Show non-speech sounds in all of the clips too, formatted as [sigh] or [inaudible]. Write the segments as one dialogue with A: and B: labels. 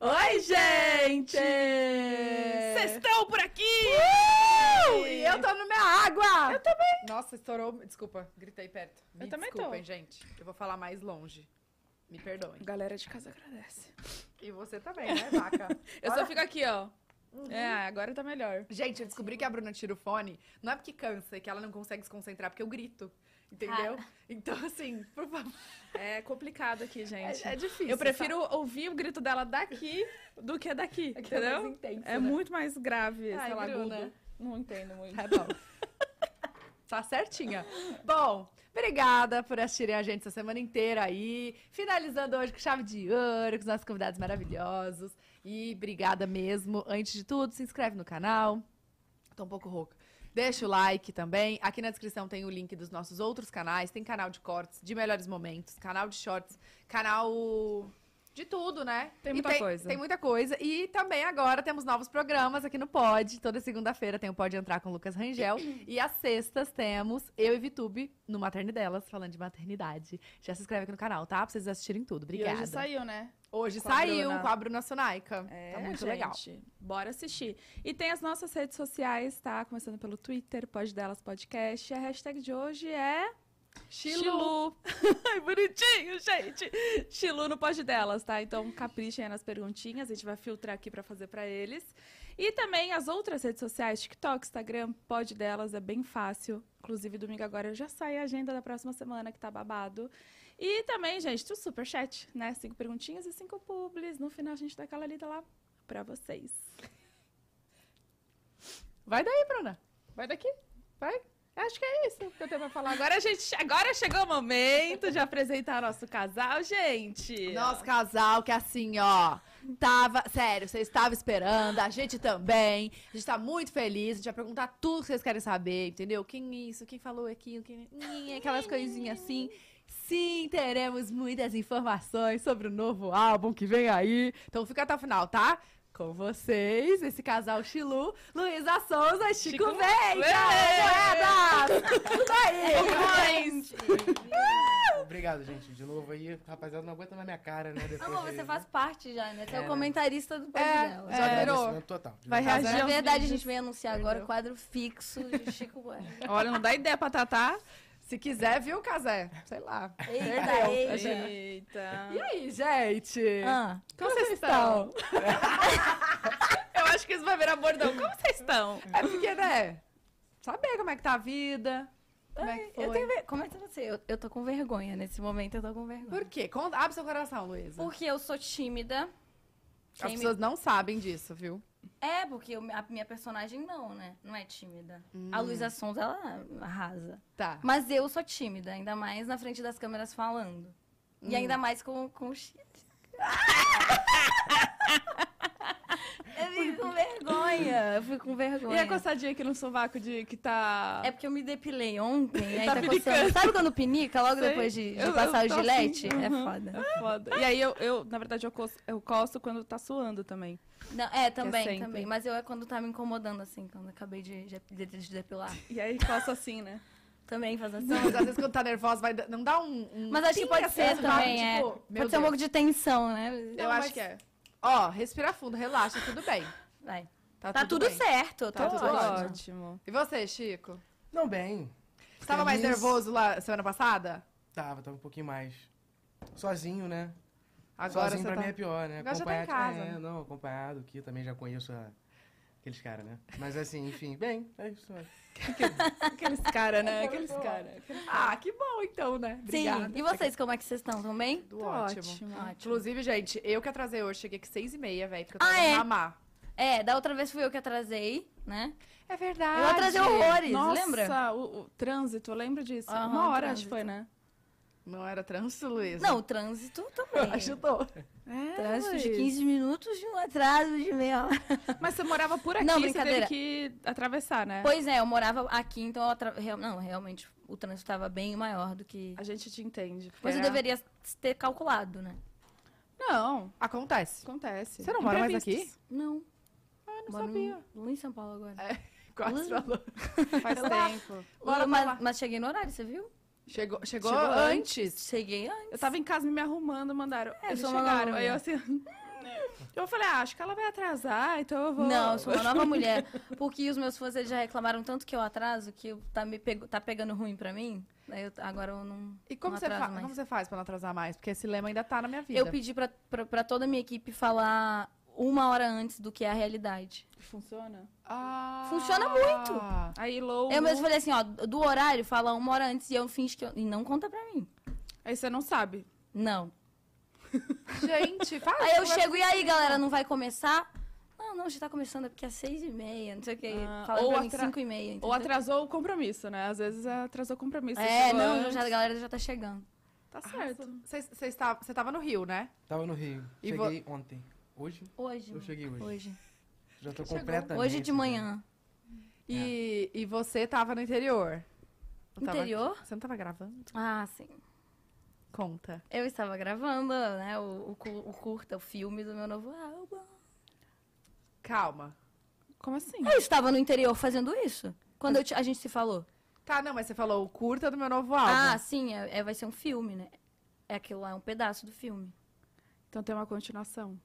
A: Oi, gente!
B: Vocês estão por aqui!
A: Uh! E eu tô no minha água!
B: Eu também!
A: Nossa, estourou. Desculpa, gritei perto. Me
B: Eu também tô.
A: desculpem, gente. Eu vou falar mais longe. Me perdoem.
B: Galera de casa agradece.
A: E você também, né, vaca?
B: Eu
A: Olha- Uhum.
B: só fico aqui, ó. É, agora tá melhor.
A: [laughs] Gente, eu descobri que a Bruna tira o fone. Não é porque cansa, é que ela não consegue se concentrar, porque eu grito. Entendeu? Então, assim, por favor.
B: É complicado aqui, gente.
A: É, é difícil.
B: eu prefiro ouvir o grito dela daqui do que daqui,
A: tá? É que é mais
B: entendeu?
A: intenso,
B: É
A: né?
B: muito mais grave
A: Ai, né?
B: essa
A: Bruna.
B: laguda. Não entendo muito.
A: Tá bom. [laughs] Tá certinha. Bom, obrigada por assistirem a gente essa semana inteira aí. Finalizando hoje com chave de ouro, com os nossos convidados maravilhosos. E obrigada mesmo. Antes de tudo, se inscreve no canal. Tô um pouco rouca. Deixa o like também. Aqui na descrição tem o link dos nossos outros canais. Tem canal de cortes, de melhores momentos, canal de shorts, canal de tudo, né?
B: Tem
A: E
B: muita coisa.
A: Tem muita coisa. E também agora temos novos programas aqui no Pod. Toda segunda-feira tem o Pod Entrar com o Lucas Rangel. e às sextas temos eu e Vitube no Materne Delas, falando de maternidade. Já se inscreve aqui no canal, tá? Pra vocês assistirem tudo. Obrigada.
B: E hoje saiu, né?
A: Hoje
B: com a
A: saiu
B: Bruna.
A: com a Bruna Sonaica.
B: É,
A: tá muito
B: gente.
A: legal.
B: Bora assistir. E tem as nossas redes sociais, tá? Começando pelo Twitter, Pode Delas Podcast. E a hashtag de hoje é... Chilu. [laughs] Ai, bonitinho, gente. Chilu no Pode Delas, tá? Então caprichem aí nas perguntinhas. A gente vai filtrar aqui pra fazer pra eles. E também as outras redes sociais, TikTok, Instagram, Pode Delas. É bem fácil. Inclusive, domingo agora já sai a agenda da próxima semana, que tá babado. E também, gente, o superchat, né? Cinco perguntinhas e cinco publis. No final, a gente dá aquela lida lá pra vocês.
A: Vai daí, Bruna.
B: Vai daqui? Vai? Acho que é isso que eu tenho pra falar. Agora, a gente, agora chegou o momento de apresentar nosso casal, gente.
A: Nosso casal que assim, ó, tava. Sério, vocês estavam esperando, a gente também. A gente tá muito feliz, a gente vai perguntar tudo que vocês querem saber, entendeu? Quem é isso, quem falou aquilo, quem. Hum, Aquelas coisinhas assim. Sim, teremos muitas informações sobre o novo álbum que vem aí. Então fica até o final, tá? Com vocês, esse casal Chilu, Luísa Souza e Chico,
B: Chico
A: Veiga!
B: Veiga!
A: Moedas! Tá aí!
C: Obrigado, gente. De novo aí, rapaziada, não aguenta mais minha cara, né? Depois
D: Amor,
C: de-
D: você faz parte já, né? Você é,
C: É,
D: o
C: né?
D: comentarista do Pode
A: É, um
D: Delas.
C: Mas é, agradecimento total.
B: Vai
C: Obrigado.
B: reagir.
D: Na
B: aos
D: verdade, a
B: vídeos.
D: gente vai anunciar agora o quadro fixo de
A: [laughs]
D: Chico Buarque.
B: Olha, não dá ideia pra Tatá.
A: Se quiser, viu, Casé? Sei lá.
D: Eita, eita.
B: Eita.
A: E aí, gente?
D: Ah,
A: Como vocês estão?
B: Eu acho que isso vai virar bordão. Como vocês estão?
A: É porque, né? Saber como é que tá a vida. Como é que foi?
D: eu tenho ver... Como é que você? Eu, eu tô com vergonha nesse momento, eu tô com vergonha.
A: Por quê? Conta- Abre seu coração, Luísa.
D: Porque eu sou tímida.
A: As
D: Quem me-
A: pessoas não sabem disso, viu?
D: É, porque eu- a minha personagem não, né? Não é tímida. A Luísa Sons, ela arrasa.
A: Tá.
D: Mas eu sou tímida, ainda mais na frente das câmeras falando. E ainda mais com, com o shit. eu fico com vergonha. Eu fico com vergonha.
B: E a coçadinha aqui no sovaco de que tá.
D: É porque eu me depilei ontem, aí
B: Tá
D: tá coçando.
B: pinicando.
D: Sabe quando pinica logo
B: Sei.
D: depois de, de
B: Eu- eu
D: passar
B: tô
D: o
B: assim,
D: gilete? É
B: uhum.
D: foda.
B: foda. E aí eu, eu, na verdade, eu coço, eu coço quando tá suando também.
D: Não, é, também,
B: sempre.
D: também. Mas eu é quando tá me incomodando, assim, quando eu acabei de, de, de- de depilar.
B: E aí coço assim, né?
D: Também faz assim.
A: Não, mas às vezes quando tá nervosa, vai... dar- não dá um. um
D: Mas acho que
A: ping,
D: pode
A: assim,
D: ser
A: sabe?
D: também, é.
A: Tipo,
D: Pode
A: meu
D: ser um
A: Deus.
D: pouco de tensão, né?
A: Eu acho que é. Ó, respira fundo, relaxa, tudo bem.
D: Vai.
A: Tá,
D: Tá tudo,
A: bem.
D: certo, eu tô
A: Tá tudo
D: ótima.
B: ótimo.
A: E você, Chico?
C: Não, bem.
A: Você tava mais
C: Feliz.
A: nervoso lá semana passada?
C: Tava, tava um pouquinho mais. Sozinho, né?
A: Agora
C: Sozinho
A: você
C: pra
A: tá...
C: mim é pior, né?
A: Agora já tá em
C: Acompanhado-
A: casa,
C: É,
A: né?
C: não, acompanhado, que eu também já conheço a- aqueles caras, né? Mas assim, enfim, bem, é isso. é.
B: Aqueles cara, né? Aqueles cara.
A: Ah, que bom então, né? Obrigada.
D: Sim, e vocês, como é que vocês estão? Tão bem? Ah,
A: Tudo
B: Tô
A: ótimo.
D: Ótimo.
A: Inclusive, gente, eu que atrasei hoje, cheguei aqui seis e meia, velho, porque eu tava
D: Ah, é?
A: a mamar.
D: É, da outra vez fui eu que atrasei, né?
A: É verdade.
D: Eu atrasei horrores,
B: Nossa,
D: lembra?
B: O, o trânsito, eu lembro disso.
D: Aham,
B: Uma hora,
D: trânsito.
B: acho que foi, né?
A: Não era trânsito, Luiz? [laughs]
D: Não, o trânsito também.
A: Ajudou.
B: É,
D: Trânsito de 15 minutos de um atraso de meia hora.
B: Mas você morava por aqui,
D: Não,
B: você teve
D: brincadeira.
B: que atravessar, né?
D: Pois é, eu morava aqui, então eu atra- real- não, realmente o trânsito estava bem maior do que
B: A gente te entende. porque é.
D: Mas eu
A: é.
B: era-
D: deveria ter calculado, né?
B: Não,
A: Acontece.
B: acontece.
A: Você não mora mais
B: Imprevistos.
D: Não.
A: Ah, eu não
D: moro em-
A: sabia.
D: Moro em São Paulo agora.
A: [laughs] Quase
D: [laughs]
A: falou.
B: Faz tempo.
A: Bora pra lá.
D: mas, mas cheguei no horário, você viu?
A: Chegou, chegou,
B: Chegou
A: antes.
D: Cheguei antes.
B: Eu tava em casa me arrumando, mandaram.
D: É,
B: eles
D: sou uma
B: chegaram.
D: maluca.
B: Aí eu assim. [laughs] Eu falei, ah, acho que ela vai atrasar, então eu vou.
D: Não, Ah, eu sou uma nova mulher. Porque os meus fãs eles já reclamaram tanto que eu atraso que tá, me pego- tá pegando ruim pra mim. Aí eu- agora eu não.
A: E como
D: não
A: você,
D: atraso
A: fa-
D: mais.
A: como você faz pra não atrasar mais? Porque esse lema ainda tá na minha vida.
D: Eu pedi pra, pra, pra toda a minha equipe falar uma hora antes do que é a realidade.
B: Funciona?
A: Ah.
D: Funciona muito.
B: Aí, low.
D: Eu mesmo falei assim, ó, do horário, fala uma hora antes e eu finge que eu. E não conta pra mim.
B: Aí você não
D: [laughs]
B: sabe.
D: Não.
A: Gente, faz.
B: Ah,
D: Aí eu chego, e aí, galera, não vai começar? Não, não, já tá começando, é porque é seis e meia, não sei o quê.
B: Ah,
D: Fala
B: ou
D: pra mim
B: atra-
D: cinco e meia, entendeu?
B: Ou atrasou o compromisso, né? Às vezes atrasou o compromisso.
D: É,
B: chegou
D: não,
B: antes.
D: já, a galera já tá chegando.
B: Tá certo.
A: Você estava no Rio, né?
C: Tava no Rio.
A: E vo-
C: cheguei ontem. Hoje?
D: Hoje.
C: Eu cheguei hoje.
D: Hoje.
C: Já tô
A: Chegou.
B: Tá
C: completamente.
D: Hoje de manhã.
B: né?
A: E, e você tava no interior. Não tava-
D: Interior?
A: Você não tava gravando?
D: Ah, sim.
A: Conta.
D: Eu estava gravando, né, o, o, cu- o curta, o filme do meu novo álbum.
A: Calma.
B: Como assim?
D: Eu estava no interior fazendo isso? Quando eu te- a gente se falou.
A: Tá, não, mas você falou o curta do meu novo álbum.
D: Ah, sim, é, é- vai ser um filme, né? É aquilo lá, é um pedaço do filme.
B: Então tem uma continuação.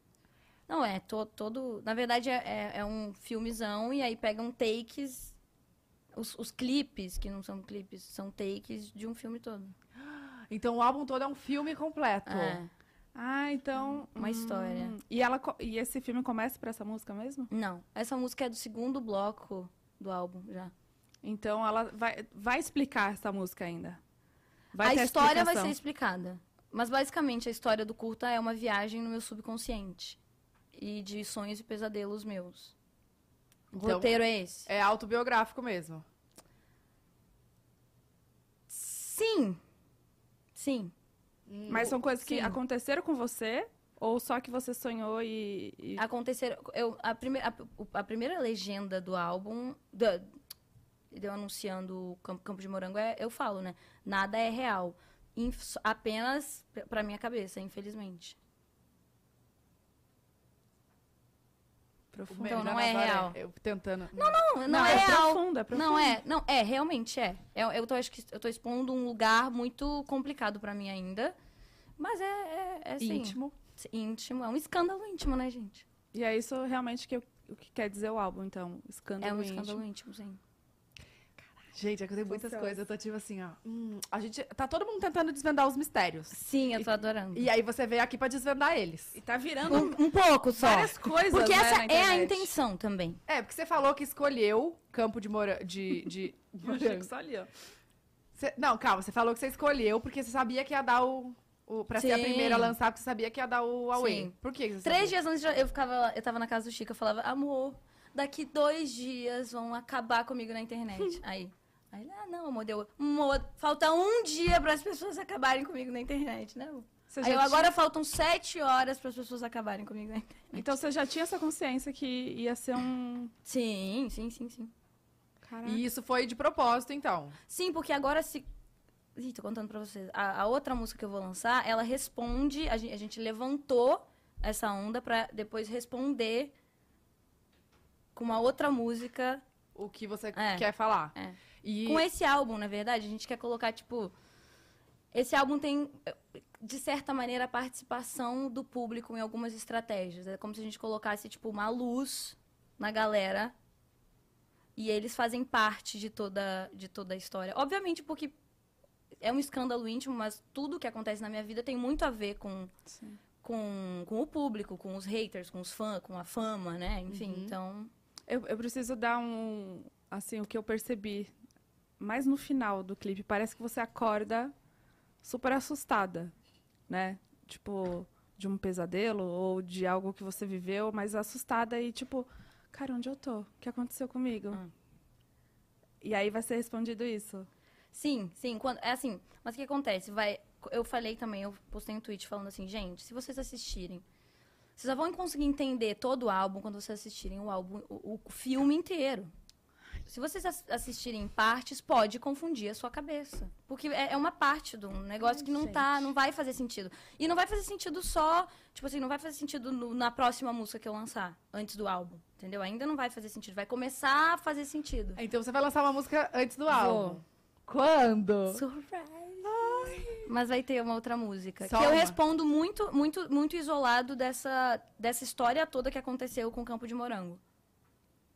D: Não, é to- todo. Na verdade, é, é- é um filmezão e aí pegam takes. Os, os clipes, que não são clipes, são takes de um filme todo.
A: Então o álbum todo é um filme completo.
D: É.
B: Ah, então.
D: Uma história.
B: E, ela, co- e esse filme começa pra essa música mesmo?
D: Não, essa música é do segundo bloco do álbum já.
B: Então ela vai, vai explicar essa música ainda. Vai ter
D: a história vai
B: explicação.
D: ser explicada. Mas basicamente a história do curta é uma viagem no meu subconsciente. E de sonhos e pesadelos meus. O
A: Então-
D: roteiro é esse?
A: É autobiográfico mesmo.
D: Sim! Sim.
A: Hum.
B: Mas são coisas que
D: Sim.
B: aconteceram com você ou só que você sonhou e. e-
D: Ah, Aconteceram. Eu, a, prime, a, o- a primeira legenda do álbum. Da, de eu anunciando o Campo, Campo de Morango, é, eu falo, né? Nada é real. Inf- apenas p- pra minha cabeça, infelizmente.
A: O
B: Profundo.
A: meu,
D: não
A: da
D: é
A: Nazaré,
D: real.
A: Eu tentando. Não, não.
D: Não, não,
B: Não,
D: é,
B: é
D: real.
B: profunda, é profunda.
D: Não é, não, é, realmente é. É, Eu, tô, acho que eu tô expondo um lugar muito complicado pra mim ainda. Mas é, é, é assim,
A: Íntimo.
D: íntimo. É um escândalo íntimo, né, gente?
B: E é isso realmente que, o que quer dizer o álbum, então. Escândalo
D: é um
B: íntimo.
D: escândalo íntimo, sim.
A: Gente, aconteceu muitas
B: ansiosa.
A: coisas. Eu tô tipo assim, ó. hum, a gente. Tá todo mundo tentando desvendar os mistérios.
D: Sim, eu tô adorando.
A: E aí você veio aqui pra desvendar eles.
B: E tá virando
D: um, um pouco só.
B: várias coisas.
D: Porque
B: né,
D: essa
B: na
D: é a
B: internet.
D: intenção também.
A: É, porque você falou que escolheu Campo de Mora... De, [laughs] de...
B: Eu achei que só ali, ó.
A: Você- Não, calma. Você falou que você escolheu porque você sabia que ia dar o... o... Pra ser a
D: Sim.
A: primeira a lançar, porque você sabia que ia dar o away.
D: Sim.
A: Por que que você sabia?
D: Três dias antes já- eu ficava, eu tava na casa do Chico, eu falava, amor, daqui dois dias vão acabar comigo na [laughs] internet. aí, aí, ele, ah, não, amor, deu. amor, falta um dia para as pessoas acabarem comigo na internet, né? amor?"
B: Você
D: Aí
B: já
D: eu,
B: tinha-
D: agora faltam sete horas para as pessoas acabarem comigo né? na internet.
B: Então você já tinha essa consciência que ia ser um.
D: Sim, sim, sim, sim.
B: Caraca.
A: E isso foi de propósito, então.
D: Sim, porque agora se. Ih, tô contando pra vocês. A, a outra música que eu vou lançar, ela responde. A gente, a gente levantou essa onda pra depois responder com uma outra música.
A: O que você
D: É.
A: quer falar.
D: É.
A: E...
D: Com esse álbum, na verdade, a gente quer colocar, tipo. Esse álbum tem, eh, de certa maneira, a participação do público em algumas estratégias. É como se a gente colocasse, tipo, uma luz na galera. E eles fazem parte de toda, de toda a história. Obviamente, porque é um escândalo íntimo, mas tudo que acontece na minha vida tem muito a ver com,
B: Sim.
D: com, com o público, com os haters, com os fãs, com a fama, né? Enfim, então.
B: Eu, eu preciso dar um. Assim, o que eu percebi mais no final do clipe. Parece que você acorda super assustada, né? Tipo, de um pesadelo ou de algo que você viveu, mas assustada e tipo, cara, onde eu tô? O que aconteceu comigo?
D: Hum.
B: E aí vai ser respondido isso.
D: Sim, sim. Quando, é assim, mas o que acontece? Vai, eu falei também, eu postei um tweet falando assim, gente, se vocês assistirem, vocês só vão conseguir entender todo o álbum quando vocês assistirem o álbum, o, o filme inteiro. Se vocês ass- assistirem em partes, pode confundir a sua cabeça. Porque é, é uma parte de um negócio
B: Ai,
D: que não tá,
B: gente.
D: não vai fazer sentido. E não vai fazer sentido só, tipo assim, não vai fazer sentido no- na próxima música que eu lançar, antes do álbum. Entendeu? Ainda não vai fazer sentido. Vai começar a fazer sentido.
A: Então você vai lançar uma música antes do álbum. Quando?
D: Surprise! Mas vai ter uma outra música.
A: Só
D: que eu
A: uma.
D: respondo muito, muito, muito isolado dessa, dessa história toda que aconteceu com o Campo de Morango.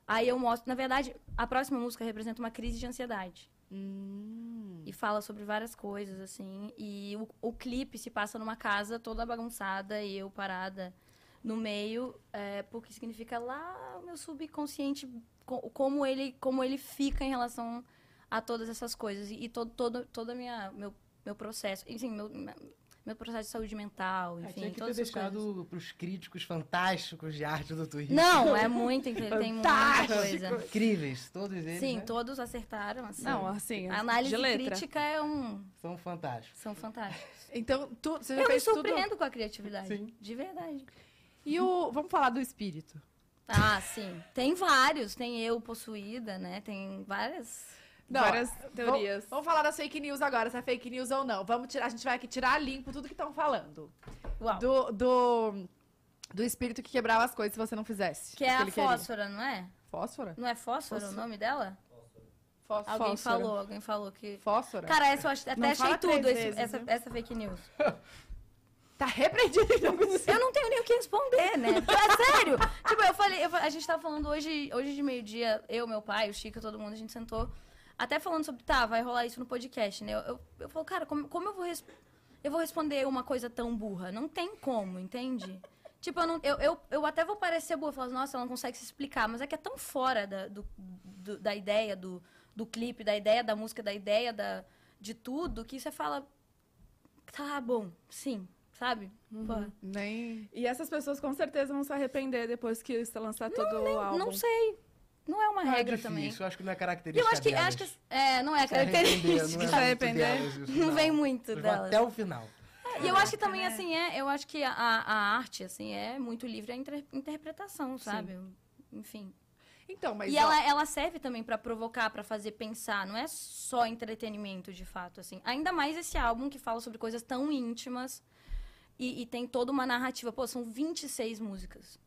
D: Aí eu mostro. Na verdade, a próxima música representa uma crise de ansiedade.
A: Hum.
D: E fala sobre várias coisas, assim. E o, o clipe se passa numa casa toda bagunçada e eu parada no meio, é, porque significa lá o meu subconsciente, co- como ele, como ele fica em relação a todas essas coisas. E, e todo, todo, todo a minha, meu, meu processo, enfim, meu, meu processo de saúde mental,
C: Ah,
D: enfim,
C: tinha que ter
D: todas essas coisas.
C: deixado pros críticos fantásticos de arte do Twitter. [laughs]
D: Não, é muito, entendeu? Tem muita coisa.
C: Incríveis, todos eles
D: Sim,
C: né?
D: todos acertaram, assim.
B: Não, assim,
D: a análise
B: de letra.
D: crítica é um...
C: são fantásticos.
D: São fantásticos.
A: Então, tu, você já
D: Eu me
A: fez tudo.
D: surpreendo com a criatividade.
C: Sim.
D: De verdade.
A: E o. Vamos falar do espírito.
D: Ah, sim. Tem vários. Tem eu possuída, né? Tem várias.
A: Não,
B: Várias
A: Vamos-
B: teorias.
A: Vamos, falar das fake news agora, se é fake news ou não. Vamos tirar, a gente vai aqui tirar limpo tudo que estão falando.
D: Uau.
A: Do, do, do espírito que quebrava as coisas se você não fizesse.
D: Que é a
A: Tipo ele queria.
D: fósfora, não é?
A: Fósfora?
D: Não é fósfora,
A: Fósfora.
D: o nome dela?
A: Fós-
D: Alguém
A: fósfora.
D: falou, alguém falou que.
A: Fósfora?
D: Cara, essa eu ach- até
B: Não
D: achei
B: fala três
D: tudo, esse-
B: vezes,
D: essa,
B: né?
D: essa fake news.
A: Tá repreendido em nome do céu.
D: Eu [laughs] não tenho nem o que responder, né? assim. [laughs] É sério! tipo, eu falei, eu fa- a gente tava falando hoje, hoje de meio-dia, eu, meu pai, o Chico, todo mundo, a gente sentou. Até falando sobre, tá, vai rolar isso no podcast, né? Eu, eu, eu falo, cara, como, como eu vou res- eu vou responder uma coisa tão burra? Não tem como, entende? Tipo, eu, não, eu, eu, eu até vou parecer burra, falar, nossa, ela não consegue se explicar, mas é que é tão fora da, do- do- da ideia do, do clipe, da ideia da música, da ideia da, de tudo, que você fala, tá bom, sim, sabe? Porra.
A: Nem.
B: E essas pessoas com certeza vão se arrepender depois que você lançar todo o álbum.
D: Não sei. Não é uma
C: Não
D: regra
C: é difícil,
D: também.
C: eu acho que não é
D: E
C: característica
D: eu acho que,
C: delas.
D: acho que é, não é
C: Se arrepender,
D: característica.
C: Não, é
B: Se
C: muito
B: arrepender.
C: delas, isso,
D: [laughs] Não vem muito
C: Eles vão
D: delas.
C: Até o né? final.
D: E eu acho que também, assim, é, eu acho que a, a arte, assim, é muito livre à inter- interpretação, sabe? Enfim.
A: Então, mas.
D: e
A: ó,
D: ela, é ela serve também pra provocar, pra fazer pensar. Não é só entretenimento, de fato, assim. Ainda mais esse álbum que fala sobre coisas tão íntimas e, e tem toda uma narrativa. Pô, são 26 músicas,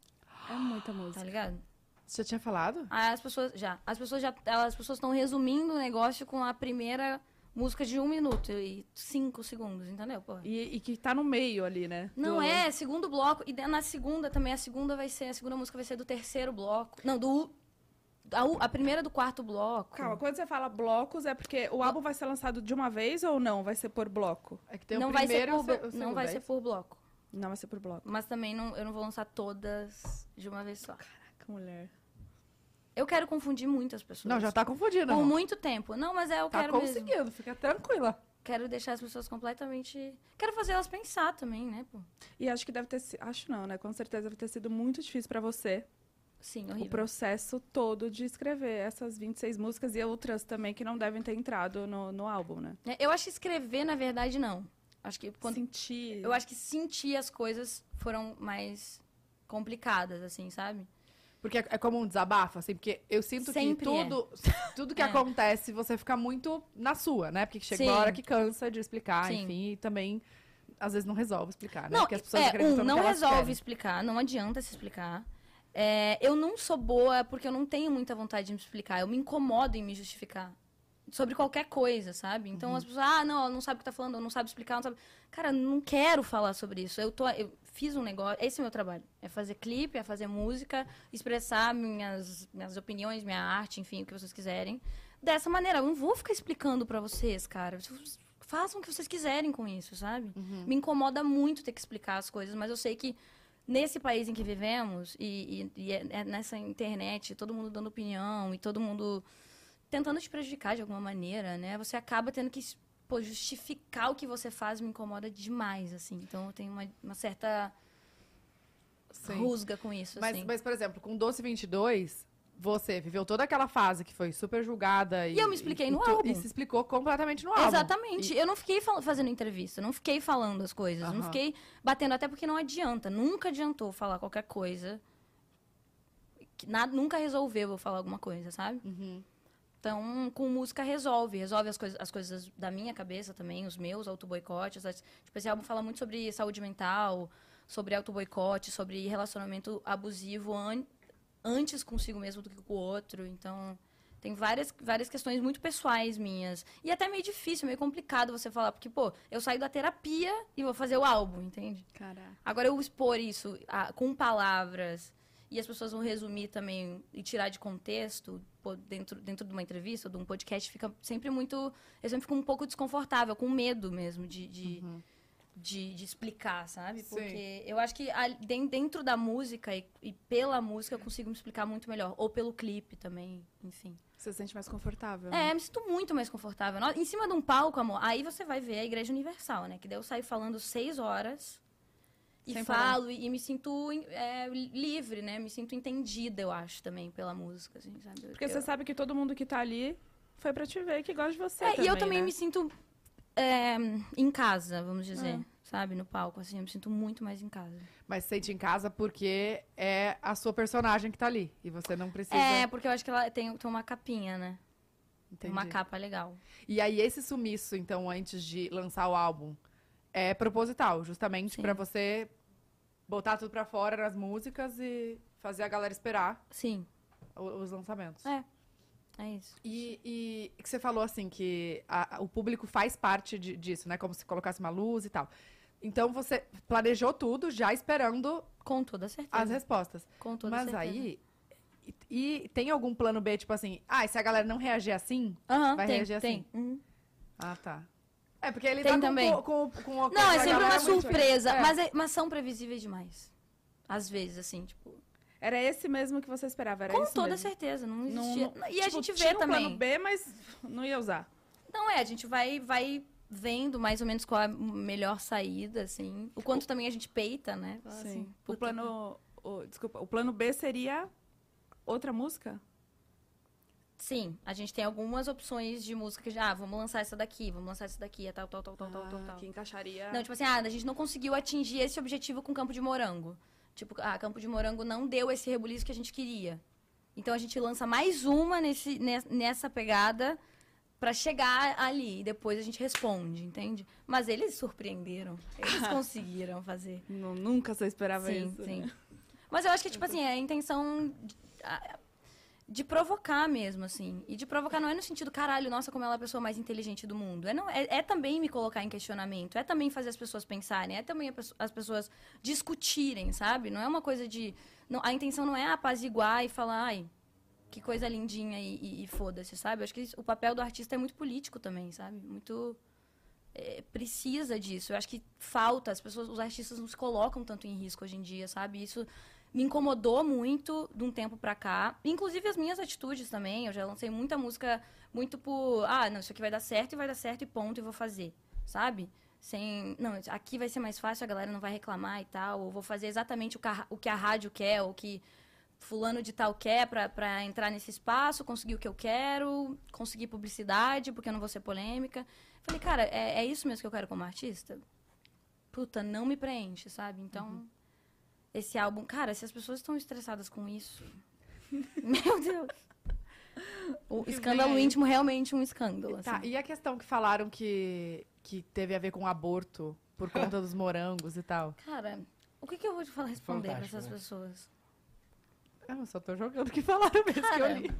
B: É muita
D: tá
B: música.
D: ligado?
A: Você tinha falado?
D: Aí as pessoas já, as pessoas já, elas- as pessoas estão resumindo o negócio com a primeira música de um minuto e cinco segundos, entendeu? Pô.
B: E, e que tá no meio ali, né?
D: Não
B: Do-
D: é segundo bloco e da- na segunda também a segunda vai ser a segunda música vai ser do terceiro bloco, não do a, u- a primeira do quarto bloco.
B: Calma, quando você fala blocos, é porque o álbum vai ser lançado de uma vez ou não? Vai ser por bloco?
A: É que tem
D: não
A: o
D: vai ser
A: primeiro
D: por
A: e o se-
D: blo-
A: o
D: não
A: segundo,
D: vai
A: é
D: ser
A: isso?
D: por bloco,
B: Não, vai ser por bloco.
D: mas também não eu não vou lançar todas de uma vez só.
B: Que mulher.
D: Eu quero confundir muitas pessoas.
A: Não, já tá confundindo.
D: por
A: irmão.
D: muito tempo. Não, mas é eu
A: Tá
D: quero mesmo.
A: conseguindo, fica tranquila.
D: Quero deixar as pessoas completamente. Quero fazer elas pensar também, né? Pô?
B: E acho que deve ter sido. Acho não, né? Com certeza deve ter sido muito difícil pra você
D: Sim,
B: o
D: horrível.
B: processo todo de escrever essas 26 músicas e outras também que não devem ter entrado no, no álbum, né?
D: É, Eu acho que escrever, na verdade, não. Acho que quando-
B: Sentir.
D: eu acho que sentir as coisas foram mais complicadas, assim, sabe?
A: Porque é, é como um desabafo, assim, porque eu sinto que
D: Sempre [laughs]
A: tudo, tudo que
D: É.
A: acontece, você fica muito na sua, né? Porque chega uma
D: Sim.
A: hora que cansa de explicar,
D: Sim.
A: enfim, e também às vezes não resolve explicar, né?
D: não,
A: porque as pessoas
D: é, um,
A: acreditam no
D: não
A: que elas
D: resolve
A: querem.
D: explicar, não adianta se explicar. É, eu não sou boa porque eu não tenho muita vontade de me explicar. Eu me incomodo em me justificar. Sobre qualquer coisa, sabe? Então
A: Uhum.
D: as pessoas, ah, não, ela não sabe o que tá falando, ou não sabe explicar, não sabe. Cara, eu não quero falar sobre isso. Eu, tô, eu fiz um negócio. Esse é o meu trabalho. É fazer clipe, é fazer música, expressar minhas, minhas opiniões, minha arte, enfim, o que vocês quiserem. Dessa maneira, eu não vou ficar explicando pra vocês, cara. Vocês Façam o que vocês quiserem com isso, sabe? Me incomoda muito ter que explicar as coisas, mas eu sei que nesse país em que vivemos, e, e- e é- é nessa internet, todo mundo dando opinião e todo mundo tentando te prejudicar de alguma maneira, né? Você acaba tendo que pô, justificar o que você faz, me incomoda demais, assim. Então eu tenho uma, uma certa
A: Sim.
D: rusga com isso,
A: Mas,
D: assim.
A: mas, por exemplo, com Doce 22, você viveu toda aquela fase que foi super julgada. E,
D: eu me expliquei
A: e-
D: no
A: e tu-
D: álbum.
A: E se explicou completamente no álbum.
D: Exatamente. Eu não fiquei fal- fazendo entrevista, não fiquei falando as coisas,
A: Aham.
D: não fiquei batendo, até porque não adianta. Nunca adiantou falar qualquer coisa. Que nada, nunca resolveu eu falar alguma coisa, sabe? Então, com música resolve. Resolve as, coisas as coisas da minha cabeça também, os meus autoboicotes. as- Tipo, esse álbum fala muito sobre saúde mental, sobre autoboicote, sobre relacionamento abusivo an- antes consigo mesmo do que com o outro. Então, Tem várias, várias questões muito pessoais minhas. E até meio difícil, meio complicado você falar, porque, pô, eu saio da terapia e vou fazer o álbum, entende?
B: Caraca.
D: Agora, eu expor isso ah, com palavras e as pessoas vão resumir também e tirar de contexto pô, dentro, dentro de uma entrevista ou de um podcast, fica sempre muito. Eu sempre fico um pouco desconfortável, com medo mesmo de. de De, de explicar, sabe?
A: Sim.
D: Porque eu acho que a- den- dentro da música e, e pela música eu consigo me explicar muito melhor. Ou pelo clipe também, enfim.
B: Você se sente mais confortável. né?
D: É, me sinto muito mais confortável. No- Em cima de um palco, amor, aí você vai ver a Igreja Universal, né? Que daí eu saio falando seis horas e
B: Sem parar.
D: falo e, e me sinto em- é, livre, né? Me sinto entendida, eu acho, também, pela música, assim, sabe?
B: Porque
D: eu...
B: você sabe que todo mundo que tá ali foi pra te ver, que gosta de você.
D: É, e eu também
B: né?
D: me sinto é, em casa, vamos dizer,
B: É.
D: sabe? No palco, assim, eu me sinto muito mais em casa.
A: Mas se sente em casa porque é a sua personagem que tá ali. E você não precisa.
D: É, porque eu acho que ela tem, tem uma capinha, né?
A: Entendi.
D: Uma capa legal.
A: E aí, esse sumiço, então, antes de lançar o álbum, é proposital, justamente
D: Sim.
A: pra você botar tudo pra fora nas músicas e fazer a galera esperar
D: Sim,
A: o- os lançamentos.
D: É. é isso.
A: E, e que você falou assim que a- a- o público faz parte de- disso, né? Como se colocasse uma luz e tal. Então você planejou tudo já esperando
D: Com toda
A: as
D: certeza.
A: respostas.
D: Com toda
A: Mas
D: certeza.
A: aí. E, e tem algum plano B, tipo assim, ah, e se a galera não reagir assim?
D: Aham,
A: Vai
D: tem,
A: reagir
D: tem. Uhum.
A: assim? Ah, tá. É, porque ele
D: Tem
A: tá com-
D: também.
A: com, com, com, com
D: Não, é
A: a
D: sempre
A: galera
D: uma
A: muito-
D: surpresa.
A: É.
D: Mas, é- mas são previsíveis demais. Às vezes, assim, tipo.
B: Era esse mesmo que você esperava, era
D: com
B: É isso
D: toda
B: mesmo.
D: certeza, não
B: Não-
D: existia.
B: não-
D: e a
B: tipo,
D: gente vê
B: tinha um
D: também.
B: plano B, mas não ia usar.
D: Não é, a gente vai, vai vendo mais ou menos qual é a melhor saída, assim. O quanto também a gente peita, né? Fala assim,
B: o
D: puta,
B: plano... o- desculpa, o plano B seria outra música?
D: Sim, a gente tem algumas opções de música que já, ah, vamos lançar essa daqui, vamos lançar essa daqui, é tal, tal, tal, tal, tal, tal, tal.
B: Ah, Que encaixaria...
D: Não, tipo assim, ah, a gente não conseguiu atingir esse objetivo com Campo de Morango. Tipo, ah, Campo de Morango não deu esse rebuliço que a gente queria. Então a gente lança mais uma nesse, ne- nessa pegada pra chegar ali. E depois a gente responde, entende? Mas eles surpreenderam. Eles conseguiram fazer.
B: Nu- Nunca você esperava
D: sim,
B: isso. né?
D: sim. Mas eu acho que, tipo assim, é a intenção de, a- de provocar mesmo, assim. E de provocar não é no sentido, caralho, nossa, como ela é a pessoa mais inteligente do mundo. É, não, é, é também me colocar em questionamento, é também fazer as pessoas pensarem, é também a pesso- as pessoas discutirem, sabe? Não é uma coisa de. não- a intenção não é apaziguar e falar, ai, que coisa lindinha e, e- e foda-se, sabe? Eu acho que isso- o papel do artista é muito político também, sabe? Muito. é, precisa disso. Eu acho que falta, as pessoas, os artistas não se colocam tanto em risco hoje em dia, sabe? Isso me incomodou muito de um tempo pra cá. Inclusive as minhas atitudes também. Eu já lancei muita música muito por. Ah, não, isso aqui vai dar certo e vai dar certo e ponto, e vou fazer. Sabe? Sem. Não, aqui vai ser mais fácil, a galera não vai reclamar e tal. Ou vou fazer exatamente o que a, o que a rádio quer, ou o que fulano de tal quer pra, pra entrar nesse espaço, conseguir o que eu quero, conseguir publicidade, porque eu não vou ser polêmica. Falei, cara, é, é isso mesmo que eu quero como artista? Puta, não me preenche, sabe? Então,
A: Uhum.
D: esse álbum... Cara, se as pessoas estão estressadas com isso... [laughs] Meu Deus! O
A: que
D: escândalo
A: vem aí?
D: íntimo, realmente um escândalo,
A: Tá,
D: assim.
A: e a questão que falaram que, que teve a ver com aborto por conta dos morangos e tal?
D: Cara, o que, que eu vou te falar responder pra
C: Fantástico,
D: essas
C: né?
D: pessoas?
A: Ah, eu só tô jogando o que falaram mesmo que eu
D: [laughs]
A: li.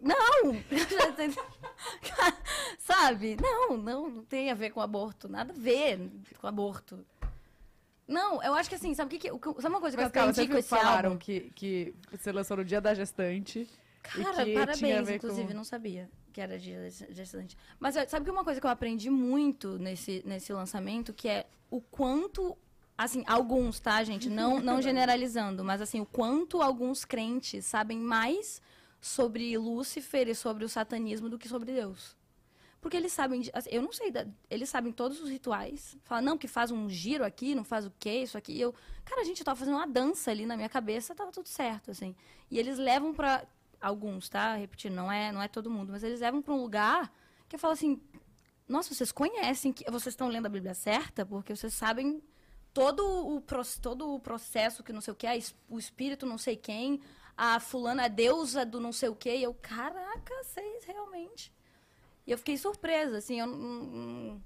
D: Não! [laughs] Sabe? Não, não, não tem a ver com aborto. Nada a ver com aborto. Não, eu acho que assim, sabe o que, que o que- Sabe uma coisa que
A: Mas,
D: eu aprendi
A: cara, sempre
D: com esse
A: falaram
D: álbum?
A: Que, que você lançou no dia da gestante. e
D: Cara,
A: que tinha a
D: parabéns,
A: ver
D: inclusive,
A: com-
D: não sabia que era dia de gestante. Mas ó, sabe que é uma coisa que eu aprendi muito nesse, nesse lançamento, que é o quanto, assim, alguns, tá, gente?
A: [laughs]
D: Não, não generalizando, mas assim, o quanto alguns crentes sabem mais sobre Lúcifer e sobre o satanismo do que sobre Deus. Porque eles sabem, de- assim, eu não sei, da- eles sabem todos os rituais. Fala, não, que faz um giro aqui, não faz o quê, isso aqui. E eu, cara, gente, eu tava fazendo uma dança ali na minha cabeça, tava tudo certo, assim. E eles levam pra alguns, tá? Repetindo, não é, não é todo mundo, mas eles levam pra um lugar que eu falo assim, nossa, vocês conhecem que vocês estão lendo a Bíblia certa, porque vocês sabem todo o pro- todo o processo que não sei o que, a es- o espírito não sei quem, a fulana a deusa do não sei o que, e eu, caraca, vocês realmente. E eu fiquei surpresa, assim, eu não- não-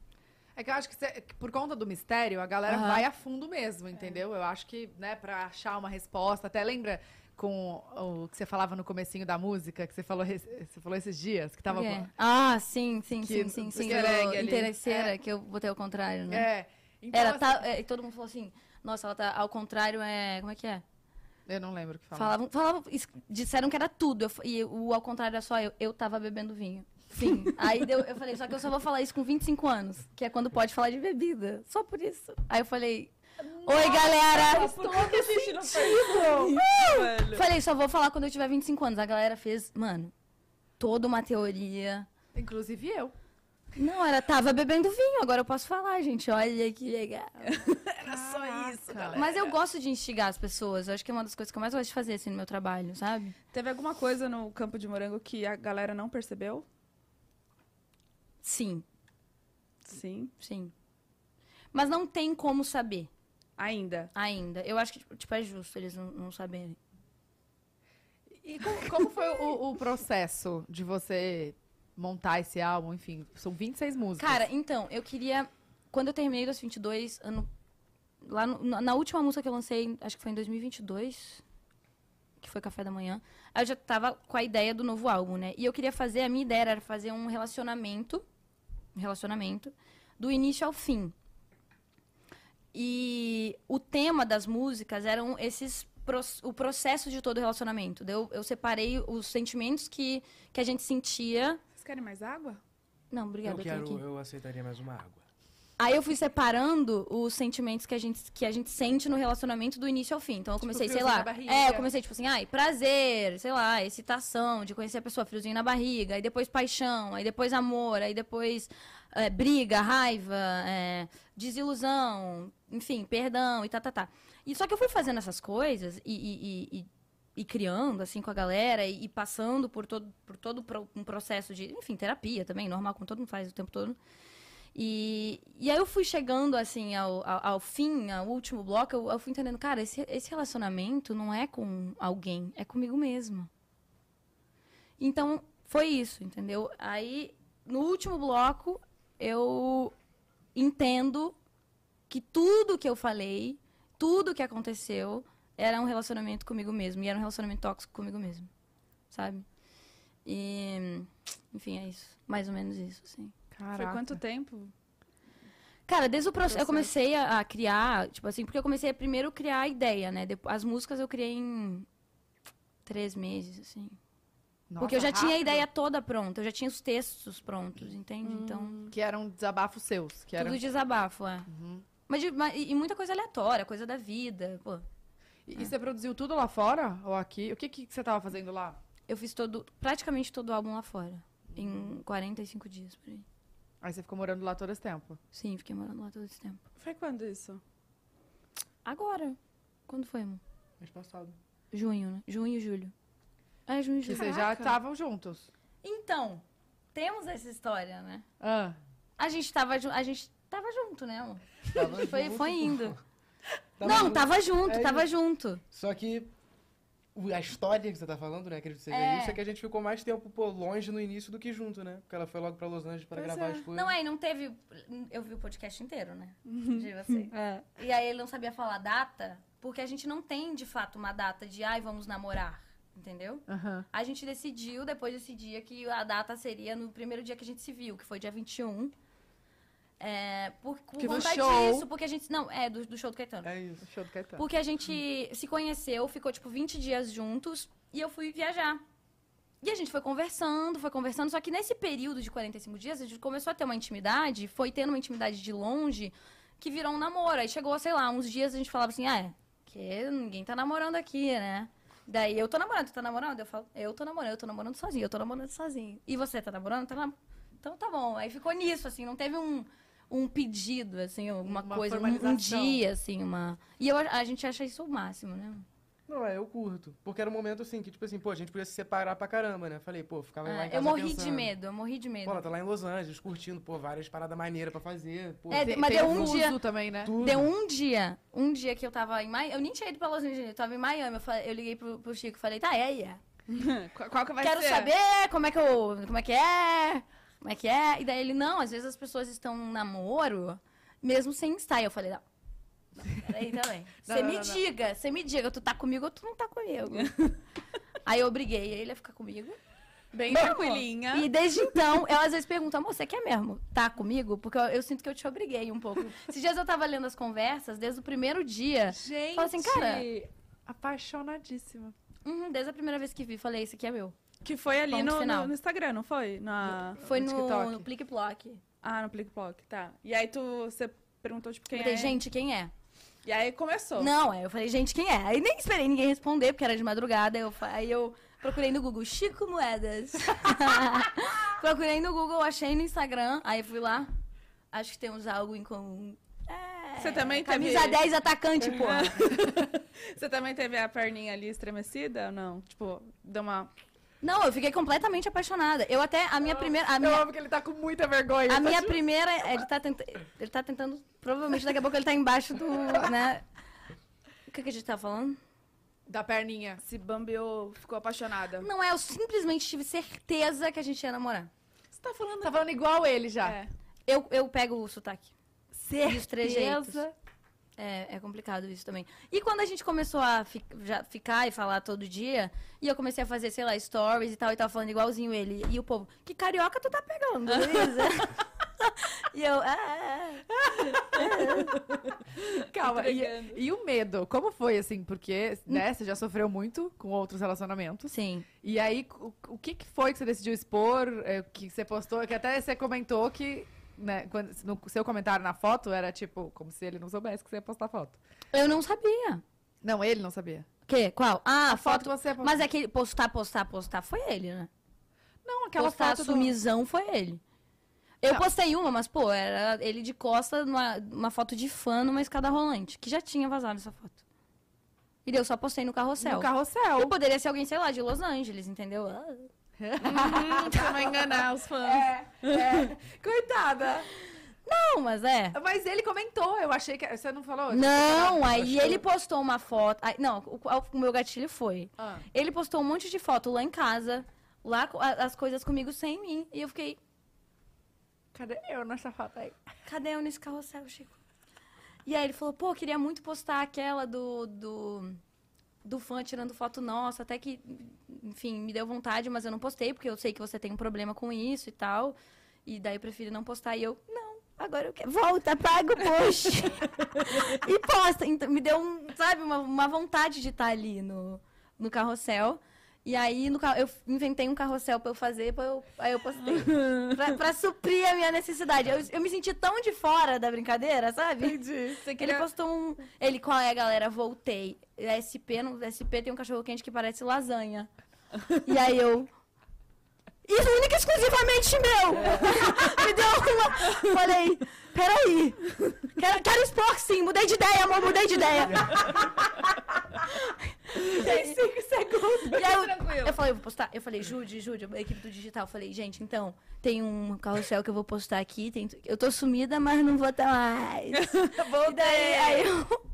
A: É que eu acho que, cê- que por conta do mistério, a galera
D: Aham.
A: vai a fundo mesmo, entendeu? Eu acho que, né, pra achar uma resposta, até lembra com o que você falava no comecinho da música, que você falou, res- você falou esses dias, que tava...
D: O quê?
A: com-
D: Ah, sim, sim,
A: Que-
D: sim, sim,
A: do
D: sim.
A: Quereg
D: do
A: ali.
D: interesseira, que eu botei ao contrário, né?
A: É. Então,
D: Ela
A: assim,
D: tá, é, e todo mundo falou assim, nossa, ela tá ao contrário, é. Como é que é?
A: Eu não lembro o que falava.
D: Falavam, falavam, es- disseram que era tudo. eu f- e o ao contrário é só eu. Eu tava bebendo vinho. Sim. Aí deu- eu falei, só que eu só vou falar isso com 25 anos, que é quando pode falar de bebida. Só por isso. Aí eu falei, oi galera!
B: Por que que a gente [laughs] não faz isso, velho?
D: Falei, só vou falar quando eu tiver 25 anos. A galera fez, mano, toda uma teoria.
A: Inclusive eu.
D: Não, ela tava bebendo vinho, agora eu posso falar, gente. Olha que legal.
A: Era só isso, galera.
D: Mas eu gosto de instigar as pessoas. Eu acho que é uma das coisas que eu mais gosto de fazer, assim, no meu trabalho, sabe?
B: Teve alguma coisa no campo de morango que a galera não percebeu?
D: Sim,
B: Sim.
D: sim. Mas não tem como saber.
B: Ainda.
D: Ainda. Eu acho que, tipo, é justo eles não, não saberem.
A: E como, como foi o, o processo de você montar esse álbum? Enfim, são 26 músicas.
D: Cara, então, eu queria... Quando eu terminei dos 22, ano... Lá no- na na última música que eu lancei, acho que foi em 2022, que foi Café da Manhã, eu já tava com a ideia do novo álbum, né? E eu queria fazer... A minha ideia era fazer um relacionamento, um relacionamento, do início ao fim. E o tema das músicas eram esses pro- o processo de todo o relacionamento. Daí Eu, eu separei os sentimentos que, que a gente sentia.
B: Vocês querem mais água?
D: Não, obrigada,
C: eu
D: eu tenho
C: quero,
D: aqui.
C: eu aceitaria mais uma água.
D: Aí eu fui separando os sentimentos que a gente, que a gente sente no relacionamento do início ao fim. Então eu comecei, sei
A: Tipo friozinho
D: lá.
A: na barriga.
D: É, eu comecei, tipo assim, ai, prazer, sei lá, excitação, de conhecer a pessoa, friozinho na barriga, aí depois paixão, aí depois amor, aí depois é, briga, raiva, é, desilusão, enfim, perdão e tá, tá, tá. E só que eu fui fazendo essas coisas e- e- e- e e criando, assim, com a galera e, e passando por todo, por todo pro- um processo de, enfim, terapia também, normal, como todo mundo faz o tempo todo. E, e aí eu fui chegando, assim, ao, ao, ao fim, ao último bloco, eu, eu fui entendendo, cara, esse, esse relacionamento não é com alguém, é comigo mesma. Então, foi isso, entendeu? Aí, no último bloco, eu entendo que tudo que eu falei, tudo que aconteceu, era um relacionamento comigo mesmo. E era um relacionamento tóxico comigo mesmo. Sabe? E. Enfim, é isso. Mais ou menos isso, assim.
B: Foi quanto tempo?
D: Cara, desde o processo. Eu
B: Processo.
D: comecei a, a criar, tipo assim, porque eu comecei a primeiro criar a ideia, né? Depo- as músicas eu criei em. Três meses, assim.
A: Nossa,
D: porque eu já tinha a
A: rápido. Hum.
D: ideia toda pronta, eu já tinha os textos prontos, entende? Então.
A: Que um eram desabafos seus. Que eram...
D: Tudo desabafo, é.
A: Uhum.
D: Mas, de- mas- e e muita coisa aleatória, coisa da vida. Pô,
A: E, e você produziu tudo lá fora? Ou aqui? O que, que você tava fazendo lá?
D: eu fiz todo, praticamente todo o álbum lá fora. Em 45 dias, por aí.
A: Aí você ficou morando lá todo esse tempo.
D: Sim, fiquei morando lá todo esse tempo.
B: Foi quando isso?
D: Agora. Quando foi, amor?
C: Mês passado.
D: Junho, né? Junho e julho. É, junho e
A: Que
D: julho.
A: vocês já estavam juntos.
D: Então, temos essa história, né?
A: Ah,
D: A gente tava, ju- a gente tava junto, né, amor?
C: Tava
D: Foi,
C: junto,
D: foi
C: pô.
D: indo.
C: [laughs] Tava
D: Não,
C: junto.
D: tava junto,
C: É
D: tava junto.
C: Só que o- a história que você tá falando, né? Acredito que você
D: É.
C: vê isso, é que a gente ficou mais tempo, pô, longe no início do que junto, né? Porque ela foi logo pra Los Angeles pra
B: Pois
C: gravar
B: é.
C: as coisas.
D: Não é, e não teve. Eu vi o podcast inteiro, né?
C: [laughs]
D: De você.
B: É.
D: E aí ele não sabia falar data, porque a gente não tem, de fato, uma data de ai, vamos namorar. Entendeu?
A: aham.
D: A gente decidiu, depois desse dia, que a data seria no primeiro dia que a gente se viu, que foi dia 21. É, por, por
A: Que do
D: conta
A: show.
D: disso, porque a gente. Não, é, do, do show do Caetano.
C: É
A: O
C: isso.
A: show do Caetano.
D: Porque a gente se conheceu, ficou tipo 20 dias juntos e eu fui viajar. E a gente foi conversando, foi conversando, só que nesse período de 45 dias a gente começou a ter uma intimidade, foi tendo uma intimidade de longe que virou um namoro. Aí chegou, sei lá, uns dias a gente falava assim: ah, é, que ninguém tá namorando aqui, né? Daí eu tô namorando, tu tá namorando? Eu falo, eu tô namorando, eu tô namorando sozinho, eu tô namorando sozinho. E você tá namorando? Tá nam- Então tá bom. Aí ficou nisso, assim, não teve um, um pedido, assim, alguma
A: Uma
D: coisa, um- um
A: formalização.
D: dia, assim, uma. E eu, a gente acha isso o máximo, né?
C: Não, é, eu curto. Porque era um momento assim que, tipo assim, pô, a gente podia se separar pra caramba, né? Falei, pô, ficava lá em
D: É,
C: casa
D: eu morri de
C: pensando.
D: medo, eu morri de medo.
C: Pô, ela tá lá em Los Angeles, curtindo, pô, várias paradas maneiras pra fazer. Pô,
D: É,
A: Tem-
D: mas
A: tem
D: deu
A: o
D: um
A: fuso
D: dia-
A: também, né?
C: tudo.
D: Deu um dia, um dia que eu tava em Miami, eu nem tinha ido pra Los Angeles, eu tava em Miami, eu, fa- eu liguei pro, pro Chico e falei, tá, é, é.
B: Qu- Qual que vai
D: Quero
B: ser?
D: saber como é que eu, como é que é, como é que é? E daí ele, não, às vezes as pessoas estão em namoro, mesmo sem estar. E eu falei, não. não
A: [laughs]
D: peraí também.
A: Não,
D: Você
A: não,
D: me
A: não, não.
D: diga, você me diga, tu tá comigo ou tu não tá comigo.
A: [laughs]
D: Aí eu briguei ele a ficar comigo.
B: Bem
D: Bom,
B: tranquilinha.
D: E desde então, eu às vezes pergunto, amor, você quer mesmo tá comigo? Porque eu, eu sinto que eu te obriguei um pouco. Esses dias eu tava lendo as conversas, desde o primeiro dia.
A: Gente,
D: Fala assim, cara,
A: apaixonadíssima.
D: uhum, desde a primeira vez que vi, falei, esse aqui é meu.
B: Que foi ali
D: Ponto
B: no,
D: final.
B: no- no Instagram, não foi? Na...
D: Foi
A: No
D: no,
A: TikTok.
D: no Plique Plock.
B: Ah, no Plic Ploc, tá. E aí tu, você perguntou, tipo, quem
D: Perguntei,
B: é?
D: gente, quem é?
B: E aí começou.
D: Não, aí eu falei, gente, quem é? Aí nem esperei ninguém responder, porque era de madrugada. Eu, fa- aí eu procurei no Google, Chico Moedas. [laughs] procurei no Google, achei no Instagram. Aí fui lá, acho que temos algo em comum. É,
B: Você também teve-
D: Camisa 10 atacante, porra.
B: Você também teve a perninha ali estremecida ou não? Tipo, deu uma...
D: Não, eu fiquei completamente apaixonada. Eu até, a minha primeira... A
A: Eu
D: minha...
A: amo que ele tá com muita vergonha.
D: A
A: tá
D: minha
A: de-
D: primeira, ele tá, tenta... ele tá tentando, provavelmente daqui a pouco ele tá embaixo do, né? O que, que a gente tá falando?
A: Da perninha.
B: Se bambeou, ficou apaixonada.
D: Não é, eu simplesmente tive certeza que a gente ia namorar.
B: Você tá falando...
A: Tá falando igual ele já.
B: É.
D: Eu, eu pego o sotaque. E os trejeitos.
A: Certeza.
D: É, é complicado isso também. E quando a gente começou a fi- já ficar e falar todo dia, e eu comecei a fazer, sei lá, stories e tal, e tal, falando igualzinho ele. E o povo, que carioca tu tá pegando, Luísa? e eu, ah, é, é.
A: [laughs] Calma, e,
B: Entregando.
A: e o medo? Como foi, assim? Porque, né, você já sofreu muito com outros relacionamentos.
D: Sim.
A: E aí, o, o que, que foi que você decidiu expor, é, que você postou, que até você comentou que, né, quando- no seu comentário na foto era, tipo, como se ele não soubesse que você ia postar foto.
D: Eu não sabia.
A: Não, ele não sabia.
D: Que? Qual? Ah, a
A: foto
D: foto.
A: você postou.
D: Mas é que postar, postar, postar foi ele, né?
A: Não, aquela
D: postar
A: foto do...
D: sumizão foi ele. Eu
A: Não.
D: postei uma, mas, pô, era ele de costa, numa, uma foto de fã numa escada rolante, que já tinha vazado essa foto. E daí eu só postei no carrossel.
A: No carrossel.
D: Eu poderia ser alguém, sei lá, de Los Angeles, entendeu? Ah.
B: Hum, pra não enganar os fãs. [laughs]
A: É. [laughs] Coitada.
D: Não, mas é.
A: Mas ele comentou, eu achei que... Você não falou?
D: Não, aí
A: Acho que-
D: ele postou uma foto. aí- não, o, o meu gatilho foi.
A: Ah.
D: Ele postou um monte de foto lá em casa, lá co- a- as coisas comigo sem mim. E eu fiquei,
A: Cadê eu nessa foto aí?
D: cadê eu nesse carrossel, Chico? E aí ele falou, pô, queria muito postar aquela do, do, do fã tirando foto nossa, até que, enfim, me deu vontade, mas eu não postei, porque eu sei que você tem um problema com isso e tal. E daí eu prefiro não postar. E eu, não, agora eu quero. Volta, paga o post. [laughs] e posta. Então, me deu, um, sabe, uma, uma vontade de estar ali no, no carrossel. E aí no, ca- eu inventei um carrossel pra eu fazer, pra eu, aí
A: [laughs]
D: eu postei. pra, pra suprir a minha necessidade. Eu, eu me senti tão de fora da brincadeira, sabe?
A: Entendi. Você
D: Ele postou um. Ele, qual é, galera? Voltei. SP, no SP tem um cachorro quente que parece lasanha. E aí eu. Isso única e exclusivamente meu!
A: É.
D: [laughs] Me deu uma. Falei, peraí. Quero, quero expor sim, mudei de ideia, amor, mudei
A: [laughs]
D: de ideia. Tem cinco segundos. E aí eu,
B: Tranquilo.
D: eu falei, eu vou postar. Eu falei, Jude, Jude, a equipe do digital. Eu falei, gente, então, tem um carrossel que eu vou postar aqui. tem- Eu tô sumida, mas não vou estar mais. E daí, aí eu,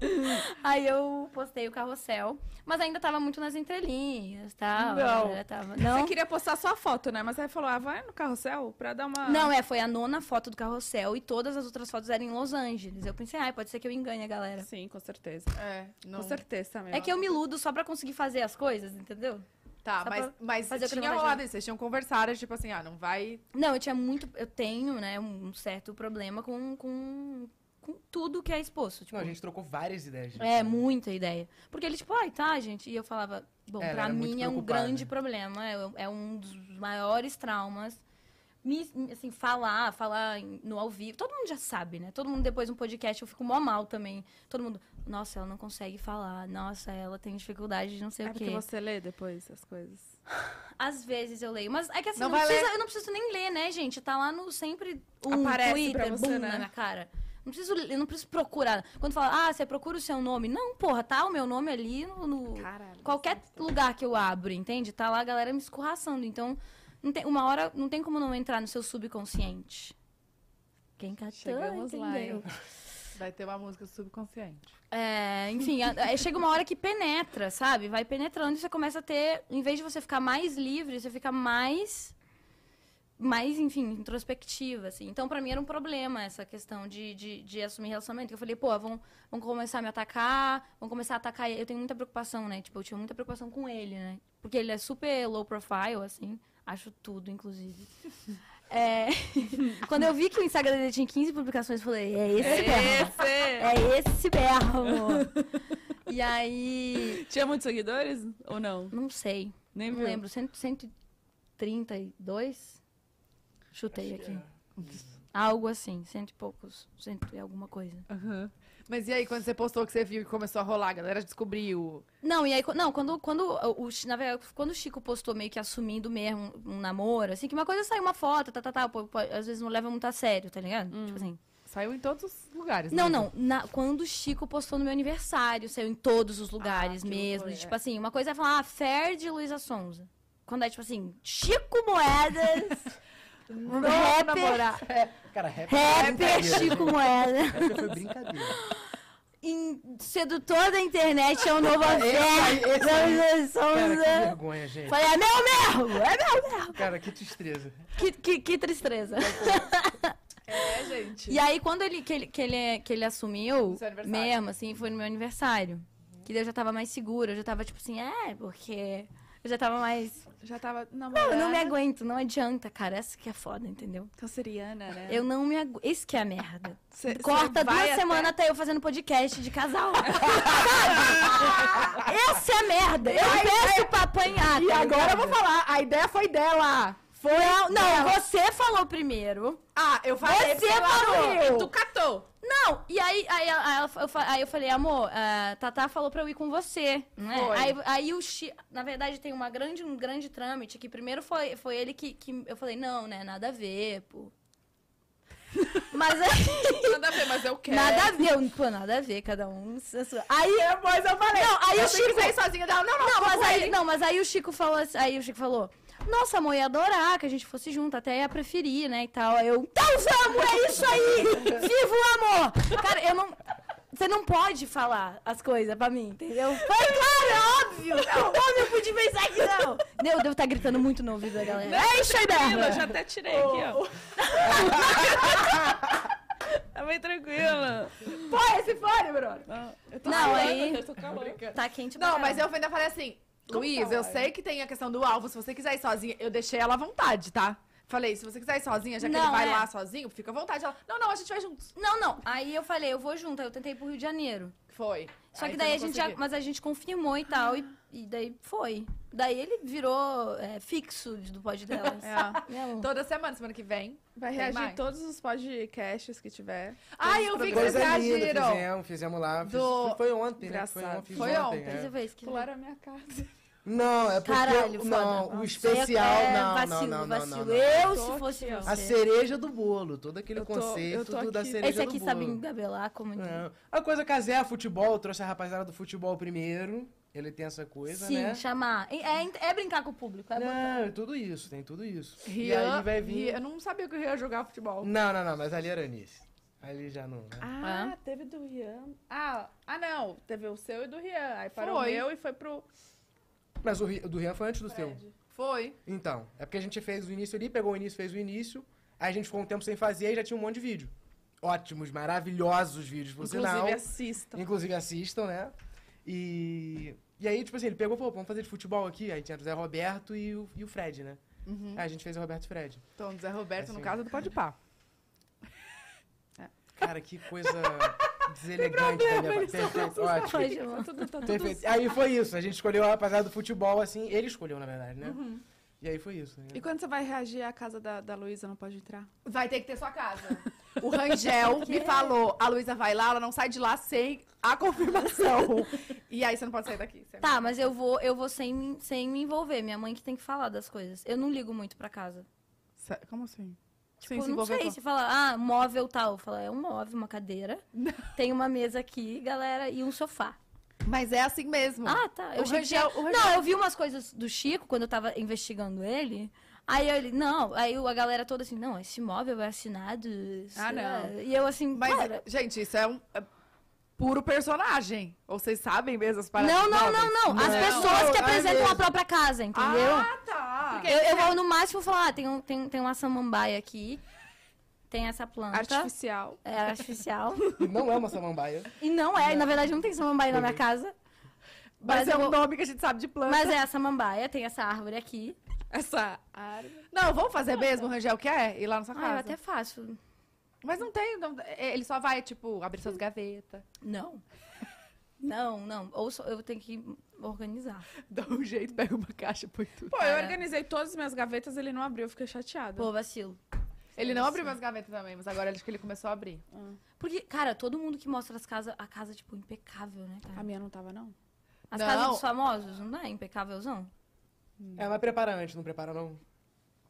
D: aí eu postei o carrossel, mas ainda tava muito nas entrelinhas, tá?
A: Não.
D: Tava, não,
B: Você queria postar só a foto, né? Mas aí falou, ah, vai no carrossel pra dar uma...
D: não, é, foi a nona foto do carrossel e todas as outras fotos eram em Los Angeles. Eu pensei, ai, pode ser que eu engane a galera.
B: Sim, com certeza.
A: É, não...
B: Com certeza, meu.
D: É que eu me iludo só pra conseguir fazer as coisas, entendeu?
A: Tá,
D: Só
A: mas,
D: pra
A: mas
D: fazer o que
A: tinha
D: não vai
A: rolado isso. Vocês tinham conversado, tipo assim, ah, não vai...
D: Não, eu tinha muito. Eu tenho, né, um certo problema com, com, com tudo que é exposto. Tipo,
C: Não, a gente trocou várias ideias. disso,
D: É,
C: né?
D: muita ideia. Porque ele, tipo, ai, tá, gente. E eu falava, bom,
C: Ela
D: pra
C: era muito
D: mim é um
C: preocupada. né?
D: grande problema, é, é um dos maiores traumas. Me, assim, falar, falar em- no ao vivo. Todo mundo já sabe, né? Todo mundo depois de um podcast, eu fico mó mal também. Todo mundo, nossa, ela não consegue falar. Nossa, ela tem dificuldade de não sei
B: É
D: o
B: porque
D: quê.
B: você lê depois as coisas.
D: Às vezes eu leio, mas é que assim,
A: Não
D: não
A: vai
D: precisa- eu não preciso nem ler, né, gente? Tá lá no sempre um
B: Aparece
D: Twitter,
B: pra você,
D: bum,
B: né?
D: na minha cara. Não preciso, eu não preciso procurar. Quando fala, ah, você procura o seu nome. Não, porra, tá o meu nome ali no, no-
B: Caralho.
D: qualquer lugar que eu abro, entende? Tá lá a galera me escorraçando. Então, não tem- uma hora não tem como não entrar no seu subconsciente. Quem catou,
B: Chegamos lá,
D: entendeu?
B: hein?
A: Vai ter uma música subconsciente.
D: É, enfim, a- aí chega uma hora que penetra, sabe? Vai penetrando e você começa a ter, em vez de você ficar mais livre, você fica mais mais, enfim, introspectiva, assim. Então, pra mim era um problema essa questão de, de, de assumir relacionamento. Eu falei, pô, vão, vão começar a me atacar, vão começar a atacar. Eu tenho muita preocupação, né? Tipo, eu tinha muita preocupação com ele, né? Porque ele é super low profile, assim. Acho tudo, [laughs] inclusive. É, [laughs] Quando eu vi que o Instagram dele tinha 15 publicações, eu falei, é esse berro.
B: [laughs] Esse!
D: É esse berro. [laughs] e aí.
B: É. Tinha muitos seguidores ou não?
D: Não sei.
B: Nem
D: Não
B: viu.
D: lembro. Cento- 132? Chutei aqui. Algo assim, cento e poucos, cento e alguma coisa.
A: Aham. Mas e aí, quando você postou que você viu e começou a rolar, a galera descobriu.
D: Não, e aí, co- não, quando, quando o, o Chi- na verdade, quando o Chico postou meio que assumindo mesmo um namoro, assim, que uma coisa saiu uma foto, tá, tá, tá, pô, pô, às vezes não leva muito a sério, tá ligado? Tipo assim.
A: Saiu em todos os lugares.
D: Não,
A: né?
D: não, na- quando o Chico postou no meu aniversário, saiu em todos os lugares
C: Ah,
A: que
D: mesmo.
A: loucura,
D: Tipo assim, uma coisa é falar, ah, Fer de Luísa Sonza. Quando é tipo assim, Chico
C: [laughs]
D: Moedas,
A: Não,
D: rapper,
A: namorar.
C: Cara, rap
D: rapper é Chico Moedas.
C: Rap
D: [laughs]
C: foi brincadeira.
D: em sedutor da internet é o novo
C: aí,
D: Avé.
C: esse aí. Cara, que
D: Sonza.
C: vergonha, gente.
D: Falei, é meu mesmo, é meu. [laughs]
C: Cara, que tristeza.
D: Que, que, que tristeza.
A: É, gente.
D: E aí, quando ele, que ele, que ele, que ele assumiu,
A: No seu aniversário.
D: mesmo, assim, foi no meu aniversário. Que daí eu já tava mais segura, eu já tava tipo assim, é, porque... Eu já tava mais...
B: Já tava namorando.
D: Não, Ah, eu não me aguento, não adianta, cara. Essa que é foda, entendeu?
B: Canceriana, né?
D: Eu não me aguento. Isso que é a merda.
B: Cê-
D: Corta
B: cê vai
D: duas
B: até-
D: semanas até eu fazendo podcast de [laughs] casal. Sabe? Essa é a merda. Eu peço pra apanhar.
A: E
D: tá
A: agora eu
D: ligado?
A: vou falar. A ideia foi dela. Foi.
D: Não, não,
A: dela.
D: você falou primeiro.
A: Ah, eu falei.
D: Você
A: porque ela
D: falou.
A: não viu.
B: Tu catou.
D: Não, e aí, aí, ela- aí ela fa- eu, fa- aí eu falei, amor, a Tatá falou pra eu ir com você, né?
A: Foi.
D: Aí, aí o Chico, na verdade, tem uma grande, um grande trâmite, que primeiro foi, foi ele que, que eu falei, não, né, nada a ver, pô. Mas aí,
B: Nada a ver, mas eu quero.
D: nada a ver, eu- pô, nada a ver, cada um... na sua- Aí
A: Depois eu falei. Não,
D: aí
A: eu tenho
D: o Chico-
A: que sair sozinha dela. Não, não,
D: Não,
A: vou
D: mas
A: com
D: aí,
A: ele.
D: não, mas aí o Chico falou assim, aí o Chico falou, nossa, amor, ia adorar que a gente fosse junto, até ia preferir, né, e tal. Aí eu, então vamos, é isso aí! Viva o amor! Cara, eu não... Você não pode falar as coisas pra mim, entendeu? Foi claro, é óbvio! Como eu pude pensar que não? Meu, eu devo estar gritando muito no ouvido da galera. é isso aí,
B: Tranquila,
D: Débora!
B: eu já até tirei aqui, ó. [laughs] tá bem tranquila.
A: Foi esse fone, Bruno.
B: Ah, eu
D: Não,
B: suando,
D: aí-
B: Eu tô calando.
D: Tá quente pra
A: Não, mas
D: caralho.
A: eu ainda falei assim, Luiz, eu sei que tem a questão do alvo, se você quiser ir sozinha, eu deixei ela à vontade, tá? Falei, se você quiser ir sozinha, já que ele
D: Não,
A: vai
D: é.
A: lá sozinho, fica à vontade. Ela, não, não, a gente vai juntos.
D: Não, não, aí eu falei, eu vou junto, aí eu tentei ir pro Rio de Janeiro.
A: Foi.
D: Só
A: Aí
D: que
A: você
D: daí
A: não
D: a gente já,
A: conseguiu.
D: mas a gente confirmou e tal, e, e daí foi. Daí ele virou é, fixo de- do pod delas.
A: É.
D: Meu amor.
A: Toda semana, semana que vem.
B: Vai
A: Tem
B: reagir
A: mais?
B: a todos os podcasts que tiver.
A: Ai, eu vi que vocês
C: Coisa linda,
A: reagiram.
C: fizemos, fizemos lá. Fiz,
A: Do-
C: Foi ontem, né?
B: Engraçado.
C: Foi, ontem, fiz
A: Foi ontem.
D: Depois eu
C: é.
D: vou escrever.
B: Pularam a minha casa.
C: Não, é porque...
D: Caralho, foda.
C: não, o
D: Nossa.
C: especial...
D: É,
C: não,
D: vacilo,
C: não, não, não,
D: vacilo.
C: não, não.
D: Eu,
B: Tô
D: se fosse
B: aqui, ó.
C: A
D: você.
C: cereja do bolo, todo aquele
B: Eu tô- eu
C: conceito
B: tô
C: do- da
B: aqui.
C: cereja
D: Esse aqui
C: do bolo. É,
D: sabe engabelar como.
C: Não. A coisa caseira, futebol, trouxe a rapaziada do futebol primeiro. Ele tem essa coisa,
D: Sim,
C: né?
D: chamar. É, é- é brincar com o
B: Tá
D: público. é botar.
C: Não, tudo isso, tem tudo isso. e
A: Rian,
C: aí vai vir.
A: Rian- eu não sabia que o Rian jogava futebol.
C: Não, não, não, mas ali era Anice. Ali já não. né?
B: Ah, teve do Rian. Ah, ah, não. Teve o seu e do Rian. Aí parou
A: Foi.
B: o meu e foi pro
C: Mas o Ri- o do Rian foi antes do seu.
B: Fred.
A: Foi.
C: Então, é porque a gente fez o início ali, pegou o início, fez o início. Aí a gente ficou um tempo sem fazer e já tinha um monte de vídeo. Ótimos, maravilhosos vídeos, por sinal.
B: Inclusive, assistam.
C: Inclusive assistam, né? E. E aí, tipo assim, ele pegou, pô, vamos fazer de futebol aqui. Aí tinha o Zé Roberto e o, e o Fred, né?
A: Uhum.
C: Aí a gente fez o Roberto e o Fred.
A: Então, Zé Roberto, no
C: Assim.
A: caso, do Pode Pá.
C: Cara, que
B: [laughs]
C: coisa deselegante da minha parte. Perfeito, ótimo.
D: Foi, João.
B: Tudo, tá tudo
C: Perfeito. Aí foi isso. A gente escolheu a rapaziada do futebol, assim. Ele escolheu, na verdade, né?
B: Uhum.
C: E aí foi isso. né?
B: E quando você vai reagir à casa da, da Luísa, não pode entrar?
A: Vai ter que ter sua casa. O
D: [laughs]
A: Rangel me falou, a Luísa vai lá, ela não sai de lá sem a
D: [laughs]
A: confirmação. E aí você não pode sair daqui. Você é
D: Tá, mas eu vou, eu vou sem, me- sem me envolver. Minha mãe que tem que falar das coisas. Eu não ligo muito pra casa.
A: Sa- Como assim? Sem
D: Tipo,
A: se
D: não
A: envolver
D: sei,
A: com-
D: se fala, ah, móvel tal. Fala, é um móvel, uma cadeira.
A: [laughs]
D: Tem uma mesa aqui, galera, e um sofá.
A: Mas é assim mesmo.
D: Ah, tá. Eu
A: o
D: achei que
A: Rangel,
D: tinha-
A: o Rangel-
D: Não, eu vi umas coisas do Chico quando eu tava investigando ele. Aí ele, não, aí a galera toda assim, não, esse móvel é assinado. sei
A: Ah,
D: lá."
A: não.
D: E eu assim,
A: Mas,
D: cara.
A: gente, isso é um é puro personagem. Ou vocês sabem mesmo as paradas?
D: Não, não,
A: novas?
D: não, não. As
C: Não.
D: pessoas que
C: Não, é
D: apresentam a
C: mesmo.
D: própria casa, entendeu?
A: Ah, tá.
D: Eu, eu vou no máximo falar, ah, tem, um, tem, tem uma samambaia aqui, tem essa planta.
B: Artificial.
D: É artificial.
C: E não é uma samambaia.
D: e não é, na verdade não tem samambaia na minha casa.
A: Mas,
D: Mas
A: é
D: eu
A: um
D: vou-
A: nome que a gente sabe de planta.
D: Mas é a samambaia, tem essa árvore aqui.
B: Essa árvore.
A: Não, vamos fazer mesmo, o Rangel quer ir lá na sua
D: Ah, eu
A: casa.
D: até faço.
A: Mas não tem, não- ele só vai, tipo, abrir suas
D: [laughs]
A: gavetas,
D: Não. Não, não. Ou só- eu tenho que organizar.
A: dá um jeito, pega uma caixa, põe tudo.
B: Pô, eu
D: Cara.
B: organizei todas as minhas gavetas, ele não abriu, eu fiquei chateada.
D: Pô, vacilo.
A: Ele não abriu minhas gavetas também, mas agora acho que ele começou a abrir.
D: Porque, cara, todo mundo que mostra as casas, a casa, tipo, impecável, né,
B: A
D: cara?
B: minha não tava, não.
D: As
A: Não.
D: casas dos famosos, não é impecávelzão?
C: É, mas prepara antes, não prepara não.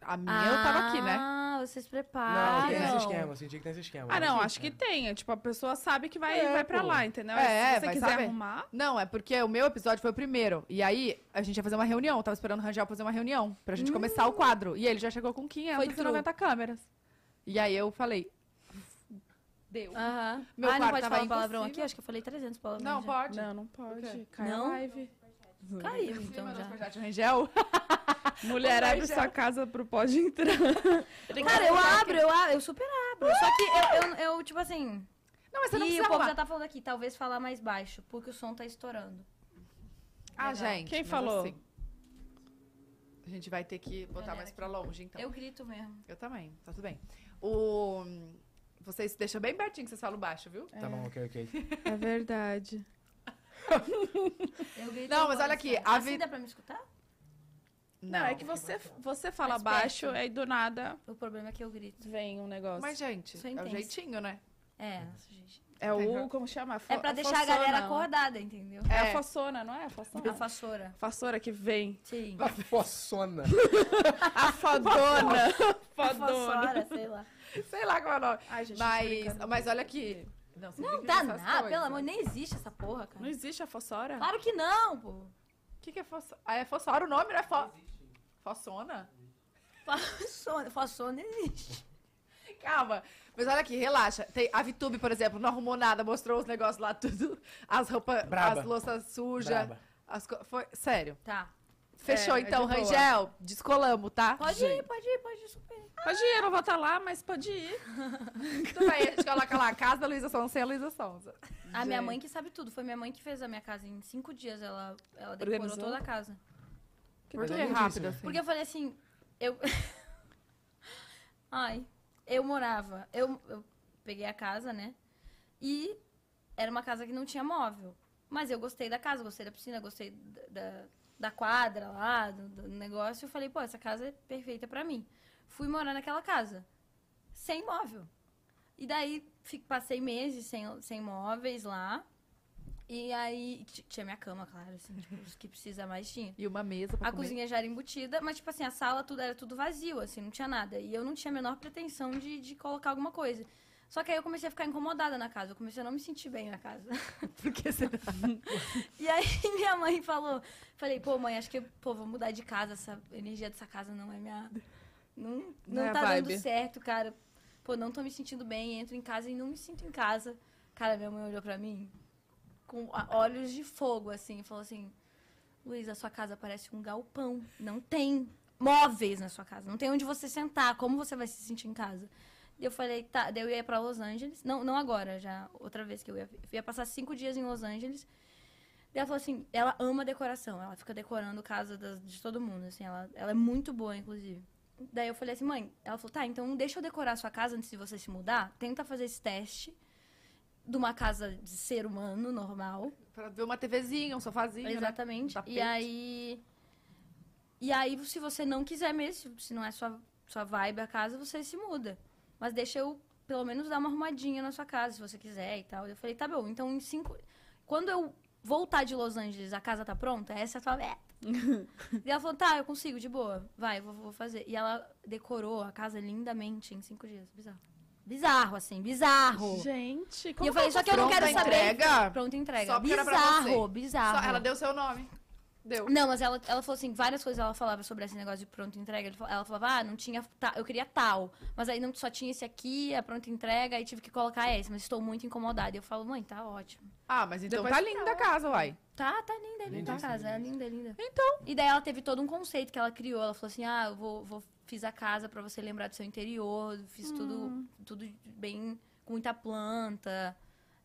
A: A minha eu tava aqui, né?
D: Ah, vocês
C: não,
D: preparam.
C: tem esse esquema, senti que tem esse esquema.
B: Ah, não,
C: Assim,
B: acho que tem. É, tipo, a pessoa sabe que vai,
C: É,
B: vai pra
C: pô.
B: lá, entendeu? Se
A: É,
B: você
A: vai
B: quiser
A: saber.
B: arrumar.
A: Não, é porque o meu episódio foi o primeiro. E aí, a gente ia fazer uma reunião. eu Tava esperando o Rangel fazer uma reunião pra
D: Hum.
A: gente começar o quadro. E ele já chegou com 590 câmeras. E aí eu falei. Deu.
D: Aham.
A: Meu
D: ah,
A: quarto
D: não pode
A: tava
D: falar um palavrão
A: impossível.
D: aqui? Acho que eu falei 300 palavrões.
A: não,
D: já.
A: pode.
B: Não, não pode. Cai
D: Não?
B: a live.
D: Caiu,
A: Você
D: então,
A: mandou
D: já.
A: os projetos de Rangel? [laughs]
B: Mulher,
A: Ô,
B: abre
A: Rangel.
B: sua casa pro pode entrar.
D: Cara, eu abro, eu abro, eu super abro. Só que eu, eu, eu, tipo assim.
A: Não, mas você não
D: e
A: precisa
D: o povo
A: arrumar.
D: já tá falando aqui, talvez falar mais baixo, porque o som tá estourando.
A: Ah,
D: Legal.
A: gente.
B: Quem
A: mas
B: falou?
A: assim, a gente vai ter que botar
D: Galera
A: mais
D: aqui.
A: pra longe, então.
D: Eu grito mesmo.
A: Eu também, tá tudo bem. O... Vocês deixam bem pertinho que vocês falam baixo, viu?
C: Tá bom, ok, ok. [laughs]
B: É verdade.
D: Eu grito
A: Não, mas
D: eu
A: olha
D: gosto.
A: aqui, a
D: assim
A: vi-
D: dá pra me escutar?
B: Não, é que você, você fala
D: Mais
B: baixo
D: perto.
B: e do nada
D: O problema é que eu grito.
B: vem um negócio.
A: Mas, gente,
D: Sou
A: é o
D: intensa.
A: jeitinho, né?
D: É, nossa, gente.
B: é o. Como chama?
D: É pra deixar a galera acordada, entendeu?
B: É
A: É.
B: a façona, não é? A
D: A
B: façona.
D: vassoura.
B: Façora que vem.
D: Sim.
C: A Tá Fossona.
A: [laughs] A fodona.
D: A
B: Fodona.
D: vassoura, sei lá.
A: Sei lá qual é o nome.
B: Ai, gente,
A: Mas, mas olha aqui. Não, você
D: Não
A: vive
D: dá
A: nessas
D: Tá nada,
A: coisas.
D: pelo amor, nem existe essa porra,
B: Não
D: cara.
B: existe a fossora?
D: Claro que não, pô.
A: O que, que é fossona? Ah, é fossora o nome, não é fo... Fossona?
D: Façona, façona existe.
A: Calma. Mas olha aqui, relaxa. Tem, a Vitube, por exemplo, não arrumou nada, mostrou os negócios lá, [laughs] tudo. As roupas,
C: Braba.
A: as louças sujas.
C: É Braba.
A: As co- foi, sério.
D: Tá.
A: Fechou
B: É, é
A: então,
B: de boa.
A: Rangel. Descolamos, tá?
D: Pode ir,
C: Gente.
D: pode ir, pode ir, super. ir.
B: Pode ir, eu não vou estar lá, mas pode ir.
A: Tudo bem, a gente coloca lá a casa da Luísa Sonza sem a Luísa Sonza.
D: A minha
B: Gente.
D: mãe que sabe tudo. Foi minha mãe que fez a minha casa em cinco dias. Ela, ela decorou
B: Organizou?
D: toda a casa.
B: Que
A: Por
C: Mas
A: que
C: é
A: rápido
C: lindíssimo.
A: assim?
D: Porque eu falei assim, eu. [laughs] Ai, eu morava. Eu, eu peguei a casa, né? E era uma casa que não tinha móvel. Mas eu gostei da casa, gostei da piscina, gostei da- da, da quadra lá, do, do negócio. Eu falei, pô, essa casa é perfeita pra mim. Fui morar naquela casa, sem móvel. E daí fi- passei meses sem, sem móveis lá. E aí t- tinha minha cama, claro, assim, tipo, os que precisa mais tinha.
A: E uma mesa pra
D: A
A: comer.
D: cozinha já era embutida, mas, tipo assim, a sala tudo era tudo vazio, assim, não tinha nada. E eu não tinha a menor pretensão de, de colocar alguma coisa. Só que aí eu comecei a ficar incomodada na casa, eu comecei a não me sentir bem na casa.
A: [laughs] Porque você...
D: E aí [laughs] minha mãe falou, falei, pô, mãe, acho que, pô, vou mudar de casa, essa energia dessa casa não é minha. Não, não,
A: Não é a
D: tá
A: vibe.
D: dando certo, cara. Pô, não tô me sentindo bem, entro em casa e não me sinto em casa. Cara, minha mãe olhou pra mim com a- olhos de fogo, assim, e falou assim: Luiz, a sua casa parece um galpão. Não tem móveis na sua casa, não tem onde você sentar. Como você vai se sentir em casa? E Eu falei, tá, daí eu ia pra Los Angeles. Não, não agora, já outra vez que eu ia. Eu ia passar cinco dias em Los Angeles. Daí ela falou assim, ela ama decoração, ela fica decorando casa das- de todo mundo, assim, ela, ela é muito boa, inclusive. Daí eu falei assim, mãe, ela falou, tá, então deixa eu decorar a sua casa antes de você se mudar, tenta fazer esse teste de uma casa de ser humano normal,
A: pra ver uma TVzinha, um sofazinho, né?
D: Exatamente.
A: Tapete.
D: E aí. E aí, se você não quiser mesmo, se não é sua, sua vibe a casa, você se muda. Mas deixa eu, pelo menos, dar uma arrumadinha na sua casa, se você quiser e tal. Eu falei, tá bom, então em cinco. Quando eu voltar de Los Angeles, a casa tá pronta? Essa é a tua meta.
A: [laughs]
D: e ela falou, tá, eu consigo, de boa. Vai, eu vou, vou fazer. E ela decorou a casa lindamente em cinco dias. Bizarro. Bizarro, assim, bizarro.
B: Gente,
D: E
B: como
D: eu falei, só que eu não
A: Pronta
D: quero saber.
A: entrega?
D: Pronto, entrega.
A: Só porque era pra
D: bizarro,
A: você.
D: bizarro.
A: Só- ela deu seu nome. Deu.
D: Não, mas ela, ela falou assim, várias coisas ela falava sobre esse negócio de pronto entrega. Ele fal- Ela falava, ah, não tinha. ta- eu queria tal. Mas aí não só tinha esse aqui, a pronta entrega, aí tive que colocar esse, mas estou muito incomodada. E eu falo, mãe, tá ótimo.
A: Ah, mas então
B: Depois
A: tá
B: que
A: linda a casa, uai.
D: Tá, tá linda, é linda a
C: Lindíssima,
D: casa, é linda, é linda. Então. E daí ela teve todo um conceito que ela criou. Ela falou assim: ah, eu vou, vou- fiz a casa pra você lembrar do seu interior, fiz tudo, tudo bem, com muita planta.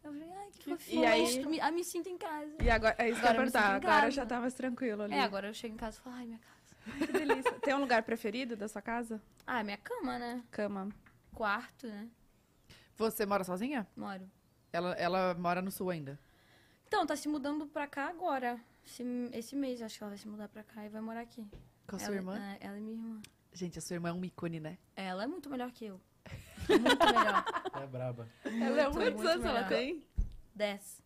D: Eu falei, ai, que fofinho.
B: aí-
D: me, ah, me sinto em casa.
B: E agora, é isso que eu ia
D: Agora eu me sinto
B: perguntar.
D: em
B: Agora
D: casa.
B: já tá mais tranquilo ali.
D: É, agora eu chego em casa e falo, ai, minha casa.
B: Que delícia. Tem um lugar preferido da sua casa?
D: Ah, minha cama, né?
B: Cama.
D: Quarto, né?
A: Você mora sozinha?
D: Moro.
A: Ela, ela mora no sul ainda.
D: Então, tá se mudando pra cá agora. Esse, esse mês, acho que ela vai se mudar pra cá e vai morar aqui.
A: Com a sua
D: ela,
A: irmã?
D: é, ela é minha irmã.
A: Gente, a sua irmã é um ícone, né?
D: Ela é muito melhor que eu. Muito melhor.
C: É braba.
B: Ela é
D: Muito,
B: quantos
D: muito
B: anos ela
D: melhor.
B: tem?
D: Dez.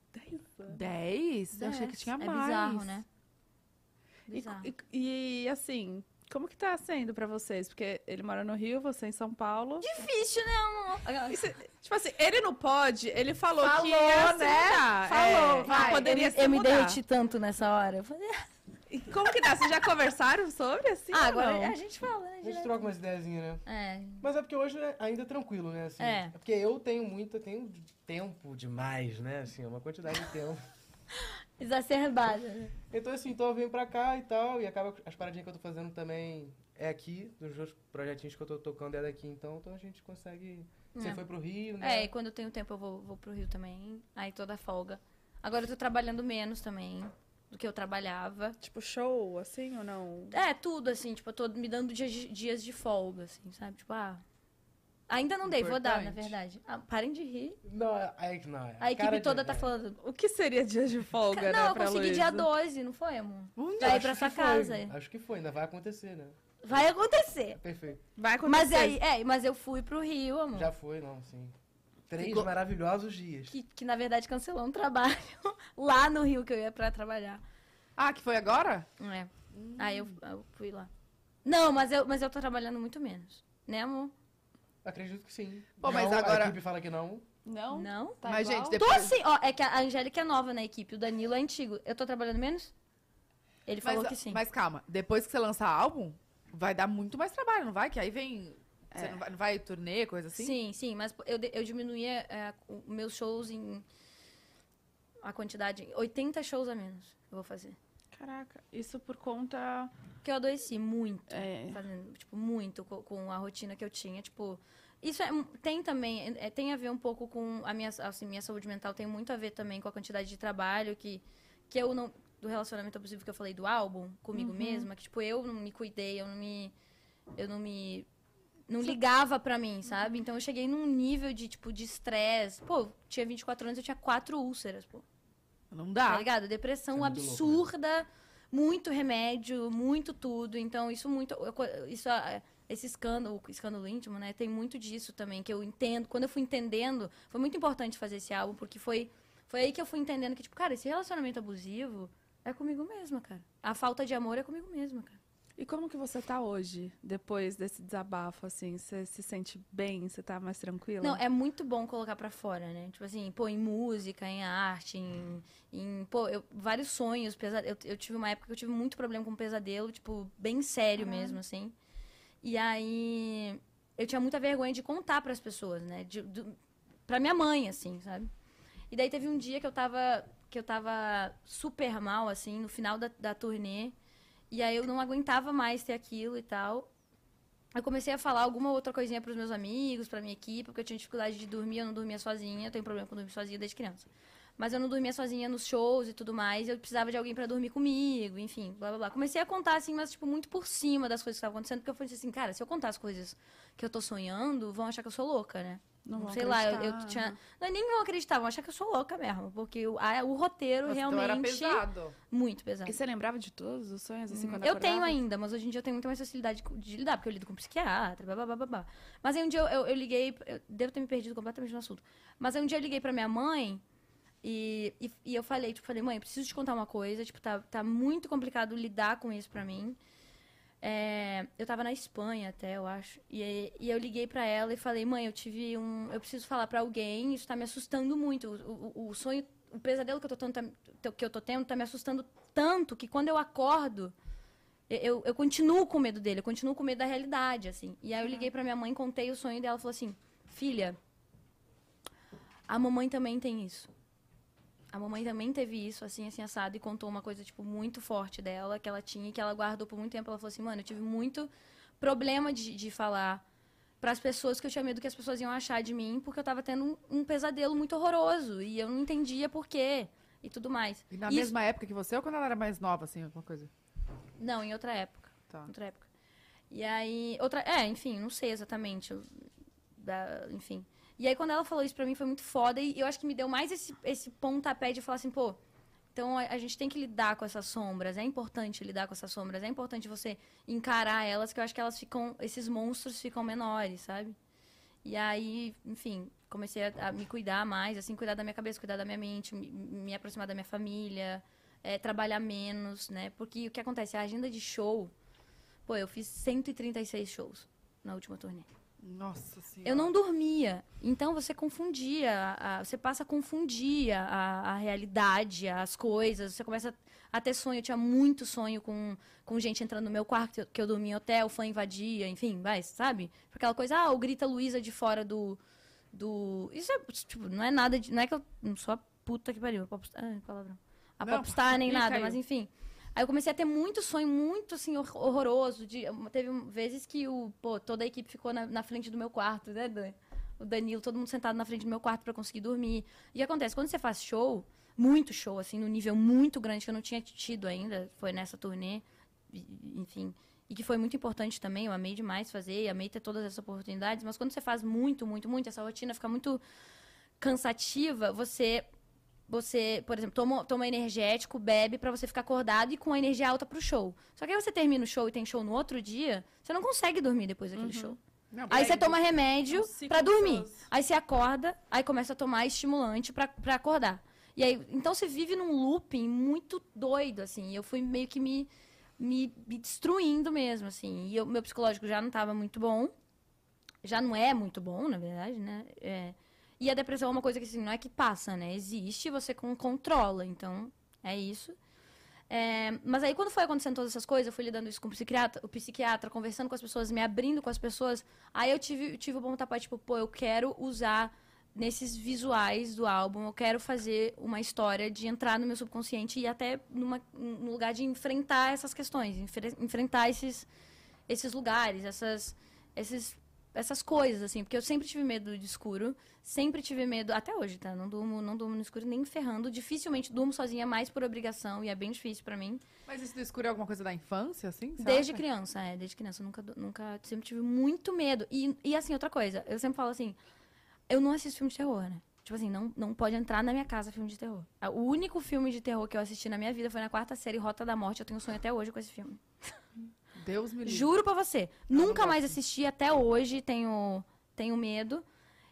A: Dez? Eu achei que
D: Dez.
A: tinha mais.
D: É bizarro, né?
B: E,
D: Bizarro.
B: e- e, assim, como que tá sendo pra vocês? Porque ele mora no Rio, você em São Paulo.
D: Difícil, né, amor?
B: E cê- tipo assim, ele não pode, ele falou,
A: Falou,
B: que ia se
A: né?
B: mudar.
A: Falou,
B: é, que
A: vai.
B: poderia
D: eu
B: se
D: me
B: mudar.
D: derreti tanto nessa hora. Eu falei,
B: E Como que tá? Vocês já conversaram sobre assim?
D: ah,
B: ou
D: agora
B: não?
D: a gente fala, né?
C: A gente
D: direto?
C: troca umas ideiazinhas, né?
D: É.
C: Mas é porque hoje né, ainda é tranquilo, né? Assim,
D: É.
C: Porque eu tenho muito, eu tenho tempo demais, né? Assim, é uma quantidade de tempo.
D: Exacerbada. né?
C: Então, assim, então eu venho pra cá e tal, e acaba que as paradinhas que eu tô fazendo também é aqui, dos meus projetinhos que eu tô tocando é daqui, então, então a gente consegue. Você
D: É.
C: foi pro Rio, né?
D: É, e quando eu tenho tempo eu vou, vou pro Rio também. Aí toda folga. Agora eu tô trabalhando menos também do que eu trabalhava.
B: Tipo, show, assim, ou não?
D: É, tudo, assim, tipo, eu tô me dando dias de, dias de folga, assim, sabe? Tipo, ah. Ainda não dei, vou dar, na
A: Importante.
D: verdade. Ah, parem de rir.
C: Não, é- aí que não. é
D: A
C: cara
D: equipe
C: de-
D: toda
C: é.
D: tá falando.
B: O que seria dias de folga, né,
D: não, eu
B: pra
D: consegui
B: Luísa?
D: dia 12, não foi, amor?
A: Um
D: Daí
C: Acho
D: pra
C: que
D: sua
C: foi,
D: casa. é.
C: Acho que foi, ainda vai acontecer, né?
D: Vai acontecer.
C: É perfeito.
B: Vai acontecer.
D: Mas aí, é, mas eu fui pro Rio, amor.
C: Já foi, não, sim. Três
D: Ficou-
C: maravilhosos dias.
D: Que, que na verdade cancelou um trabalho [laughs] lá no Rio que eu ia pra trabalhar.
A: Ah, que foi agora?
D: É. Aí eu, eu fui lá. Não, mas eu, mas eu tô trabalhando muito menos. Né, amor?
C: Acredito que sim.
A: Pô, mas
C: Não,
A: agora-
C: A equipe fala que não.
B: Não?
D: Não?
B: Tá
A: Mas,
B: igual?
A: gente,
D: Tô
A: depois.
D: sim. Ó, é que a Angélica é nova na equipe, o Danilo é antigo. Eu tô trabalhando menos? Ele falou
A: mas,
D: que sim.
A: mas calma, depois que você lançar álbum, vai dar muito mais trabalho, não vai? Que aí vem. Você não vai, não vai turnê, coisa assim?
D: É. Sim, sim, mas eu, de- eu diminuí é, o- meus shows em. A quantidade. 80 shows a menos eu vou fazer.
B: Caraca, isso por conta...
D: Porque eu adoeci muito.
B: É,
D: fazendo, tipo, muito co- com, a rotina que eu tinha, tipo... Isso é, um- tem também, é, tem a ver um pouco com a minha, assim, minha saúde mental, tem muito a ver também com a quantidade de trabalho que, que eu não... Do relacionamento abusivo que eu falei do álbum, comigo mesma, que, tipo, eu não me cuidei, eu não me... Eu não me... Não ligava pra mim, sabe? Então eu cheguei num nível de, tipo, de estresse. Pô, eu tinha 24 anos, eu tinha quatro úlceras, pô.
A: Não
D: Tá
A: dá.
D: ligado? Depressão
C: Isso é muito louco,
D: absurda, muito remédio, muito tudo. Então, isso muito. eu co- Isso, ah, esse escândalo, escândalo íntimo, né? Tem muito disso também, que eu entendo. Quando eu fui entendendo, foi muito importante fazer esse álbum, porque foi, foi aí que eu fui entendendo que, tipo, cara, esse relacionamento abusivo é comigo mesma, cara. A falta de amor é comigo mesma, cara.
B: E como que você tá hoje, depois desse desabafo, assim? Você se sente bem? Você tá mais tranquila?
D: Não, é muito bom colocar pra fora, né? Tipo assim, pô, em música, em arte, em. em, pô, eu- vários sonhos, pesa- eu, eu tive uma época que eu tive muito problema com pesadelo, tipo, bem sério mesmo, assim. E aí. Eu tinha muita vergonha de contar pras pessoas, né? De, do, pra minha mãe, assim, sabe? E daí teve um dia que eu tava. Que eu tava super mal, assim, no final da, da turnê. E aí eu não aguentava mais ter aquilo e tal. Eu comecei a falar alguma outra coisinha pros meus amigos, pra minha equipe, porque eu tinha dificuldade de dormir, eu não dormia sozinha, eu tenho problema com dormir sozinha desde criança. Mas eu não dormia sozinha nos shows e tudo mais, eu precisava de alguém pra dormir comigo, enfim, blá blá blá. Comecei a contar assim, mas tipo muito por cima das coisas que estavam acontecendo, porque eu falei assim, cara, se eu contar as coisas que eu tô sonhando, vão achar que eu sou louca, né?
B: vão
D: sei lá, eu, eu
B: acreditar.
D: tinha, não é nem vão acreditar, vão achar que eu sou louca mesmo, porque o, a- o roteiro
A: Nossa, então
D: realmente
A: era pesado.
D: muito pesado.
B: E você lembrava de todos os sonhos, assim, quando
D: Hum, Uhum. Eu tenho
B: acordava?
D: ainda, mas hoje em dia eu tenho muito mais facilidade co- de lidar, porque eu lido com psiquiatra, blá, blá, blá, blá, blá. Mas aí um dia eu, eu- eu liguei, eu devo ter me perdido completamente no assunto. Mas aí um dia eu liguei pra minha mãe e, e, e eu falei, tipo, falei, mãe, eu preciso te contar uma coisa, tipo, tá, tá muito complicado lidar com isso pra mim. É, eu tava na Espanha até, eu acho. E, aí- e eu liguei pra ela e falei, mãe, eu tive um. Eu preciso falar pra alguém, isso tá me assustando muito. O, o- o sonho, o pesadelo que eu, tô tendo, tá- que eu tô tendo tá me assustando tanto que quando eu acordo, eu, eu, eu continuo com medo dele, eu continuo com medo da realidade, assim. E aí eu liguei pra minha mãe, contei o sonho dela, ela falou assim, filha, a mamãe também tem isso. A mamãe também teve isso, assim, assim, assado, e contou uma coisa, tipo, muito forte dela, que ela tinha e que ela guardou por muito tempo. Ela falou assim, mano, eu tive muito problema de, de falar para as pessoas que eu tinha medo que as pessoas iam achar de mim, porque eu tava tendo um, um pesadelo muito horroroso, e eu não entendia por quê, e tudo mais.
A: E na
D: Isso-
A: mesma época que você ou quando ela era mais nova, assim, alguma coisa?
D: Não, em outra época.
A: Tá.
D: Outra época. E aí, outra, é, enfim, não sei exatamente, eu- da- enfim. E aí quando ela falou isso pra mim foi muito foda e eu acho que me deu mais esse, esse pontapé de falar assim, pô, então a, a gente tem que lidar com essas sombras, é importante lidar com essas sombras, é importante você encarar elas, que eu acho que elas ficam, esses monstros ficam menores, sabe? E aí, enfim, comecei a, a me cuidar mais, assim, cuidar da minha cabeça, cuidar da minha mente, me, me aproximar da minha família, é, trabalhar menos, né? Porque o que acontece, a agenda de show, pô, eu fiz 136 shows na última turnê.
A: Nossa senhora.
D: Eu não dormia. Então você confundia, a- a- você passa a confundir a, a- a realidade, as coisas. Você começa a ter sonho. Eu tinha muito sonho com, com gente entrando no meu quarto, que eu, que eu dormia em hotel, fã invadia, enfim, vai, sabe? Aquela coisa, ah, o grita Luísa de fora do. do... Isso é, tipo, não é nada de. Não é que eu. Não sou a puta que pariu. A popstar, ai, palavrão. A
A: Não,
D: popstar nem
A: ih,
D: nada,
A: caiu.
D: mas enfim. Aí eu comecei a ter muito sonho, muito assim, hor- horroroso. De, teve um- vezes que o, pô, toda a equipe ficou na, na frente do meu quarto, né, Dan? O Danilo, todo mundo sentado na frente do meu quarto pra conseguir dormir. E acontece, quando você faz show, muito show, assim, num nível muito grande que eu não tinha tido ainda, foi nessa turnê, e- enfim. E que foi muito importante também, eu amei demais fazer, e amei ter todas essas oportunidades, mas quando você faz muito, muito, muito, essa rotina fica muito cansativa, você você, por exemplo, toma, toma energético, bebe pra você ficar acordado e com a energia alta pro show. Só que aí você termina o show e tem show no outro dia, você não consegue dormir depois daquele show.
A: Não,
D: Aí
A: peraí,
D: você toma remédio
B: Uhum. É um ciclo
D: pra dormir.
B: vicioso.
D: Aí você acorda, aí começa a tomar estimulante pra, pra acordar. E aí, então você vive num looping muito doido, assim. E eu fui meio que me, me, me destruindo mesmo, assim. E eu- meu psicológico já não estava muito bom. Já não é muito bom, na verdade, né? É. E a depressão é uma coisa que, assim, não é que passa, né? Existe, você con- controla. Então, é isso. É, mas aí, quando foi acontecendo todas essas coisas, eu fui lidando isso com o psiquiatra, o psiquiatra, conversando com as pessoas, me abrindo com as pessoas. Aí eu tive, tive o bom tapar, tipo, pô, eu quero usar nesses visuais do álbum, eu quero fazer uma história de entrar no meu subconsciente e até numa, num lugar de enfrentar essas questões, enfre- enfrentar esses, esses lugares, essas, esses, essas coisas, assim. Porque eu sempre tive medo de escuro, sempre tive medo, até hoje, tá? Não durmo, não durmo no escuro nem ferrando. Dificilmente durmo sozinha, mais por obrigação, e é bem difícil pra mim.
A: Mas isso do escuro é alguma coisa da infância, assim? você
D: Desde
A: acha?
D: criança, é, desde criança. Eu nunca, do- nunca, sempre tive muito medo. E, e assim, outra coisa, eu sempre falo assim, eu não assisto filme de terror, né? Tipo assim, não, não pode entrar na minha casa filme de terror. A- O único filme de terror que eu assisti na minha vida foi na quarta série Rota da Morte. Eu tenho sonho até hoje com esse filme.
A: Deus me livre. Ah,
D: Juro pra você.
A: não
D: nunca
A: gosto.
D: mais assisti até hoje, tenho, tenho medo.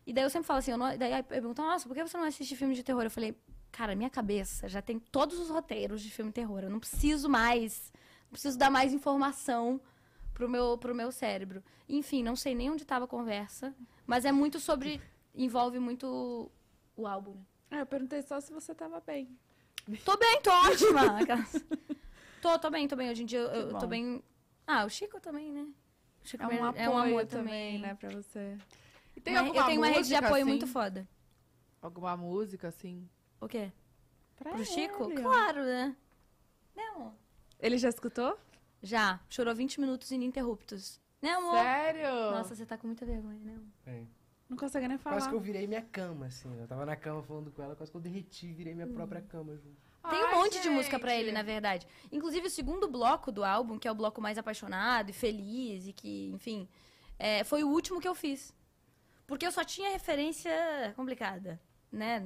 D: E daí eu sempre falo assim, eu não- daí aí perguntam, nossa, por que você não assiste filme de terror? Eu falei, cara, minha cabeça já tem todos os roteiros de filme de terror. Eu não preciso mais, não preciso dar mais informação pro meu, pro meu cérebro. Enfim, não sei nem onde tava a conversa, mas é muito sobre. envolve muito o álbum,
B: Ah,
D: né?
B: eu perguntei só se você tava bem.
D: Tô bem,
B: [laughs]
D: tô ótima. Aquelas- tô, tô bem, tô bem. Hoje em dia eu, eu
B: bom.
D: tô bem. Ah, o Chico também, né? O Chico
B: É um
D: Bernardo-
B: apoio
D: é um amor
B: também,
D: também,
B: né, pra você.
A: E tem
D: Uma-
A: alguma
D: né, eu tenho uma rede de
A: música,
D: apoio
A: assim,
D: muito foda.
A: Alguma música, assim?
D: O quê?
B: Pra
D: Pro Chico?
B: ele, ó.
D: Claro, né? Né, amor?
B: Ele já escutou?
D: Já. Chorou 20 minutos ininterruptos. Né, amor?
A: Sério?
D: Nossa, você tá com muita vergonha, né, amor?
C: Bem,
B: Não consegue nem falar.
C: Quase que eu virei minha cama, assim. Eu tava na cama falando com ela, quase que eu derreti e virei minha
D: Hum.
C: própria cama junto.
D: Tem um
A: Ai,
D: monte de música pra
A: gente.
D: ele, né? na verdade. Inclusive, o segundo bloco do álbum, que é o bloco mais apaixonado e feliz e que, enfim, é, foi o último que eu fiz. Porque eu só tinha referência complicada, né?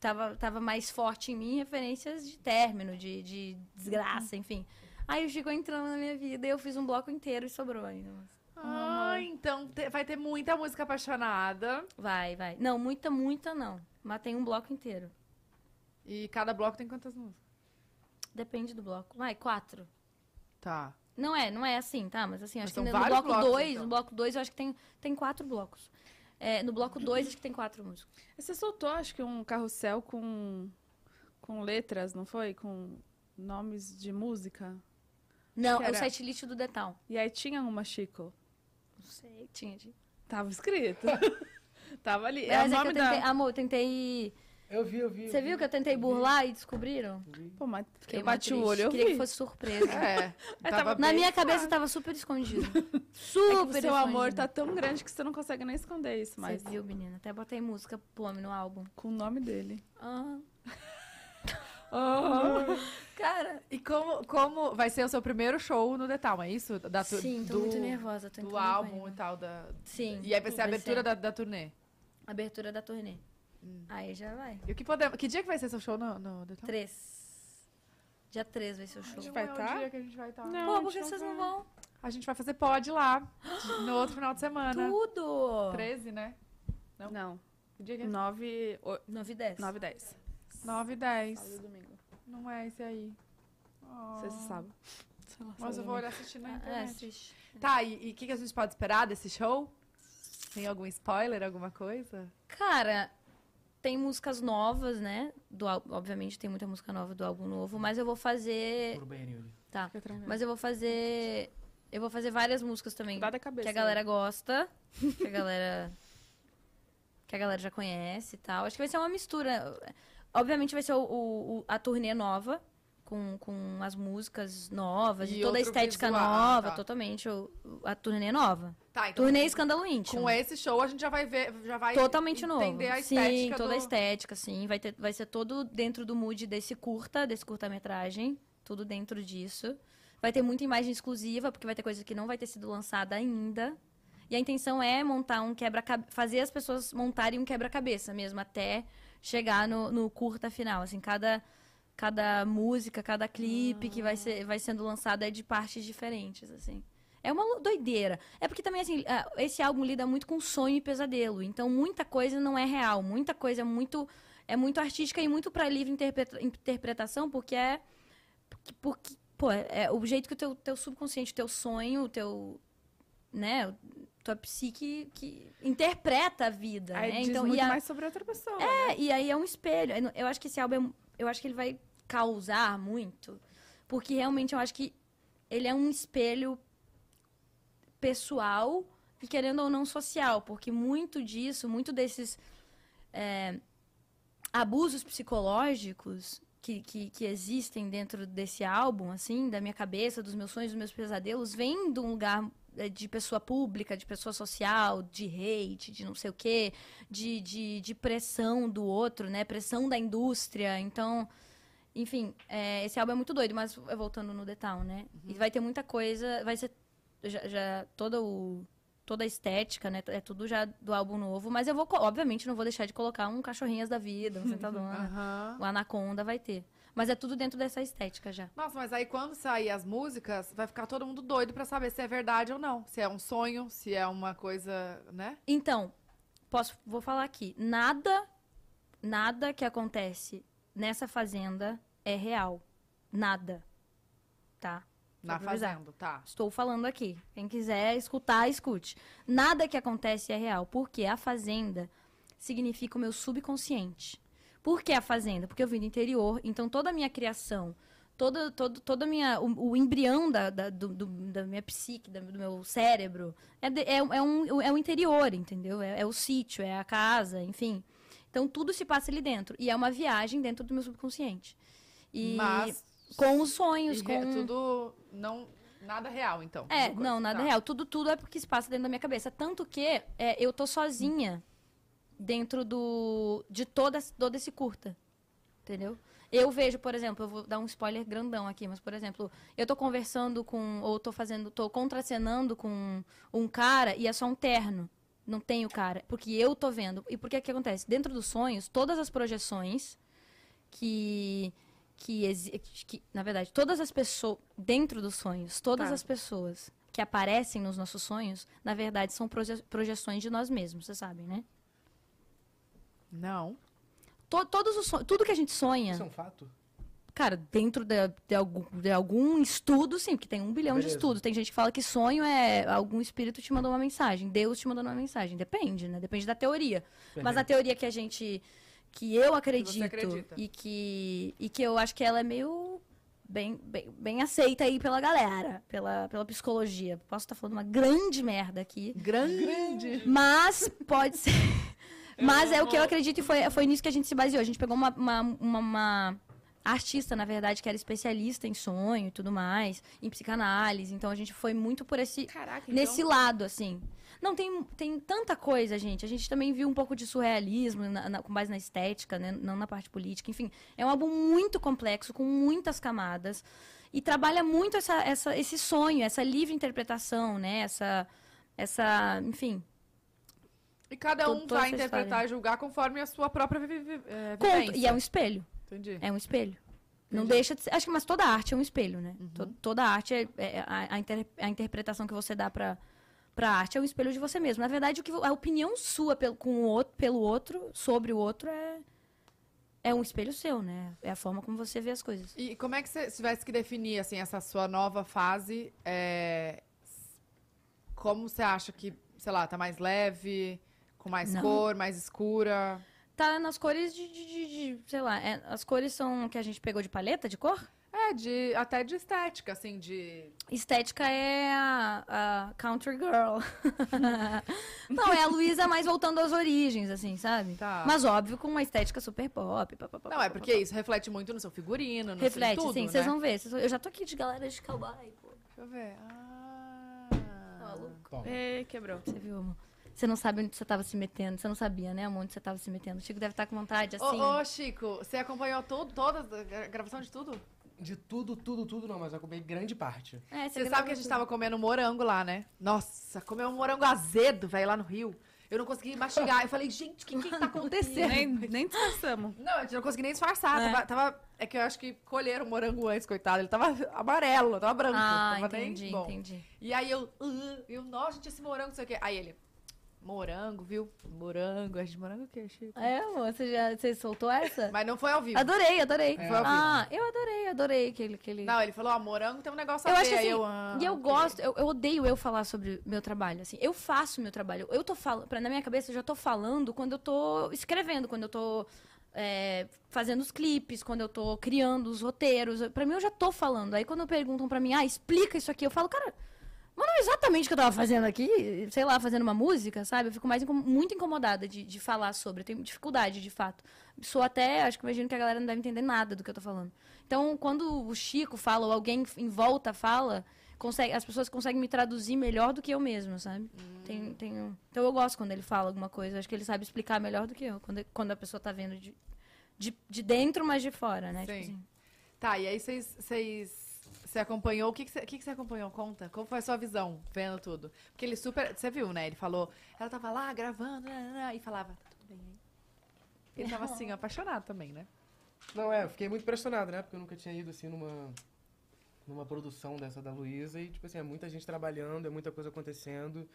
D: Tava, tava mais forte em mim referências de término, de, de desgraça, enfim. Aí o Chico entrando na minha vida e eu fiz um bloco inteiro e sobrou ainda.
A: Ah, então te- vai ter muita música apaixonada.
D: Vai, vai. Não, muita, muita não. Mas tem um bloco inteiro.
A: E cada bloco tem quantas músicas?
D: Depende do bloco. Vai, quatro.
A: Tá.
D: Não é, não é assim, tá? Mas assim,
A: Mas
D: acho que
A: são
D: no
A: vários
D: bloco
A: blocos,
D: 2,
A: então.
D: no bloco 2 eu acho que tem, tem quatro blocos. É, no bloco 2 acho que tem quatro músicas.
B: Você soltou, acho que, um carrossel com letras, não foi? Com nomes de música.
D: Não, é o
B: Era-
D: setlist do Detal.
B: E aí tinha uma, Chico.
D: Não sei, tinha de.
B: Tava
D: [laughs]
B: escrito. Tava ali.
D: Mas
B: é o
D: é que
B: nome
D: eu tentei.
B: da.
D: Amor, eu tentei.
C: Eu vi, eu vi.
D: Você
C: eu vi.
D: viu que eu tentei burlar e descobriram?
B: Pô, mas
D: Fiquei
B: eu
D: mó
B: bati o
D: triste.
B: olho, eu
D: Queria
B: vi.
D: que fosse [laughs] surpresa.
A: [laughs] É.
B: tava
A: tava
D: tá Na
A: bem-
D: minha cabeça tava super escondido.
B: É que
D: Super
B: o seu amor
D: escondido.
B: tá tão grande que você não consegue nem esconder isso, mas
D: Você viu, menina? Até botei música Plume no álbum.
B: com o nome dele.
D: Ah,
B: Oh,
D: cara.
A: Ah. E como, como vai ser o seu primeiro show no Detal, é isso? Da tu-
D: Sim, tô
A: do,
D: muito nervosa. Tô
A: Do
D: entrando em
A: álbum
D: pânico.
A: e tal. Da...
D: Sim.
A: E aí vai ser a abertura da, da turnê.
D: Abertura da turnê. Aí já vai.
A: E o que podemos. Que dia que vai ser seu show no, no
B: Então.
A: Detal?
D: Três. Dia 3 vai ser o
A: A gente
D: show.
B: vai
A: vai
B: tá?
A: é dia que a gente vai estar.
B: Não.
D: Pô,
B: a
D: por
B: gente
D: que
B: não
D: vocês não
B: vai.
D: vão?
A: A gente vai fazer pod lá no outro final de semana.
D: Tudo!
A: 13, né?
B: não.
A: Que dia que é?
B: 9,
D: 9 e 10.
B: 9 e 10.
A: 9 e 10.
B: domingo.
A: Não é esse aí. Oh.
B: Sexta e sábado. Sei lá,
A: Mas
B: sábado
A: eu vou olhar assistindo na
D: Ah, é,
A: internet.
D: assiste.
A: Tá, e e o que, que a gente pode esperar desse show? Tem algum spoiler, alguma coisa?
D: Cara, tem músicas novas, né? Do, ál- obviamente tem muita música nova do álbum novo, mas eu vou fazer.
C: Por banheirinho ali.
D: Tá.
B: Fica tranquilo.
D: Mas eu vou fazer. Eu vou fazer várias músicas também.
B: Cuidado da cabeça.
D: Que a galera gosta. [laughs] Que a galera. que a galera já conhece e tal. Acho que vai ser uma mistura. Obviamente vai ser o, o- o- a turnê nova. Com, com as músicas novas e,
A: E
D: toda
A: outro
D: a estética
A: visual,
D: nova,
A: tá.
D: totalmente. o- o- a turnê nova.
A: Tá, então.
D: Turnê escândalo íntimo.
A: Com esse show a gente já vai ver, já vai
D: Totalmente
A: entender
D: novo.
A: a
D: sim,
A: estética
D: toda
A: do...
D: a estética, sim. Vai, ter, vai ser todo dentro do mood desse curta, desse curta-metragem. Tudo dentro disso. Vai ter muita imagem exclusiva, porque vai ter coisa que não vai ter sido lançada ainda. E a intenção é montar um quebra-cabeça, fazer as pessoas montarem um quebra-cabeça mesmo, até chegar no, no curta final. Assim, cada, cada música, cada clipe que vai,
A: Ah.
D: ser, vai sendo lançado é de partes diferentes, assim. É uma lou- doideira. É porque também, assim, ah, esse álbum lida muito com sonho e pesadelo. Então, muita coisa não é real. Muita coisa é muito, é muito artística e muito para livre interpreta- interpretação, porque é. Porque, porque, pô, é é o jeito que o teu, teu subconsciente, o teu sonho, o teu. Né? Tua psique que interpreta a vida.
B: Aí
D: né?
B: diz
D: então, e
B: muito
D: a-
B: mais sobre outra pessoa.
D: é, e aí é um espelho. Eu não- Eu acho que esse álbum, é mu- eu acho que ele vai causar muito, porque realmente eu acho que ele é um espelho pessoal e querendo ou não social, porque muito disso, muito desses é, abusos psicológicos que, que, que existem dentro desse álbum, assim, da minha cabeça, dos meus sonhos, dos meus pesadelos, vem de um lugar é, de pessoa pública, de pessoa social, de hate, de não sei o quê, de, de, de pressão do outro, né? Pressão da indústria. Então, enfim, é, esse álbum é muito doido, mas é voltando no detal, né? E vai ter muita coisa, vai ser já, já toda o toda a estética, né? É tudo já do álbum novo, mas eu vou, co- obviamente, não vou deixar de colocar um cachorrinhas da vida, um sentadona,
A: Aham.
D: o anaconda vai ter. Mas é tudo dentro dessa estética já.
A: Nossa, mas aí quando sair as músicas, vai ficar todo mundo doido pra saber se é verdade ou não. Se é um sonho, se é uma coisa, né?
D: Então, posso, vou falar aqui. Nada, nada que acontece nessa fazenda é real. Nada. Tá? Só
A: Na
D: pra avisar.
A: fazenda, tá.
D: Estou falando aqui. Quem quiser escutar, escute. Nada que acontece é real, porque a fazenda significa o meu subconsciente. Por que a fazenda? Porque eu vim do interior, então toda a minha criação, todo, todo, toda a minha, o, o embrião da, da, do- do- da minha psique, da- do meu cérebro, é, de- é, é um, é o interior, entendeu? É, é o sítio, é a casa, enfim. Então tudo se passa ali dentro. E é uma viagem dentro do meu subconsciente. E
A: Mas
D: com os sonhos,
A: e
D: com.
A: re- tudo não nada real, então. Uma
D: É,
A: coisa,
D: não, nada
A: tá.
D: real. Tudo, tudo é porque se passa dentro da minha cabeça. Tanto que é, eu tô sozinha dentro do de toda, todo esse curta. Entendeu? Eu vejo, por exemplo, eu vou dar um spoiler grandão aqui, mas, por exemplo, eu tô conversando com, ou tô fazendo, tô contracenando com um cara e é só um terno. Não tem o cara. Porque eu tô vendo. E por que que acontece? Dentro dos sonhos, todas as projeções que. Que, exi- que, na verdade, todas as pessoas. Dentro dos sonhos, todas
B: Tá.
D: as pessoas que aparecem nos nossos sonhos, na verdade, são proje- projeções de nós mesmos, vocês sabem, né?
A: Não.
D: To- todos os sonhos, tudo que a gente sonha.
C: Isso é um fato?
D: Cara, dentro da- de, algum, de algum estudo, sim, porque tem um bilhão de
C: Beleza.
D: estudos. Tem gente que fala que sonho é algum espírito te mandou uma mensagem, Deus te mandou uma mensagem. Depende, né? Depende da teoria. Mas a teoria que a gente que eu acredito
A: acredita.
D: e que e que eu acho que ela é meio bem, bem, bem aceita aí pela galera, pela, pela psicologia. Posso estar falando uma grande merda aqui,
A: Grande.
D: mas pode ser. Mas é o que eu
B: amo.
D: acredito e foi, foi nisso que a gente se baseou. A gente pegou uma, uma, uma- uma artista, na verdade, que era especialista em sonho e tudo mais, em psicanálise. Então a gente foi muito por esse,
B: né? Caraca, um
D: nesse lado, assim. Não, tem, tem tanta coisa, gente. A gente também viu um pouco de surrealismo, na- na- com base na estética, né? não na parte política. Enfim, é um álbum muito complexo, com muitas camadas. E trabalha muito essa, essa- esse sonho, essa livre interpretação, né? Essa, essa enfim...
A: E cada um
D: Toda essa
A: vai interpretar
D: história.
A: e julgar conforme a sua própria vi- vi- eh,
D: Conto-
A: vivência.
D: E é um espelho.
A: Entendi.
D: É um espelho. Não deixa de ser. Acho que mas toda arte é um espelho, né? To- Toda arte é, é- a, a inter- a interpretação que você dá pra, pra arte é um espelho de você mesmo. Na verdade, o que, vo- a opinião sua pelo, com o outro, pelo outro, sobre o outro, é, é um espelho seu, né? É a forma como você vê as coisas.
A: E como é que você se tivesse que definir, assim, essa sua nova fase? é, s- Como você acha que, sei lá, tá mais leve, com mais
D: Não.
A: cor, mais escura?
D: Tá nas cores de. de- de- de- sei lá, é- as cores são que a gente pegou de paleta, de cor?
A: É, de, até de estética, assim, de...
D: Estética é a, a Country Girl. [laughs] Não, é a Luísa mais voltando às origens, assim, sabe?
A: Tá.
D: Mas óbvio, com uma estética super pop. pá, pá, pá,
A: Não,
D: pá,
A: é
D: pá,
A: porque
D: pá.
A: isso reflete muito no seu figurino, no
D: Reflete,
A: seu tudo,
D: sim,
A: né?
D: vocês vão ver. vocês vão- Eu já tô aqui de galera de cowboy, pô.
A: Deixa eu ver. Ah...
D: Tá maluco?
C: Toma.
B: Ei, quebrou.
D: Você viu, amor? Você não sabe onde você tava se metendo. Você não sabia, né, amor, onde você tava se metendo. O Chico deve estar com vontade, assim.
A: Ô, ô, Chico, você acompanhou todo, toda a gra- gravação de tudo?
C: De tudo, tudo, tudo não, mas eu comi grande parte.
D: É,
A: Você
D: gravou
A: sabe que a gente
D: tudo.
A: tava comendo morango lá, né? Nossa, comeu um morango azedo, velho, lá no Rio. Eu não consegui mastigar. Eu falei, gente, o que que tá acontecendo?
B: Nem, nem disfarçamos.
A: Não, a gente não consegui nem disfarçar.
D: É.
A: Tava, tava- é que eu acho que colheram o morango antes, coitado. Ele tava amarelo, não tava branco.
D: Ah,
A: tava nem
D: entendi,
A: bom.
D: entendi.
A: E aí eu, "Ah", eu, nossa, gente, esse morango, não sei o quê. Aí ele, morango, viu? Morango, é de morango o quê, Chico?
D: É, amor, você, já, você soltou essa?
A: Mas não foi ao vivo.
D: Adorei, adorei.
C: É. Foi ao vivo.
D: ah, eu adorei, adorei aquele... aquele...
A: Não, ele falou, ó, morango tem um negócio a
D: Eu
A: ver.
D: acho
A: Aí
D: assim,
A: "Ah,
D: E eu
A: ok."
D: gosto, eu, eu odeio eu falar sobre meu trabalho, assim. Eu faço meu trabalho. Eu tô falando, na minha cabeça eu já tô falando quando eu tô escrevendo, quando eu tô é, fazendo os clipes, quando eu tô criando os roteiros. Eu- Pra mim eu já tô falando. Aí quando perguntam pra mim, ah, explica isso aqui, eu falo, cara, mas não é exatamente o que eu tava fazendo aqui, sei lá, fazendo uma música, sabe? Eu fico mais incom- muito incomodada de, de falar sobre. Eu tenho dificuldade, de fato. Sou até, acho que imagino que a galera não deve entender nada do que eu tô falando. Então, quando o Chico fala, ou alguém em volta fala, consegue, as pessoas conseguem me traduzir melhor do que eu mesma, sabe? Tem, tem um- Então eu gosto quando ele fala alguma coisa. Acho que ele sabe explicar melhor do que eu. Quando, quando a pessoa tá vendo de, de, de dentro, mas de fora, né?
A: Sim.
D: Tipo assim.
A: Tá, e aí vocês. vocês- Você acompanhou? O que, que, você, o que que você acompanhou? Conta. Como foi a sua visão vendo tudo? Porque ele super. Você viu, né? Ele falou. Ela tava lá gravando nananã, e falava. "Tá Tudo bem aí. Ele tava
D: [laughs]
A: assim, apaixonado também, né?
C: Não, é, eu fiquei muito impressionado, né? Porque eu nunca tinha ido assim numa numa produção dessa da Luísa e tipo assim, é muita gente trabalhando, é muita coisa acontecendo.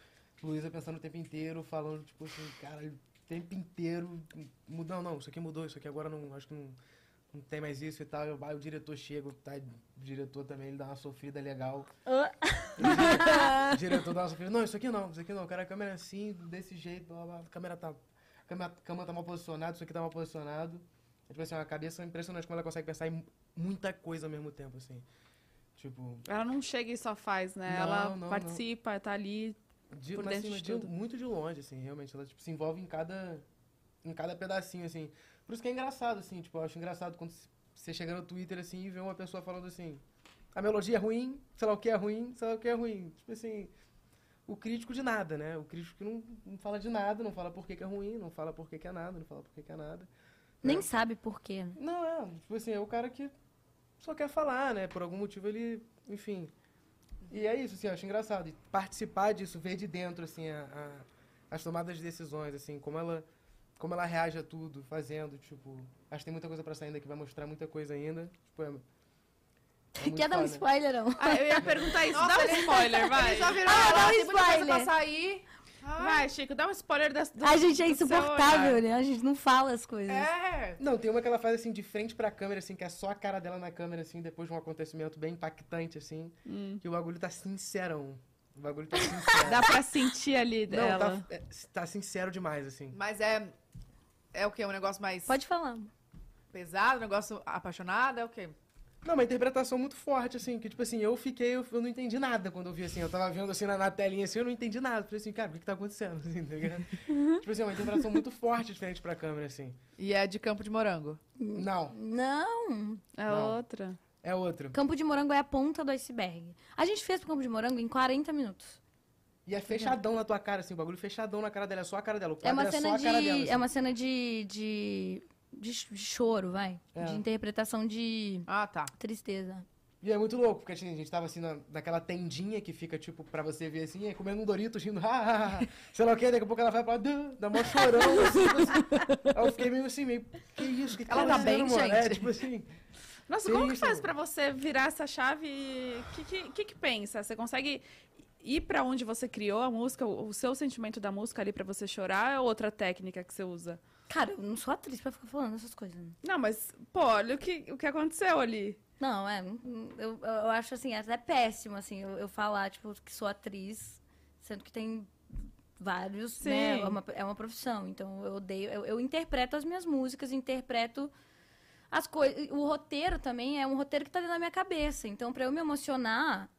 C: Luísa pensando o tempo inteiro, falando tipo assim, cara, o tempo inteiro, mudou, não, não, isso aqui mudou, isso aqui agora não, acho que não não tem mais isso e tal. Eu, ah, o diretor chega, tá, o diretor também, ele dá uma sofrida legal. [laughs] O diretor dá uma sofrida, não, isso aqui não, isso aqui não, cara, a câmera é assim, desse jeito, blá, blá, blá, a câmera tá, a câmera, a câmera tá mal posicionada, isso aqui tá mal posicionado. É, tipo assim, uma cabeça impressionante como ela consegue pensar em muita coisa ao mesmo tempo, assim. Tipo,
B: Ela não chega e só faz, né?
C: Não,
B: Ela
C: não, não.
B: participa, tá ali.
C: de,
B: Por
C: mas,
B: dentro
C: assim,
B: de
C: mas
B: tudo.
C: de- muito de longe, assim, realmente. Ela tipo, se envolve em cada, em cada pedacinho, assim. Por isso que é engraçado, assim, tipo, eu acho engraçado quando c- você chega no Twitter, assim, e vê uma pessoa falando assim, a melodia é ruim, sei lá o que é ruim, sei lá o que é ruim. Tipo assim, o crítico de nada, né? O crítico que não, não fala de nada, não fala por que, que é ruim, não fala por que, que é nada, não fala por que, que é nada.
D: Nem
C: É.
D: sabe por quê. né?
C: Não, é, tipo assim, é o cara que só quer falar, né? Por algum motivo ele, enfim. E é isso, assim, eu acho engraçado. E participar disso, ver de dentro, assim, a- a- as tomadas de decisões, assim, como ela, como ela reage a tudo, fazendo, tipo. Acho que tem muita coisa pra sair ainda que vai mostrar muita coisa ainda. Tipo, é, é muito
D: [laughs] Quer dar um
C: foda.
D: spoiler, não?
B: Ah, eu ia perguntar isso.
A: Nossa,
B: dá um
A: ele-
B: spoiler, vai.
A: [laughs] Ele já virou.
D: Ah,
A: ela,
D: dá um
A: tem muita coisa pra
D: spoiler.
A: sair. Ah,
B: Vai, Chico, dá um spoiler das. do-
D: A gente é
B: do seu
D: insuportável,
B: olhar.
D: né? A gente não fala as coisas.
A: É.
C: Não, tem uma que ela faz assim de frente pra câmera, assim, que é só a cara dela na câmera, assim, depois de um acontecimento bem impactante, assim.
D: Hum.
C: Que o bagulho tá sincerão. O bagulho tá [laughs] sincero.
B: Dá pra sentir ali
C: Não,
B: dela.
C: tá, é, tá sincero demais, tá assim.
A: Mas é. É o quê? Um negócio mais
D: Pode falar.
A: pesado, um negócio apaixonado? É o quê?
C: Não, uma interpretação muito forte, assim, que tipo assim, eu fiquei, eu, eu não entendi nada quando eu vi, assim, eu tava vendo assim na, na telinha, assim, eu não entendi nada. Falei assim, cara, o que que tá acontecendo? [laughs] Assim, tá ligado?
D: Uhum.
C: tipo assim, uma interpretação muito forte, diferente pra câmera, assim.
A: E é de campo de morango.
D: Uhum.
C: Não,
D: Não.
B: É
C: Não.
B: outra.
C: é outro.
D: Campo de Morango é a ponta do iceberg. A gente fez pro Campo de Morango em 40 minutos.
C: E é fechadão na tua cara, assim, o bagulho fechadão na cara dela, é só a cara dela, o
D: É
C: quadro é,
D: uma
C: só
D: cena
C: a
D: de.
C: cara dela.
D: É uma cena de. de, de ch- de choro, vai.
C: É.
D: De interpretação de
A: Ah, tá.
D: tristeza.
C: E é muito louco, porque assim, a gente tava assim na, naquela tendinha que fica, tipo, pra você ver assim, aí comendo um Doritos, rindo, [laughs] "Ah, ah, ah", sei lá o que, daqui a pouco ela vai pra lá, "Dã", dá mó chorão, [laughs] assim, tipo assim. Aí eu fiquei meio assim, meio, que isso, que que
A: Ela tá
C: acontecendo,
A: bem,
C: mano? É,
A: gente?
C: tipo assim,
B: Nossa,
C: Que
B: como que
C: isso,
B: faz
C: amor?
B: pra você virar essa chave? e- O que, que, que que pensa? Você consegue ir pra onde você criou a música, o o seu sentimento da música ali pra você chorar? É outra técnica que você usa?
D: Cara, eu não sou atriz pra ficar falando essas coisas. né?
B: Não, mas, pô, olha o que, o que aconteceu ali.
D: Não, é. hum, Eu, eu acho assim, até péssimo, assim, eu, eu falar, tipo, que sou atriz, sendo que tem vários, né?
B: Sim.
D: É uma, é uma profissão. Então eu odeio. Eu, eu interpreto as minhas músicas, interpreto as coisas. O roteiro também é um roteiro que tá dentro da minha cabeça. Então, pra eu me emocionar,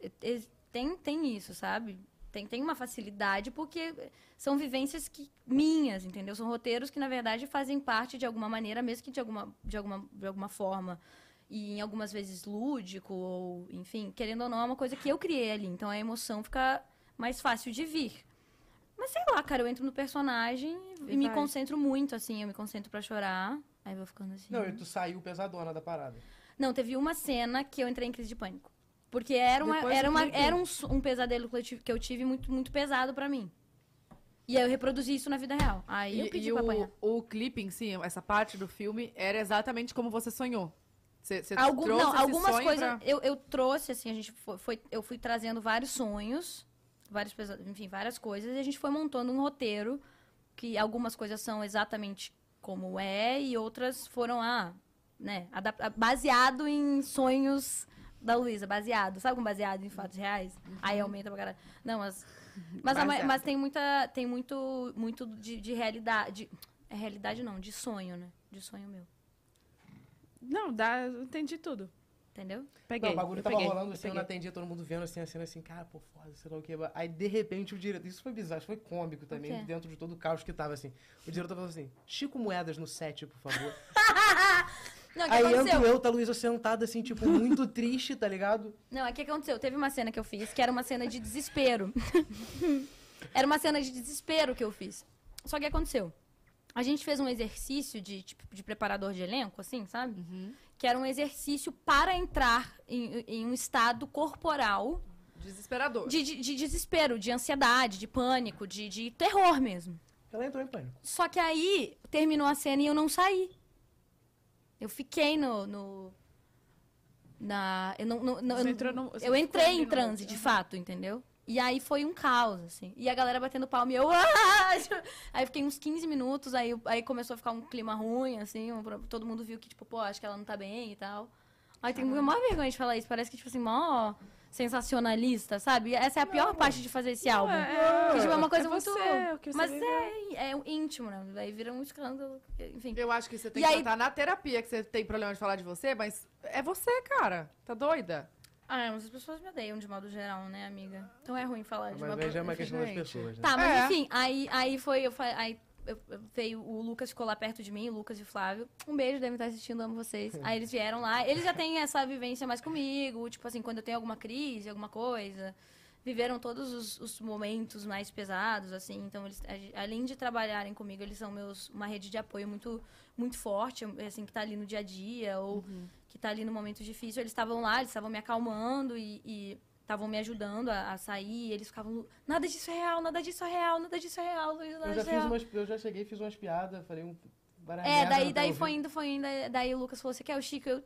D: e- e- tem, tem isso, sabe? Tem, tem uma facilidade, porque são vivências que, minhas, entendeu? São roteiros que, na verdade, fazem parte de alguma maneira, mesmo que de alguma, de alguma, de alguma forma. E em algumas vezes lúdico, ou, enfim, querendo ou não, é uma coisa que eu criei ali. Então a emoção fica mais fácil de vir. Mas sei lá, cara, eu entro no personagem e,
B: E
D: me
B: vai.
D: concentro muito, assim, eu me concentro pra chorar. Aí vou ficando assim.
C: não, e tu saiu pesadona da parada.
D: Não, teve uma cena que eu entrei em crise de pânico. Porque era, uma-
C: Depois
D: era,
C: do
D: uma-
C: clipe.
D: era um, so- um pesadelo que eu tive, que eu tive muito, muito pesado pra mim. E aí eu reproduzi isso na vida real. Aí eu pedi pra apanhar.
A: o, o clipe em si, essa parte do filme, era exatamente como você sonhou. Você, você
D: Algum-
A: trouxe
D: não,
A: esse
D: algumas
A: sonho
D: coisas
A: pra-
D: eu, eu trouxe, assim, a gente foi, foi- eu fui trazendo vários sonhos, vários pesa- enfim, várias coisas, e a gente foi montando um roteiro que algumas coisas são exatamente como é e outras foram ah, né, adap- a- baseado em sonhos da Luísa, baseado, sabe como baseado em fatos reais? Aí aumenta pra caralho. Não, mas mas, a ma-
A: Uhum. Baseado.
D: mas tem muita tem muito muito de, de realidade, é realidade não, de sonho, né? De sonho meu,
B: Não, dá, eu entendi tudo.
D: entendeu?
B: Peguei.
C: não, o bagulho
B: eu
C: tava
B: peguei,
C: rolando assim,
B: eu
C: eu não
B: peguei.
C: atendia, todo mundo vendo assim, a cena assim, cara, pô, foda, sei lá o que. Aí de repente o diretor. Isso foi bizarro, isso foi cômico também,
D: quê?
C: dentro de todo o caos que tava assim. O diretor falou assim: Chico Moedas no set, por favor.
D: Não, o que
C: Aí
D: aconteceu?
C: entro eu, tá a Luísa sentada assim, tipo, muito triste, tá ligado?
D: Não, é que aconteceu. Teve uma cena que eu fiz que era uma cena de desespero. [laughs] era uma cena de desespero que eu fiz. Só que aconteceu. A gente fez um exercício de, tipo, de preparador de elenco, assim, sabe? Que era um exercício para entrar em, em um estado corporal
A: Desesperador.
D: de, de- de desespero, de ansiedade, de pânico, de- de terror mesmo.
C: Ela entrou em pânico.
D: Só que aí terminou a cena e eu não saí. Eu fiquei no. no- na, eu não, não- não-
B: Você
D: eu,
B: entrou no- você
D: eu entrei
B: ficou
D: em
B: ali no-
D: transe, de fato, entendeu? E aí foi um caos, assim. E a galera batendo palma e eu. [laughs] "Ah!" Aí fiquei uns 15 minutos, aí, aí começou a ficar um clima ruim, assim. um pro- todo mundo viu que, tipo, pô, acho que ela não tá bem e tal. Aí tem uma vergonha de falar isso. Parece que, tipo assim, mó sensacionalista, sabe? E Essa é a pior parte de fazer esse álbum.
B: É,
D: Que, tipo, é uma coisa
B: é
D: muito-
B: você, o que você
D: Mas
B: viveu.
D: é, é íntimo, né? Aí vira um escândalo. Enfim.
A: Eu acho que você tem
D: E
A: que
D: aí-
A: tratar na terapia, que você tem problema de falar de você, mas é você, cara. Tá doida?
D: Ah, mas as pessoas me odeiam de modo geral, né, amiga? Então é ruim falar de uma
C: Mas aí já é uma
D: enfim.
C: questão das
A: gente.
C: pessoas, né?
D: Tá, mas
A: É.
D: enfim, aí, aí foi. Eu, fa- aí eu- eu- veio o Lucas ficou lá perto de mim, o Lucas e o Flávio. Um beijo, devem estar assistindo, amo
C: [laughs]
D: vocês. Aí eles vieram lá. Eles já têm essa vivência mais comigo, tipo assim, quando eu tenho alguma crise, alguma coisa. Viveram todos os, os momentos mais pesados, assim. Então, eles, a gen- além de trabalharem comigo, eles são meus, uma rede de apoio muito, muito forte, assim, que tá ali no dia a dia, ou
B: Uhum.
D: que tá ali no momento difícil. Eles estavam lá, eles estavam me acalmando e- e estavam me ajudando a, a sair, eles ficavam, nada disso é real, nada disso é real, nada disso é real, Luiz, nada
C: Eu já
D: disso é
C: fiz
D: real.
C: umas. Eu já cheguei, fiz umas piadas, falei um. várias
D: É,
C: merda
D: daí,
C: no
D: daí
C: teu
D: foi
C: ouvido.
D: indo, foi indo, aí- daí o Lucas falou, você quer o Chico? Eu...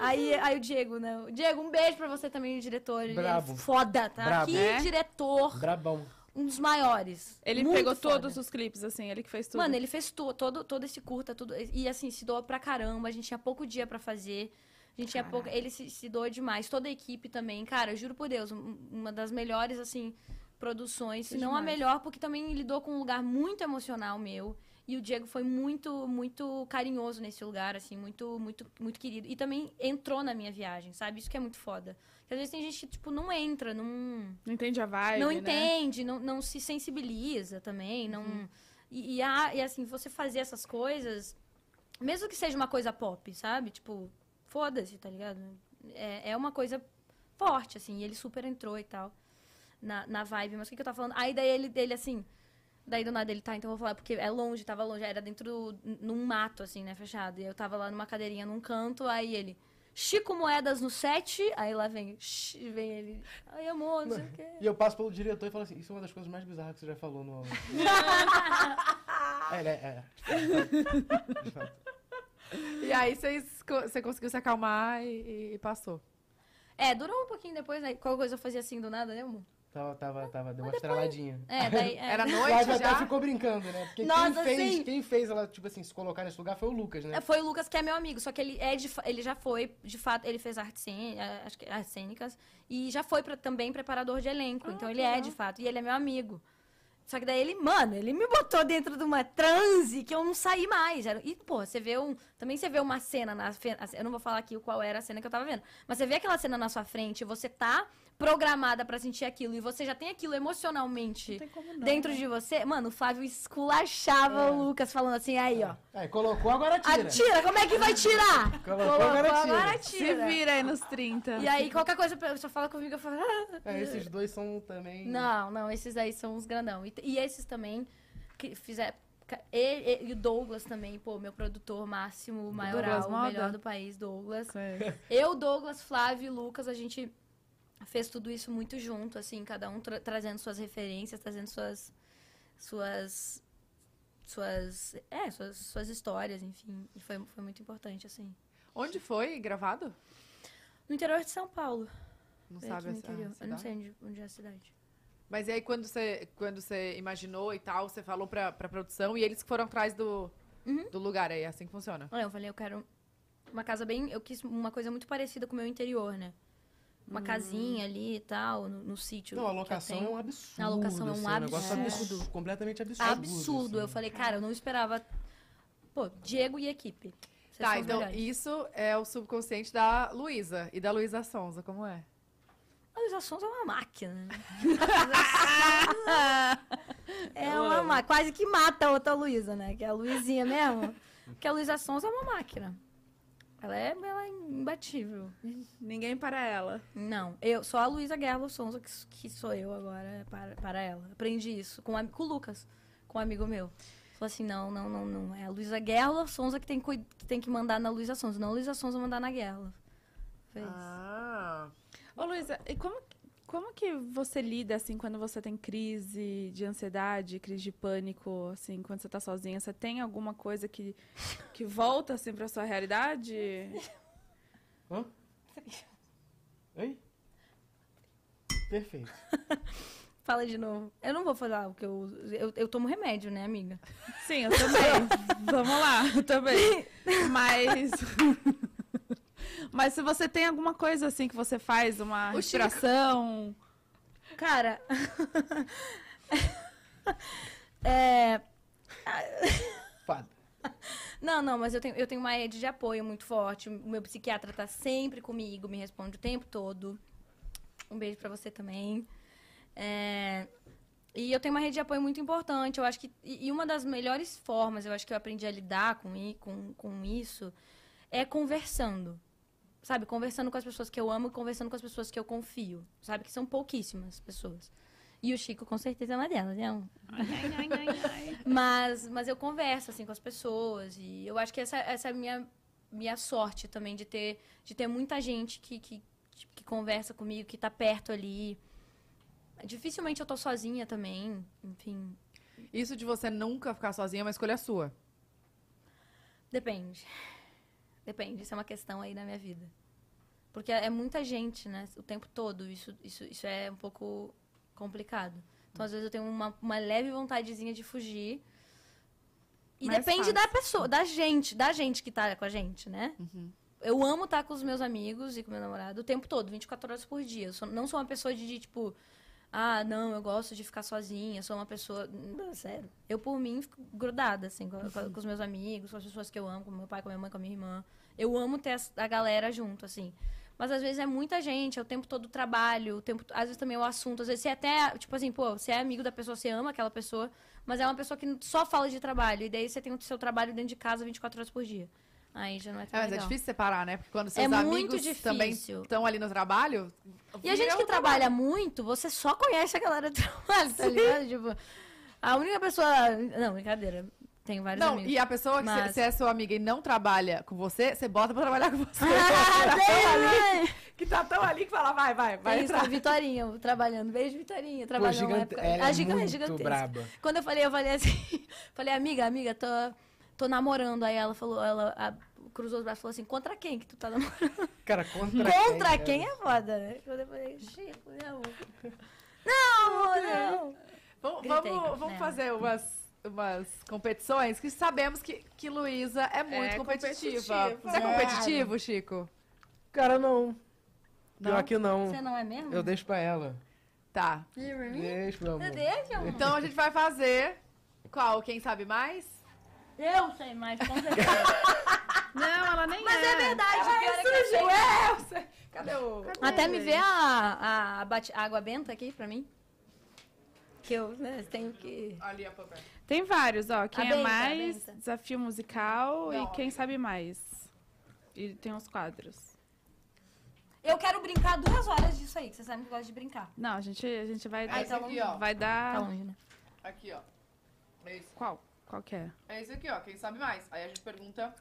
D: Aí, aí o Diego, né? Diego, um beijo pra você também, o diretor. ele é
C: Brabo.
D: Foda, tá?
C: Brabo.
D: Que
B: É?
D: diretor,
C: Brabão.
D: um dos maiores.
B: Ele
D: Muito
B: pegou
D: foda.
B: todos os clipes, assim, ele que fez tudo.
D: Mano, ele fez to- todo, todo esse curta, tudo. E assim, se doa pra caramba. A gente tinha pouco dia pra fazer. A gente tinha pouco. Ele se, se doa demais. Toda a equipe também. Cara, eu juro por Deus, um- uma das melhores, assim, produções. Se
B: Foi
D: não a
B: demais.
D: melhor, porque também lidou com um lugar muito emocional meu. E o Diego foi muito, muito carinhoso nesse lugar, assim, muito, muito, muito querido. E também entrou na minha viagem, sabe? Isso que é muito foda. Porque às vezes tem gente que, tipo, não entra, não,
B: Não entende a vibe,
D: não
B: né? Uhum.
D: entende, não, não se sensibiliza também, não... E, e a- e, assim, você fazer essas coisas, mesmo que seja uma coisa pop, sabe? Tipo, foda-se, tá ligado? É, é uma coisa forte, assim, e ele super entrou e tal, na, na vibe. Mas o que, que eu tava falando? Aí daí ele, dele, assim... Daí do nada ele tá, então eu vou falar, porque é longe, tava longe, era dentro do- num mato, assim, né, fechado. E eu tava lá numa cadeirinha num canto, aí ele, Chico Moedas no set, aí lá vem, "Shi", vem ele, ai amor, não sei o quê.
C: E eu passo pelo diretor e falo assim, isso é uma das coisas mais bizarras que você já
D: [laughs]
C: falou no... é, é, é. De fato.
A: E aí vocês co- você conseguiu se acalmar e, e passou.
D: É, durou um pouquinho depois, né? Qualquer coisa eu fazia assim do nada, né, amor?
C: Tava, tava, tava, deu uma estreladinha.
D: É, daí. é.
A: Era assim,
C: O Live
A: noite
C: até
A: já?
C: ficou brincando, né? Porque
D: Nossa,
C: quem, fez,
D: sim.
C: quem fez ela, tipo assim, se colocar nesse lugar foi o Lucas, né?
D: É, Foi o Lucas que é meu amigo, só que ele, é de fa- ele já foi, de fato, ele fez artes cê- eh, acho que artes cênicas e já foi pra- também preparador de elenco. então ele é, de fato, e ele é meu amigo. Só que daí ele, mano, ele me botou dentro de uma transe que eu não saí mais. Era- E, pô, você vê um. Também você vê uma cena na. fe- assim, Eu não vou falar aqui qual era a cena que eu tava vendo. Mas você vê aquela cena na sua frente, você tá programada pra sentir aquilo e você já tem aquilo emocionalmente
B: Não tem como não,
D: dentro
B: né?
D: de você. Mano, o Flávio esculachava o Lucas falando assim, aí, ó.
C: Aí, É, colocou, agora tira.
D: Atira, como é que vai tirar?
C: Colocou, agora tira.
A: Se
D: tira.
A: vira aí nos 30.
D: E aí, qualquer coisa, a pessoa fala comigo, eu falo... "Ah".
C: É, esses dois são também...
D: Não, não, esses aí são os grandão. E, e esses também, que fizeram... E, e- e o Douglas também, pô, meu produtor máximo, maioral, o
B: Moda?
D: melhor do país, Douglas.
B: Sei.
D: Eu, Douglas, Flávio e Lucas, a gente fez tudo isso muito junto, assim, cada um tra- trazendo suas referências, trazendo suas. suas. suas. é, suas, suas histórias, enfim. E foi, foi muito importante, assim.
A: Onde foi gravado?
D: No interior de São Paulo.
A: Não
D: foi
A: sabe
D: aqui no
A: essa-
D: interior.
A: essa
D: Eu não
A: data?
D: sei onde, onde é a cidade.
A: Mas e aí, quando você, quando você imaginou e tal, você falou pra, pra produção e eles que foram atrás do,
D: Uhum.
A: do lugar. É assim que funciona.
D: Olha, eu falei, eu quero uma casa bem. Eu quis uma coisa muito parecida com o meu interior, né? Uma casinha ali e tal, no, no sítio.
C: Não, a
D: que eu
C: locação
D: tenho.
C: é um absurdo.
D: A locação é um
C: assim, negócio
D: absurdo.
C: absurdo, completamente absurdo.
D: absurdo. Eu
C: assim.
D: falei, cara, eu não esperava. Pô, Diego e equipe. Vocês
A: tá,
D: são os
A: então
D: melhores.
A: isso é o subconsciente da Luísa e da Luísa Sonza, como é?
D: A Luísa Sonza é uma máquina. né? é uma máquina. Quase que mata a outra Luísa, né? Que é a Luizinha mesmo. Porque a Luísa Sonza é uma máquina. Ela é, ela é imbatível.
B: Ninguém para ela.
D: Não, eu só a Luísa Guerra Sonza, que, que sou eu agora, para, para ela. Aprendi isso com, um ami- com o Lucas, com um amigo meu. Falou assim, não, não, não, não. É a Luísa Guerra Sonza que tem, que cuid- que tem que mandar na Luísa Sonza, não a Luísa Sonza mandar na Guerra. Fez.
A: Ah,
B: Ô, Luísa, e como, como que você lida, assim, quando você tem crise de ansiedade, crise de pânico, assim, quando você tá sozinha? Você tem alguma coisa que, que volta, assim, pra sua realidade?
C: Hã? Oi? Perfeito.
D: Fala de novo. Eu não vou falar o que eu uso. Eu, eu tomo remédio, né, amiga?
B: Sim, eu
A: [laughs]
B: também. Vamos lá, eu também. Mas... Mas se você tem alguma coisa, assim, que você faz, uma
A: O Chico.
B: respiração...
D: Cara. é.
C: Fada.
D: Não, não, mas eu tenho, eu tenho uma rede de apoio muito forte. O meu psiquiatra tá sempre comigo, me responde o tempo todo. Um beijo pra você também. É, E eu tenho uma rede de apoio muito importante. Eu acho que. E e uma das melhores formas, eu acho que eu aprendi a lidar com, i- com, com isso, é conversando. Sabe? Conversando com as pessoas que eu amo e conversando com as pessoas que eu confio. Sabe? Que são pouquíssimas pessoas. E o Chico, com certeza, é uma delas, né? Mas, mas eu converso, assim, com as pessoas. E eu acho que essa, essa é a minha, minha sorte também, de ter, de ter muita gente que, que, que conversa comigo, que tá perto ali. Dificilmente eu tô sozinha também, enfim.
A: isso de você nunca ficar sozinha é uma escolha sua.
D: Depende. Depende, isso é uma questão aí na minha vida. Porque é muita gente, né? O tempo todo, isso, isso, isso é um pouco complicado. Então, às vezes, eu tenho uma, uma leve vontadezinha de fugir. E
B: Mais
D: depende da pessoa, da gente, da gente que tá com a gente, né? Eu amo tá estar com os meus amigos e com meu namorado o tempo todo, 24 horas por dia. Eu sou- não sou uma pessoa de, de, tipo, Ah, não, eu gosto de ficar sozinha, sou uma pessoa. Não, sério. Eu, por mim, fico grudada, assim, com, com- com os meus amigos, com as pessoas que eu amo, com meu pai, com minha mãe, com a minha irmã. Eu amo ter as- a galera junto, assim. Mas às vezes é muita gente, é o tempo todo o trabalho, o tempo, às vezes também é o assunto, às vezes você até, tipo assim, pô, você é amigo da pessoa, você ama aquela pessoa, mas é uma pessoa que só fala de trabalho, e daí você tem o seu trabalho dentro de casa 24 horas por dia. Aí já não é tão
A: É, mas é
D: legal. É
A: difícil separar, né? Porque quando seus
D: muito
A: amigos também
D: difícil.
A: estão ali no trabalho.
D: E a gente
A: vira
D: que
A: um
D: trabalha muito, você só conhece a galera do [laughs] trabalho, tá ligado? Tipo, a única pessoa. Não, brincadeira. Tem vários
A: Não,
D: amigos.
A: e a pessoa que
D: né, Mas-
A: se, se é sua amiga e não trabalha com você, você bota pra trabalhar com
D: [laughs]
A: você. [laughs]
D: Ah, tem, mãe!
A: que tá tão ali que fala, vai, vai, vai
D: Tem isso,
A: entrar.
D: a Vitorinha trabalhando. Beijo, Vitorinha. Trabalhando na
C: gigante-
D: época.
C: ela é
D: a giga-
C: muito
D: gigantesca.
C: braba.
D: Quando eu falei, eu falei assim. [laughs] falei, amiga, amiga, tô, tô namorando. Aí ela falou, ela a- cruzou os braços e falou assim: contra quem que tu tá namorando?
C: Cara, contra,
D: Contra
C: cara?
D: quem é foda, né? Quando eu falei, Chico, meu amor. Não, amor, não.
A: Vamos,
D: Gritei,
A: vamos, vamos
D: né?
A: fazer umas, umas competições que sabemos que, que Luísa é muito
B: É
A: competitiva.
B: competitiva.
A: Você é
D: Claro.
A: competitivo, Chico?
C: Cara, não. Pior
A: Não?
C: que não.
D: Você não Hum? é mesmo? é
C: Eu deixo pra ela.
A: Tá.
C: Deixo, meu amor.
D: Você deixa, amor?
A: Então a gente vai fazer. Qual? Quem sabe mais?
D: Eu sei mais, com certeza.
B: Não, ela nem Mas é.
D: verdade, pior é que eu sei.
A: Ju, é! Cadê o.
D: Até me vê a, a bate- a água benta aqui pra mim. Que eu né, tenho que.
A: Ali a papel.
B: Tem vários, ó. Quem
D: benta,
B: é
D: a
B: mais,
D: benta.
B: desafio musical
A: Não.
B: e quem sabe mais. E tem uns quadros.
D: Eu quero brincar duas horas disso aí, que você sabe que eu gosto de brincar.
B: Não, a gente, a gente vai
A: É esse
B: dar.
A: aqui, ó.
B: Vai dar.
D: Tá longe, né?
A: Aqui, ó. É esse.
B: Qual? Qual que é?
A: É esse aqui, ó. Quem sabe mais? Aí a gente pergunta.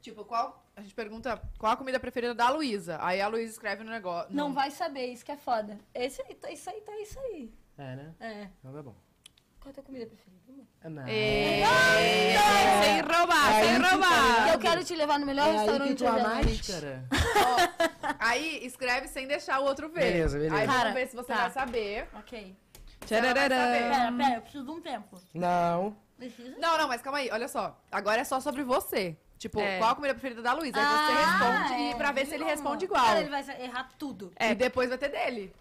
A: Tipo, qual. A gente pergunta qual a comida preferida da Luísa. Aí a Luísa escreve no negócio.
D: Não vai saber, isso que é foda. Esse aí, tá, isso aí, tá isso aí.
C: É, né?
D: É.
C: Então tá bom.
D: Qual é a tua comida preferida? amor?
C: É nada.
A: É.
B: Sem roubar,
C: Aí
B: sem
C: que tá
B: roubar!
D: Eu quero te levar no melhor
C: É aí que
D: restaurante
C: tu a
D: Belo
C: mais,
D: Horizonte.
C: cara.
A: Aí escreve sem deixar o outro ver.
C: Beleza, beleza.
A: Aí
D: Cara,
A: vamos ver se você
D: tá.
A: vai saber.
D: Ok.
A: Ela
B: Tcharararã.
D: Pera, pera, eu preciso de um tempo.
C: Não.
D: Preciso?
A: Não, não, mas calma aí, olha só. Agora é só sobre você. Tipo,
B: É.
A: qual a comida preferida da Luísa? Aí você
D: Ah,
A: responde e
D: é,
A: pra ver se ele
D: não.
A: responde igual.
D: Cara, ele vai errar tudo.
A: E depois vai ter dele.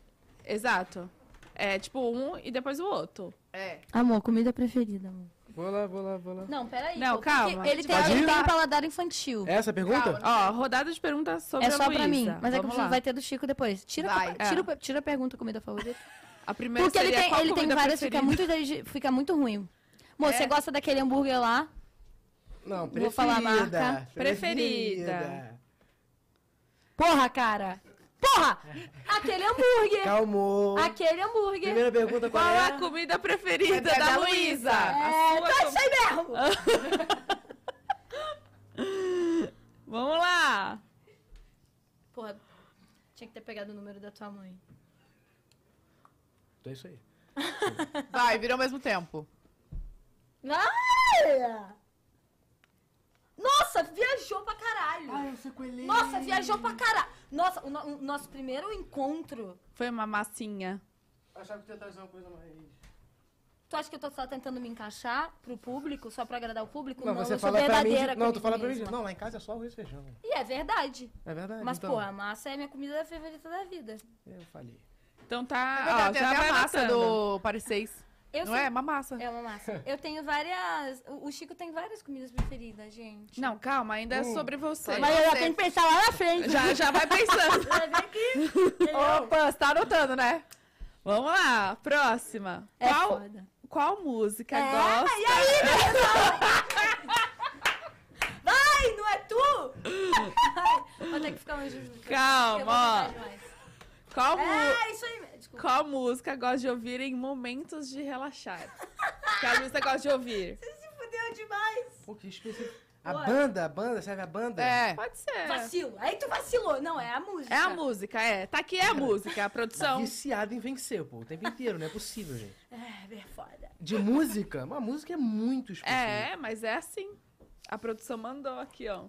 B: Exato. É tipo um e depois o outro.
A: É.
D: Amor, comida preferida, amor.
C: Vou lá, vou lá, vou lá.
D: Não, peraí.
B: Não,
D: pô, porque
B: calma.
D: Ele tem,
C: Pode
D: ele
C: ir? É
D: tem um paladar infantil.
C: Essa a pergunta?
A: Calma.
B: Ó, rodada de perguntas sobre
D: É só
B: a Luísa.
D: pra mim, mas é que eu
B: Vamos
D: preciso,
B: lá.
D: vai ter do Chico depois. Tira, a-
A: Vai.
D: tira,
B: É.
D: o pe- tira a pergunta comida favorita.
B: A primeira
D: Porque ele
B: seria
D: tem,
B: qual
D: ele tem
B: comida
D: várias,
B: preferida?
D: fica muito, digi- fica muito ruim. Moço, você gosta daquele hambúrguer lá?
C: Não, preferida.
D: Vou falar a marca.
B: Preferida.
D: Porra, cara! Porra! Aquele hambúrguer!
C: Calmou.
D: aquele hambúrguer!
C: Primeira pergunta qual,
B: Qual
C: é?
B: a comida preferida
A: É
B: da,
A: da
B: Luísa?
A: Luísa.
D: É,
B: A sua comida-
D: tá isso aí mesmo!
B: Vamos lá!
D: [laughs] Porra, tinha que ter pegado o número da tua mãe.
C: Então é isso aí.
A: Vai, virou ao mesmo tempo.
D: Ah! Nossa, viajou pra caralho!
C: eu sei coelhinho.
D: Ah, Nossa, viajou pra caralho! Nossa, o, no- o nosso primeiro encontro.
B: Foi uma massinha.
C: Achava que tu ia trazer uma coisa mais...
D: Tu acha que eu tô só tentando me encaixar pro público, só pra agradar o público?
C: Não, você
D: eu sou
C: fala pra mim...
D: verdadeira
C: de- Não,
D: comigo
C: tu fala pra mim...
D: mesma.
C: de- Não, lá em casa é só arroz e feijão.
D: E é verdade.
C: É verdade.
D: Mas,
C: então,
D: porra, a massa é minha comida favorita da vida.
C: Eu falei.
B: Então tá,
A: Vai
B: ó,
A: ter
B: já
A: É até
B: vai
A: a massa
B: anotando.
A: do Pareceis.
D: Eu
A: Não
D: sei-
A: é? Uma massa.
D: É uma massa. Eu tenho várias. O o Chico tem várias comidas preferidas, gente.
B: Não, calma, ainda é sobre você.
A: Mas eu já tenho
D: que pensar lá na frente. né?
B: Já, já vai pensando.
D: [laughs]
A: Opa, você tá anotando, né?
B: Vamos lá, próxima.
D: É
B: qual,
D: foda.
B: qual música
D: É,
B: gosta?
D: e aí,
B: [laughs]
D: pessoal? Vai, não é tu? Vai. Vou ter que ficar longe do Eu vou
B: Calma,
D: tentar demais.
B: ó. Qual, mu-
D: É, isso aí. mesmo. Desculpa.
B: qual música gosta de ouvir em momentos de relaxar? que a Luísa gosta de ouvir.
D: Você se fudeu demais.
C: Pô, que específico. A
D: Ué.
C: banda, a banda, serve a banda?
A: É.
B: Pode ser.
D: Vacilo. Aí tu vacilou. Não, é a música.
B: É a música, é. Tá aqui é a música, a
C: Tá
B: produção.
C: viciado em vencer, pô, o tempo inteiro, não é possível, gente.
D: É, é foda.
C: De música, uma música é muito específica.
B: É, mas é assim. A produção mandou aqui, ó.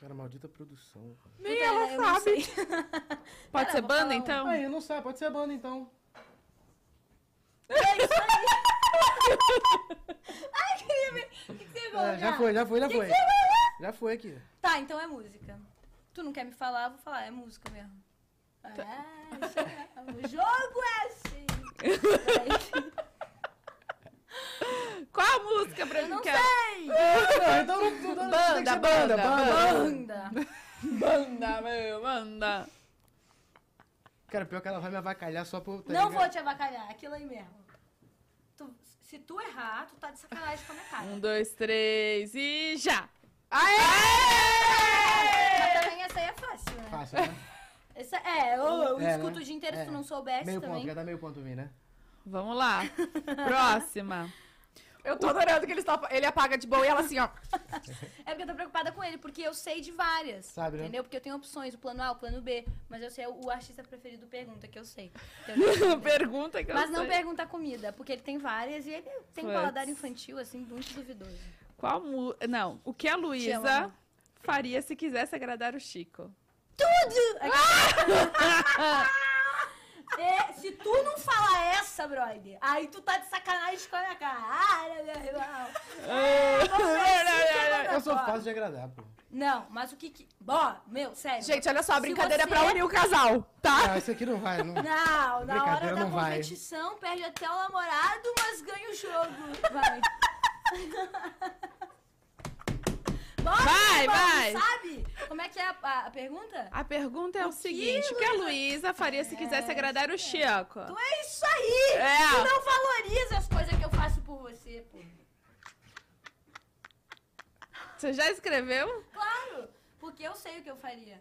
C: Cara, maldita produção.
B: Nem
D: Puta,
B: ela
D: Então, é, eu não
B: sabe.
D: sei. [laughs]
B: Pode
D: Pera,
B: ser
D: vou
B: banda,
D: falar um.
B: então?
C: Aí, não sabe, pode ser a banda então.
D: É isso aí. Ai, queria ver. O que que você
C: É,
D: gosta?
C: já foi, já foi, já foi. Já foi aqui.
D: Tá, então é música. Tu não quer me falar, eu vou falar. É música mesmo. Ah, já- o jogo é
C: [laughs]
D: assim.
B: Qual a música pra é?
D: Eu não
B: quer?
C: Não, então não, não, não, não
A: Banda,
C: tem que ser
A: banda,
C: banda, banda.
D: Banda.
B: Manda, meu, manda.
C: Cara, pior que ela vai me avacalhar só por. tá
D: Não
C: ligado?
D: vou te avacalhar, aquilo aí mesmo. Tu- se tu errar, tu tá de sacanagem com a minha cara.
C: Hum.
B: Um, dois, três e já!
D: Mas também essa aí é fácil, né?
C: Fácil, né?
D: Essa, é, eu, eu
C: É,
D: escuto
C: né?
D: o dia inteiro se
C: É.
D: tu não soubesse
C: Meio
D: também.
C: ponto, já dá meio ponto mim, né?
B: Vamos lá. Próxima.
A: Eu tô adorando que ele, só, ele apaga de boa e ela assim, ó.
D: É porque eu tô preocupada com ele, porque eu sei de várias.
C: Sabe, né?
D: Entendeu? Porque eu tenho opções, o plano A, o plano B, mas eu sei o o artista preferido pergunta, que eu
C: [laughs]
D: sei. Então,
B: [laughs] Pergunta que eu
D: mas não
B: sei.
D: pergunta comida, porque ele tem várias e ele tem um
B: Puts.
D: paladar infantil, assim, muito duvidoso.
B: Qual mu... Não, o que a
D: Te
B: Luísa
D: amo.
B: faria se quisesse agradar o Chico?
D: É, se tu não falar essa, brother, aí tu tá de sacanagem com a minha cara. Ah, ele é meu irmão.
C: Ah.
D: É,
C: [laughs]
D: você é assim que
C: Eu sou
D: adoro.
C: fácil de agradar, pô.
D: Não, mas o que que... Bó, meu, sério.
A: Gente, olha só, a
D: Se
A: brincadeira
D: você-
A: é pra unir o casal, tá?
C: Não, isso aqui não vai,
D: [laughs]
C: não.
D: Não, na hora
C: Brincadeira
D: da
C: não vai.
D: competição, perde até o namorado, mas ganha o jogo. Vai.
C: [laughs]
D: Bora,
B: Vai,
D: irmão,
B: vai.
D: Sabe? Como é que é a, a- a pergunta?
B: A pergunta é o,
D: O É, que,
B: seguinte: o que a Luísa faria se quisesse agradar o Chico?
D: Tu é isso aí!
B: É.
D: Tu não valoriza as coisas que eu faço por você, pô.
B: Você já escreveu?
D: Claro, porque eu sei o que eu faria.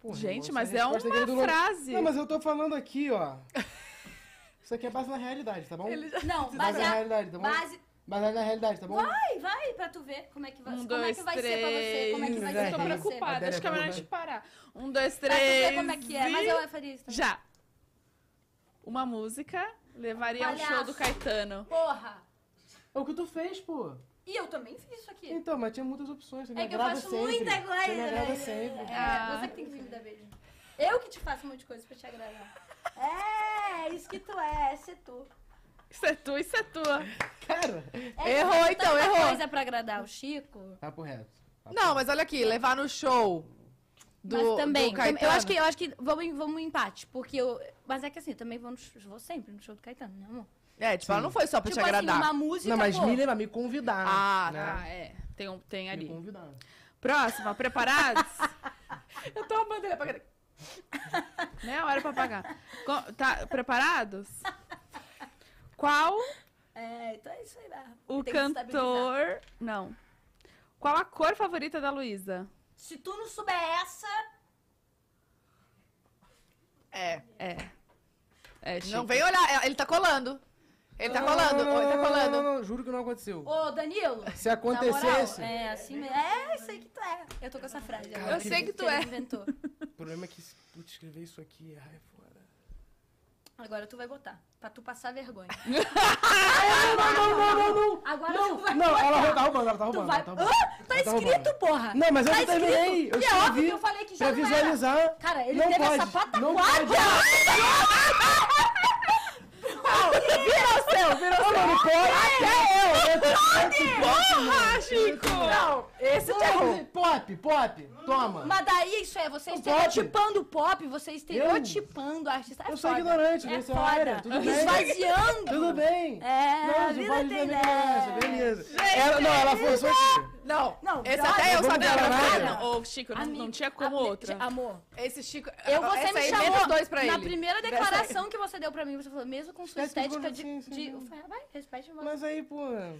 C: Porra,
B: Gente,
C: irmão,
B: mas
C: essa
B: é
C: resposta aqui
B: uma
C: do Lula-
B: frase.
C: Não, mas eu tô falando aqui, ó. Isso aqui é base na realidade, tá bom?
D: Não,
C: Base na
D: baseado...
C: realidade, tá bom?
D: Base...
C: Baseado na realidade, tá bom?
D: Vai, vai, pra tu ver como é que vai,
B: Um,
D: como é
B: dois,
D: que vai ser pra você.
B: três.
D: Como é que vai ser
C: Eu
B: Tô
D: pra você.
B: preocupada,
C: Adélia,
B: acho que é melhor a
C: vamos
B: gente parar. Um, dois,
D: Pra tu ver
B: três.
D: como é que é, mas
B: e-
D: eu faria isso também.
B: Já. Uma música levaria ao show
D: Palhaço.
B: do Caetano.
D: Porra!
C: É o que tu fez, pô.
D: E eu também fiz isso aqui.
C: Então, mas tinha muitas opções. Você me
D: É que eu
C: agrada
D: faço
C: sempre.
D: muita coisa.
C: Você me agrada
D: velho.
C: sempre.
D: É,
B: Ah.
D: você que tem que me dar beijo. Eu que te faço um monte de coisa pra te agradar. É, isso que tu é, essa é tu.
B: Isso é tu, isso é tua.
C: Né? Cara,
D: É,
A: Errou,
D: eu faço
A: então,
D: tanta
A: errou.
D: coisa pra agradar o Chico.
C: papo reto. Papo
A: Não, mas olha aqui, levar no show do,
D: mas também,
A: do
D: tam-
A: Caetano.
D: eu acho que, eu acho que vamos, em- vamos em empate, porque eu... Mas é que assim, eu também vou, no sh- vou sempre no show do Caetano, né amor?
A: É, tipo, ela não foi só pra
D: tipo
A: te agradar.
D: assim, uma música,
C: Não, mas
D: pô.
C: Miller vai me convidar.
A: Ah,
C: né?
D: tá,
B: Ah, é. Tem, um, tem
C: Me
B: ali.
C: convidar.
B: Próxima, preparados? [laughs] eu tô amando ele [laughs] apagar. Né? Hora pra apagar. Co- Tá, preparados? Qual
D: É, então é isso aí, barra.
B: o
D: Tem que se estabilizar.
B: cantor. Não. Qual a cor favorita da Luísa?
D: Se tu não souber essa,
A: É.
B: É. É,
A: Não
B: Chico.
A: vem olhar, é, ele tá colando. Ele tá colando,
C: Não, não,
A: ele tá
C: não, não,
A: colando.
C: Não, não, não, juro que não aconteceu.
D: ô Danilo,
C: Se
D: Na moral,
C: [laughs] acontecesse.
D: é assim mesmo. É, sei que tu é. Eu tô com essa frase.
C: Cara,
D: agora,
C: eu sei
A: que tu
D: ele
A: é.
D: Inventou.
C: O problema é que, se- putz, escrever isso aqui, é, ai, foda.
D: Agora tu vai botar. Pra tu passar vergonha.
C: [laughs] Não, não, não, não.
D: Agora tu vai.
C: Não, ela ro- tá roubando, ela tá
D: Tu
C: roubando.
D: vai.
C: ela tá roubando.
D: Hã? Tá
C: Ela tá
D: escrito,
C: roubando.
D: porra!
C: Não, mas eu
D: tá
C: não terminei.
D: escrito.
C: Eu
D: E é óbvio
C: escrevi
D: que eu falei que já
C: pra
D: não era.
C: visualizar.
D: Cara, ele
C: não
D: teve
C: pode,
D: essa
C: não
D: pataquada.
C: pode.
A: Virou seu, virou seu.
C: Não pode. É eu.
B: [laughs] Porra, Ah, Chico!
A: Não, esse é te errou.
C: Pop, pop, pop. Toma.
D: Mas daí isso é, você
C: O
D: estereotipando o pop, você estereotipando o artista. É
C: Eu sou
D: foda.
C: ignorante
D: é
C: nessa
D: foda.
C: área, tudo bem.
D: Esvaziando.
C: Tudo bem.
D: É, a
C: Não, você
D: vida
C: pode
D: tem
C: também
D: dessa.
C: essa, beleza. Ela, não, ela forçou aqui.
A: Não,
D: Não,
A: esse
D: brother,
A: até eu
C: vamos
A: sabia
C: parar.
A: agradar.
B: Ô, Chico, não, não
D: Amigo,
B: tinha como
D: a-
B: outra.
D: Amor,
A: Esse Chico.
D: Eu, você
A: Ah, essa
D: me
A: aí,
D: chamou
A: menos dois pra
D: na
A: ele.
D: primeira
A: Dessa
D: declaração que você deu pra mim, você falou, mesmo com sua
C: Esquece que eu
D: estética de...
C: vou- sim, sim,
D: de-
C: sim.
D: Vai, vai, respeite o
C: Mas aí, pô.
D: É,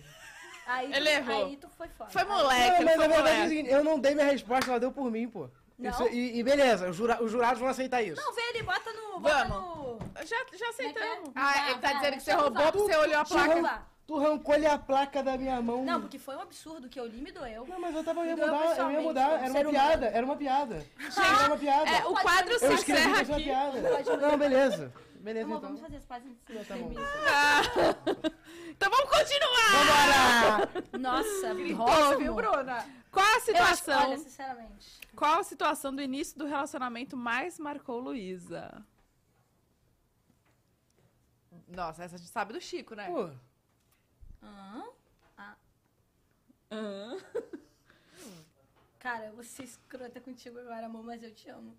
D: Aí, tu-
B: Ele errou.
D: Aí tu foi fora.
A: aí. Foi
C: Não,
A: moleque,
C: mas
A: foi
C: a verdade é o
A: moleque.
C: seguinte, eu não dei minha resposta, ela deu por mim, pô.
D: Não?
C: Isso- e, e beleza, os, jura- os jurados vão aceitar isso.
D: Não, vê ele, bota no... Bota
A: Vamos.
D: no... é
B: Já, já aceitamos.
A: Ah, ele tá
D: Vai, vai,
A: dizendo que você
D: deixa eu
A: roubou porque você olhou a
D: Deixa eu
A: placa.
D: falar.
C: Tu arrancou-lhe a placa da minha mão.
D: Não, porque foi um absurdo que eu li me doeu.
C: Não, mas eu tava, eu ia
D: Me doeu
C: mudar, eu ia
D: pessoalmente,
C: mudar.
D: um
C: Era
D: ser
C: uma
D: humano.
C: piada, era uma piada. Era uma piada.
B: É, o quadro se
C: Eu escrevi
B: encerra
C: que era uma
B: aqui.
C: piada. Não, beleza. Beleza,
D: Amor,
C: então.
D: vamos fazer as páginas.
C: Tá bom.
B: Então vamos continuar!
C: Vambora!
D: Nossa,
A: Nossa,
D: rosa,
A: viu,
D: amor.
A: Bruna?
B: Qual a
D: Eu acho,
B: situação?
D: olha, sinceramente...
B: Qual a situação do início do relacionamento mais marcou Luísa?
A: Nossa, essa a gente sabe do Chico, né?
C: Pô,
D: Hã? Ah. Cara, eu vou ser escrota contigo agora, amor, mas eu te amo.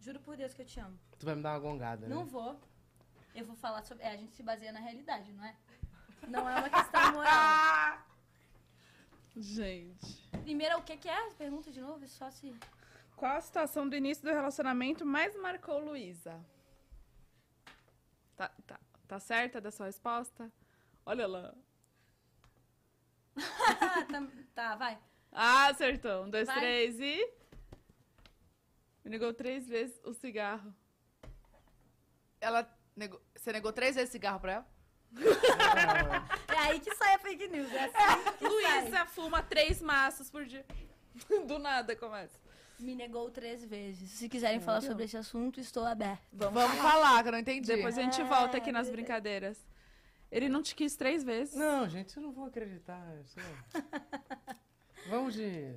D: Juro por Deus que eu te amo.
C: Tu vai me dar uma gongada,
D: Não
C: né?
D: vou. Eu vou falar sobre. É, a gente se baseia na realidade, não é? Não é uma questão moral.
B: Gente.
D: Primeiro, o que que é? Pergunta de novo, só se.
B: Qual a situação do início do relacionamento mais marcou Luísa? Tá, tá, tá certa da sua resposta? Olha lá.
D: Ah, tá, tá, vai.
B: Ah, acertou. Um, dois,
D: Vai.
B: três e. Me negou três vezes o cigarro.
A: Ela negou- Você negou três vezes cigarro pra ela?
D: É aí que sai a fake news. É assim que sai.
B: Luísa fuma três maços por dia. [laughs] Do nada começa.
D: Me negou três vezes. Se quiserem falar sobre esse assunto, estou aberta.
A: Vamos, falar, que eu não entendi.
B: Depois a gente
D: É,
B: volta aqui nas
D: beleza.
B: brincadeiras. Ele não te quis três vezes.
C: Não, gente, eu não vou acreditar. eu sou- Vamos de.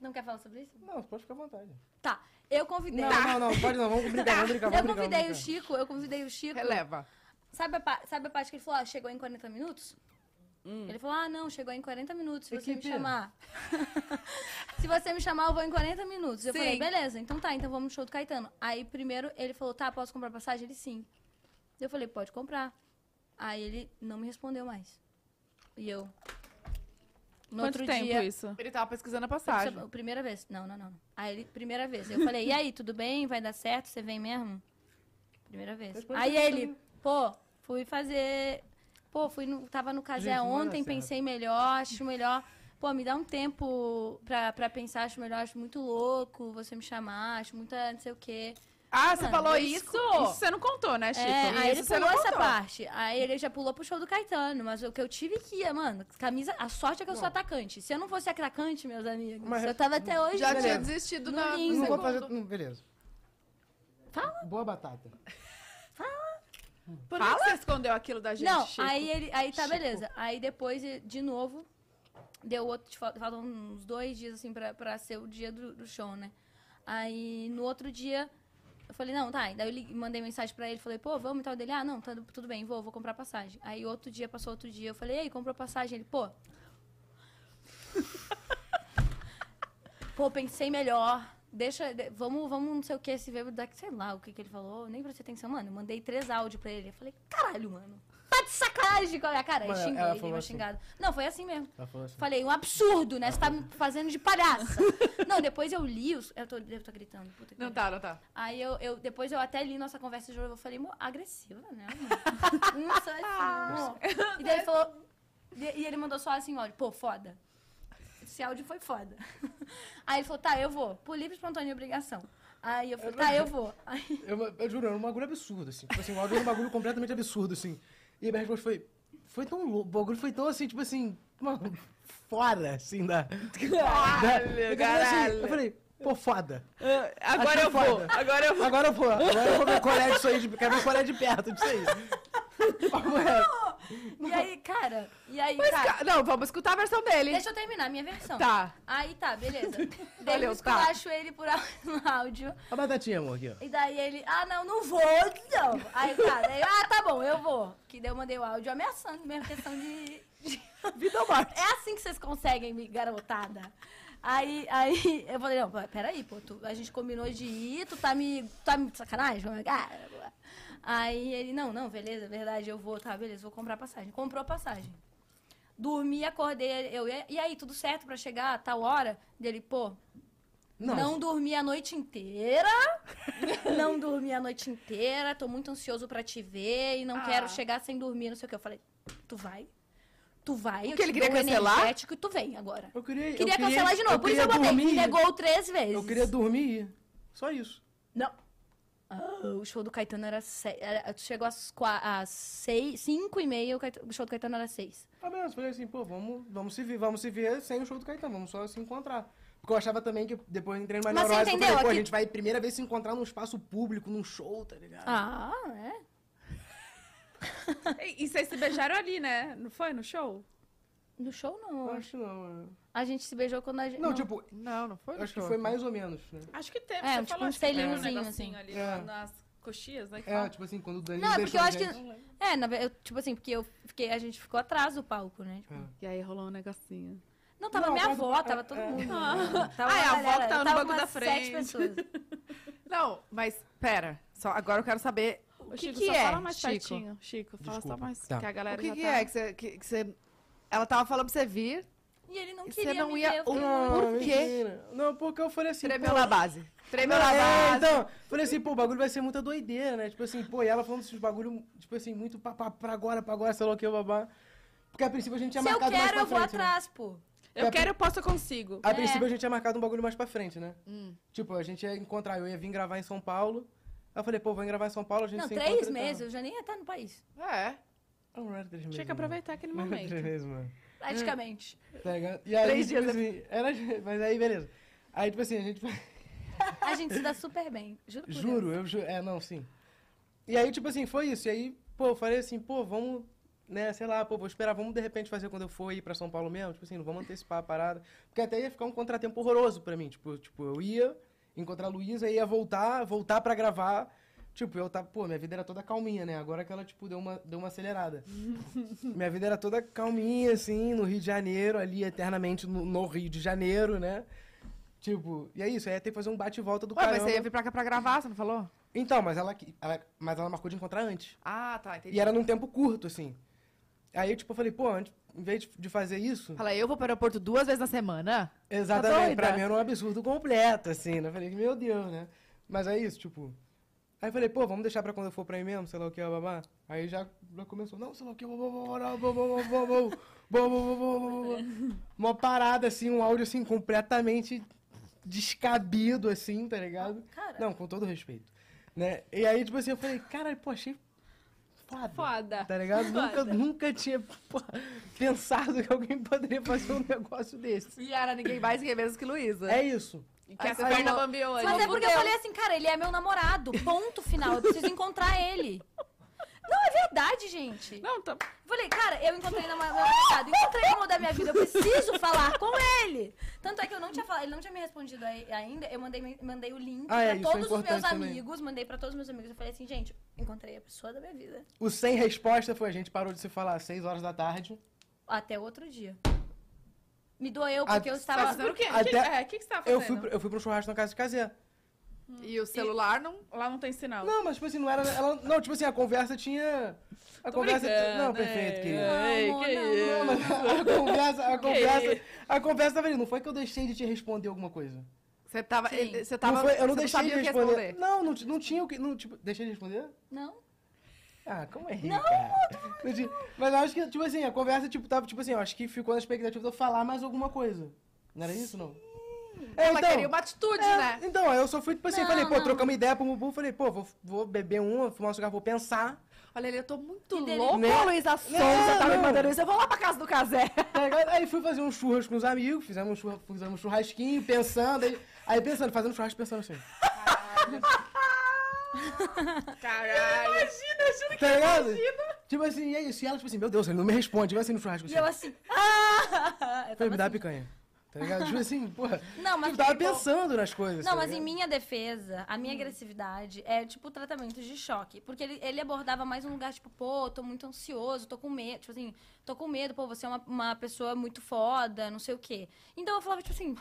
D: Não quer falar sobre isso?
C: Não, pode ficar à vontade.
D: Tá. Eu convidei.
C: Não, não, não, pode não. Vamos brincar, vamos brincar,
D: Eu
C: vamos brincar. vamos
D: convidei o
C: brincar.
D: Chico, eu convidei o Chico.
A: Releva.
D: Sabe a, pa- sabe a parte que ele falou, ah, chegou em 40 minutos? Ele falou, ah, não, chegou em 40 minutos, se você
C: Hum. Equipe.
D: me chamar. [laughs] se você me chamar, eu vou em 40 minutos. Eu
A: Sim.
D: falei, beleza, então tá, então vamos no show do Caetano. Aí primeiro ele falou, tá, posso comprar passagem? Ele, sim. Eu falei, pode comprar. Aí ele não me respondeu mais. E eu... No
B: Quanto
D: outro
B: tempo
D: dia,
B: isso?
A: Ele tava pesquisando a passagem.
D: Sabe, Primeira vez. Não, não, não. Aí ele, primeira vez. Eu falei, e aí, tudo bem? Vai dar certo? Você vem mesmo? Primeira vez.
C: Responde
D: Aí
C: pra mim
D: ele, pô, fui fazer. Pô, fui no, tava no casé
C: Gente, não vai dar
D: ontem,
C: certo.
D: pensei melhor, acho melhor. Pô, me dá um tempo pra, pra pensar, acho melhor, acho muito louco você me chamar, acho muita não sei o quê.
A: Ah, você
D: Mano,
A: falou
D: isso-
A: isso?
B: Isso você não contou, né, Chico?
D: É, aí ele
A: isso você não
D: pulou essa
A: contou.
D: parte. Aí ele já pulou pro show do Caetano, mas o que eu tive que ia, mano, camisa. A sorte é que eu sou atacante. Se eu não fosse atacante, meus amigos,
C: Mas-
D: eu tava até hoje.
A: Já
D: né?
A: tinha desistido
D: No
A: na, no
D: lindo.
C: Não vou
A: segundo.
C: fazer. não, Beleza.
D: Fala.
C: Boa batata.
B: Por que você escondeu aquilo da gente,
D: Não,
B: Chico? [laughs]
D: aí ele. Aí tá, beleza. Aí depois, eh, de novo, deu outro. tipo, Faltam uns dois dias, assim, pra, pra ser o dia do, do show, né? Aí no outro dia. Eu falei, não, tá. Daí eu li- mandei mensagem pra ele, falei, pô, vamos e tal. Dele, ah, não, tá, tudo bem, vou, vou comprar passagem. Aí outro dia, passou outro dia, eu falei, ei, comprou passagem? Ele, pô. [laughs] pô, pensei melhor. Deixa, de- vamos, vamos, não sei o que, se ver daqui, sei lá o que, que ele falou. Nem prestei atenção, mano. Eu mandei três áudios pra ele. Eu falei, caralho, mano. Tá de sacanagem com a minha cara. Aí
C: Mas
D: xinguei,
C: ela
D: dei
C: falou
D: uma
C: assim?
D: xingada. Não, foi assim mesmo.
C: Ela falou assim.
D: Falei, um absurdo, né? Você tá me fazendo de
C: [laughs]
D: palhaça. não, depois eu li os. Eu tô, eu tô gritando, puta que
A: Não
D: pariu.
A: tá, não tá.
D: Aí eu, eu- depois eu até li nossa conversa de novo. Eu falei, "Mô, agressiva, né? amor?" [laughs] Hum, sou assim,
A: Ah.
D: amor. E daí ele falou. E ele mandou só assim, olha, pô, foda. Esse áudio foi foda. [laughs] Aí ele falou, tá, eu vou. Por livre espontânea obrigação. Aí eu falei, tá, eu vou.
A: [laughs]
D: Aí,
C: Eu, eu juro, era um bagulho absurdo, assim. Tipo assim, o áudio era um bagulho completamente absurdo, assim. E a minha resposta foi. Foi tão louco. O bagulho foi tão assim, tipo assim. Mano, fora, assim, da. da- eu falei assim, eu falei, pô, foda.
B: Ah, Agora
C: Achei
B: eu vou,
C: foda.
B: agora eu vou.
C: Agora eu vou. Agora eu vou ver qual é disso aí. de- Quero ver qual é de perto
D: [laughs]
C: disso aí. Papo reto.
D: e aí, cara, e aí,
A: Mas,
D: cara.
A: ca- Não, vamos escutar a versão dele.
D: Deixa eu terminar a minha versão.
A: Tá.
D: Aí
A: [laughs]
D: tá, beleza. Daí
A: Valeu,
D: eu
A: tá.
D: esculacho ele por [laughs] á- no áudio.
C: A batatinha, amor, aqui, ó.
D: E daí ele, ah, não, não vou, não. Aí tá, daí, ah, tá bom, eu vou. Que daí eu mandei o áudio ameaçando mesmo, questão de. de- [laughs]
C: Vida ou morte.
D: É assim que vocês conseguem me garotada. Aí, aí eu falei, não, peraí, pô, tu- a gente combinou de ir, tu tá me. tu tá me de sacanagem? Vamos- ah, Aí ele, não, não, beleza, verdade, eu vou, tá, beleza, vou comprar passagem. Comprou passagem. Dormi, acordei, eu, e e aí, tudo certo pra chegar a tal hora? Dele, pô, não. dormi a noite inteira. [laughs] não dormi a noite inteira. Tô muito ansioso pra te ver e não
A: Ah.
D: quero chegar sem dormir, não sei o que. Eu falei, tu vai? Tu vai?
A: que ele queria cancelar?
D: um energético e tu vem agora.
C: Eu queria, eu
D: Queria, cancelar de novo, por isso eu
C: queria
D: botei.
C: dormir.
D: Me negou três vezes.
C: Eu queria dormir e ir. Só isso.
D: Não. Ah, o show do Caetano era, se- era- Tu chegou às, qua- às seis, cinco e meia, o, Caet- o show do Caetano era seis.
C: Ah, beleza. Falei assim, pô, vamos, vamos se ver, vamos se ver sem o show do Caetano, vamos só se encontrar. Porque eu achava também que depois eu entrei numa
D: Mas você
C: neurose, que eu
D: entendeu
C: falei, pô, a
D: aqui-
C: gente vai primeira vez se encontrar num espaço público, num show, tá ligado?
D: Ah, é?
B: E e vocês se beijaram ali, né? Não foi? No show?
D: No show não.
C: Eu
D: eu acho.
C: acho que não. é.
D: A gente se beijou quando a gente.
C: Não, tipo,
A: Não, não foi.
C: acho que
A: doutor.
C: foi mais ou menos, né?
B: Acho que teve.
D: É,
B: você
D: tipo
B: falou,
D: um
B: acho que teve
D: selinhozinho,
B: negocinho
D: assim.
B: ali
C: É.
B: nas coxias, né? que
C: É,
B: fala.
C: tipo assim, quando o Danilo
D: Não, é porque
C: deixou
D: eu
C: a
D: acho que.
C: gente-
D: É, na ve- eu, tipo assim, porque eu fiquei, a gente ficou atrás do palco, né? Tipo,
C: É.
B: E aí rolou um negocinho.
D: Não, tava
C: Não,
D: minha
C: mas-
D: avó, tava todo
C: é.
D: mundo. né?
B: Ah.
D: Tava
B: Ah, é,
D: uma
B: a avó que
D: galera,
B: tava no banco
D: umas
B: da
D: Sete
B: frente.
D: pessoas.
A: Não, mas pera. Só, agora eu quero saber o
B: Ô,
A: que,
B: Chico,
A: que
B: só
A: é,
B: fala mais
A: Chico.
B: pertinho. Chico, fala só
C: Desculpa.
B: mais.
C: Tá.
B: Que a
E: O
B: galera
E: que,
B: já
E: que
B: tá...
E: é que você, que, que você. Ela tava falando pra você vir.
A: Tipo,
D: E ele não
E: E
D: queria
E: você não
D: me
E: ia-
D: ver. Eu fiquei
E: Não. Por quê?
C: é mentira. Não, porque eu falei assim,
E: Tremeu
C: pô,
E: na base. Tremeu
C: Não,
E: na
C: é,
E: base.
C: então, falei assim, pô, o bagulho vai ser muita doideira, né? Tipo assim, pô, e ela falando esses bagulho, tipo assim, muito pra, pra, pra agora, pra agora, sei lá o que, babá. Porque a princípio a gente tinha
D: Se eu
C: marcado mais
D: quero,
C: pra
D: eu vou
C: frente, né?
D: atrás, pô.
C: Tá
B: Eu quero, eu posso, eu consigo.
C: A
D: É. Hum.
C: princípio a gente tinha marcado um bagulho mais pra frente, né? Tipo, a gente ia encontrar, eu ia vir gravar em São Paulo. Aí eu falei, pô, vou vir gravar em São Paulo, a gente
D: Não,
C: se
D: três
C: encontra e
D: meses,
C: tal.
D: eu já nem ia estar no país,
E: É.
C: Ah, Não, era três meses.
B: Tinha que aproveitar aquele
C: mano. Não era
B: momento.
C: Três meses, mano.
D: praticamente.
C: Tá ligado? E aí,
A: Três
C: tipo
A: dias,
C: assim, era... Mas aí, beleza. Aí, tipo assim, a gente...
D: A gente se dá super bem, juro por
C: Juro,
D: Deus.
C: eu juro. É, não, sim. E aí, tipo assim, foi isso. E aí, pô, eu falei assim, pô, vamos, né, sei lá, pô, vou esperar, vamos de repente fazer quando eu for ir pra São Paulo mesmo. Tipo assim, não vamos antecipar a parada. Porque até ia ficar um contratempo horroroso pra mim. Tipo, tipo eu ia encontrar a Luísa, ia voltar, voltar pra gravar. Tipo, eu tava, pô, minha vida era toda calminha, né? Agora que ela, tipo, deu uma, deu
E: [laughs]
C: uma acelerada. minha vida era toda calminha, assim, no Rio de Janeiro, ali eternamente no, no Rio de Janeiro, né? Tipo, e é isso, aí ia ter que fazer um bate e volta do
E: Ué, mas
C: caramba.
E: você ia vir pra cá pra gravar, você não falou?
C: Então, mas ela, que- ela- mas ela marcou de encontrar antes.
E: Ah, tá, entendi.
C: E era num tempo curto, assim. Aí, tipo, eu falei, pô, antes, em vez de- de fazer isso...
E: Fala, eu vou pro aeroporto duas vezes na semana?
C: Exatamente,
E: doida?
C: pra mim era um absurdo completo, assim, né? Eu falei, meu Deus, né? Mas é isso, tipo... Aí eu falei, pô, vamos deixar pra quando eu for pra aí mesmo, sei lá o que, babá. Aí já, já começou, não, sei lá o que, babá, babá, babá, babá, babá, babá, babá, babá. Uma parada, assim, um áudio, assim, completamente descabido, assim, tá ligado?
D: Cara,
C: Não, com todo respeito. Né? E aí, tipo assim, eu falei, cara, pô, achei foda.
B: Foda.
C: Tá ligado? Nunca,
B: Foda.
C: nunca tinha pô, pensado que alguém poderia fazer um [laughs] negócio desse.
A: Yara, ninguém mais, ninguém menos que Luísa.
C: É isso.
A: E
B: Aí
A: que essa
B: você
A: perna
B: falou-
A: bambeou aí.
D: Mas é porque eu falei assim, cara, ele é meu namorado. Ponto final. Eu preciso encontrar ele. Não, é verdade, gente.
B: Não, tá...
D: Falei, cara, eu encontrei na namorado, encontrei o amor da minha vida, eu preciso falar com ele. Tanto é que eu não tinha falado, ele não tinha me respondido aí- ainda. Eu mandei, mandei o link
C: Ah, é,
D: pra
C: isso é
D: todos os meus
C: importante também.
D: amigos, mandei pra todos os meus amigos. Eu falei assim, gente, encontrei a pessoa da minha vida.
C: O sem resposta foi a gente parou de se falar às 6 horas da tarde.
D: Até outro dia. Me doeu porque
C: Ah,
D: eu
B: Tá
D: estava.
B: fazendo o quê? O que,
C: Até-
B: é, que, que você
A: Tá
B: tava fazendo?
C: Eu fui, pro- eu fui pra um churrasco na casa de Cazé.
A: E o celular não...
B: Lá não tem sinal.
C: Não, mas tipo assim, não era. ela- não, tipo assim, a conversa tinha. A conversa. tinha-
A: né?
C: Não, perfeito, querida.
B: Ei,
D: Não,
B: que
D: amor,
B: isso?
C: Não, mas a conversa,
A: [laughs]
C: a conversa, a conversa tava ali. Não foi que eu deixei de te responder alguma coisa.
A: Você tava...
D: Sim.
A: ele- Você tava...
C: não foi, eu não
A: você
C: deixei
A: sabia
C: de
A: o que
C: responder. Não, não, ti- não tinha o que. Não, tipo, deixei de responder?
D: Não,
C: Ah, como é rico, cara? Não, tinha- Mas eu acho que, tipo assim, a conversa, tipo, tava, tipo assim, eu acho que ficou na expectativa de eu falar mais alguma coisa. Não era isso, não? É,
A: Ela queria uma atitude,
C: é,
A: né?
C: Então, aí eu só fui, tipo assim,
D: Não,
C: falei, pô,
D: não.
C: trocamos ideia pro Mubu, falei, pô, vou, vou beber uma, fumar um cigarro, vou pensar.
A: Olha, ele, eu tô muito
D: Que delícia.
A: louco,
C: Né?
A: Luísa
C: Não,
A: Souza, tá me
C: não.
A: mandando isso. Eu vou lá pra casa do Casé.
C: Tá ligado? Aí fui fazer um churras com os amigos, fizemos um, churra, fizemos um churrasquinho, pensando, aí, aí pensando, fazendo churrasco, pensando assim.
B: Caralho.
C: Tá ligado? Tipo assim, e é isso. E ela, tipo assim, meu Deus, ele não me responde, vai assim no churrasco.
D: e
C: assim.
D: eu assim. [laughs] Ah! Eu
C: Foi
D: tava
C: me dar a
D: assim.
C: picanha. Tá ligado? Tipo assim, porra.
D: Não, mas
C: eu tava
D: que bom.
C: pensando nas coisas.
D: Não,
C: tá
D: mas em
C: ligado? Hum.
D: minha defesa, a minha agressividade é tipo tratamento de choque. Porque ele, ele abordava mais um lugar, tipo, pô, tô muito ansioso, tô com medo, tipo assim, tô com medo, pô, você é uma, uma pessoa muito foda, não sei o quê. Então eu falava, tipo assim,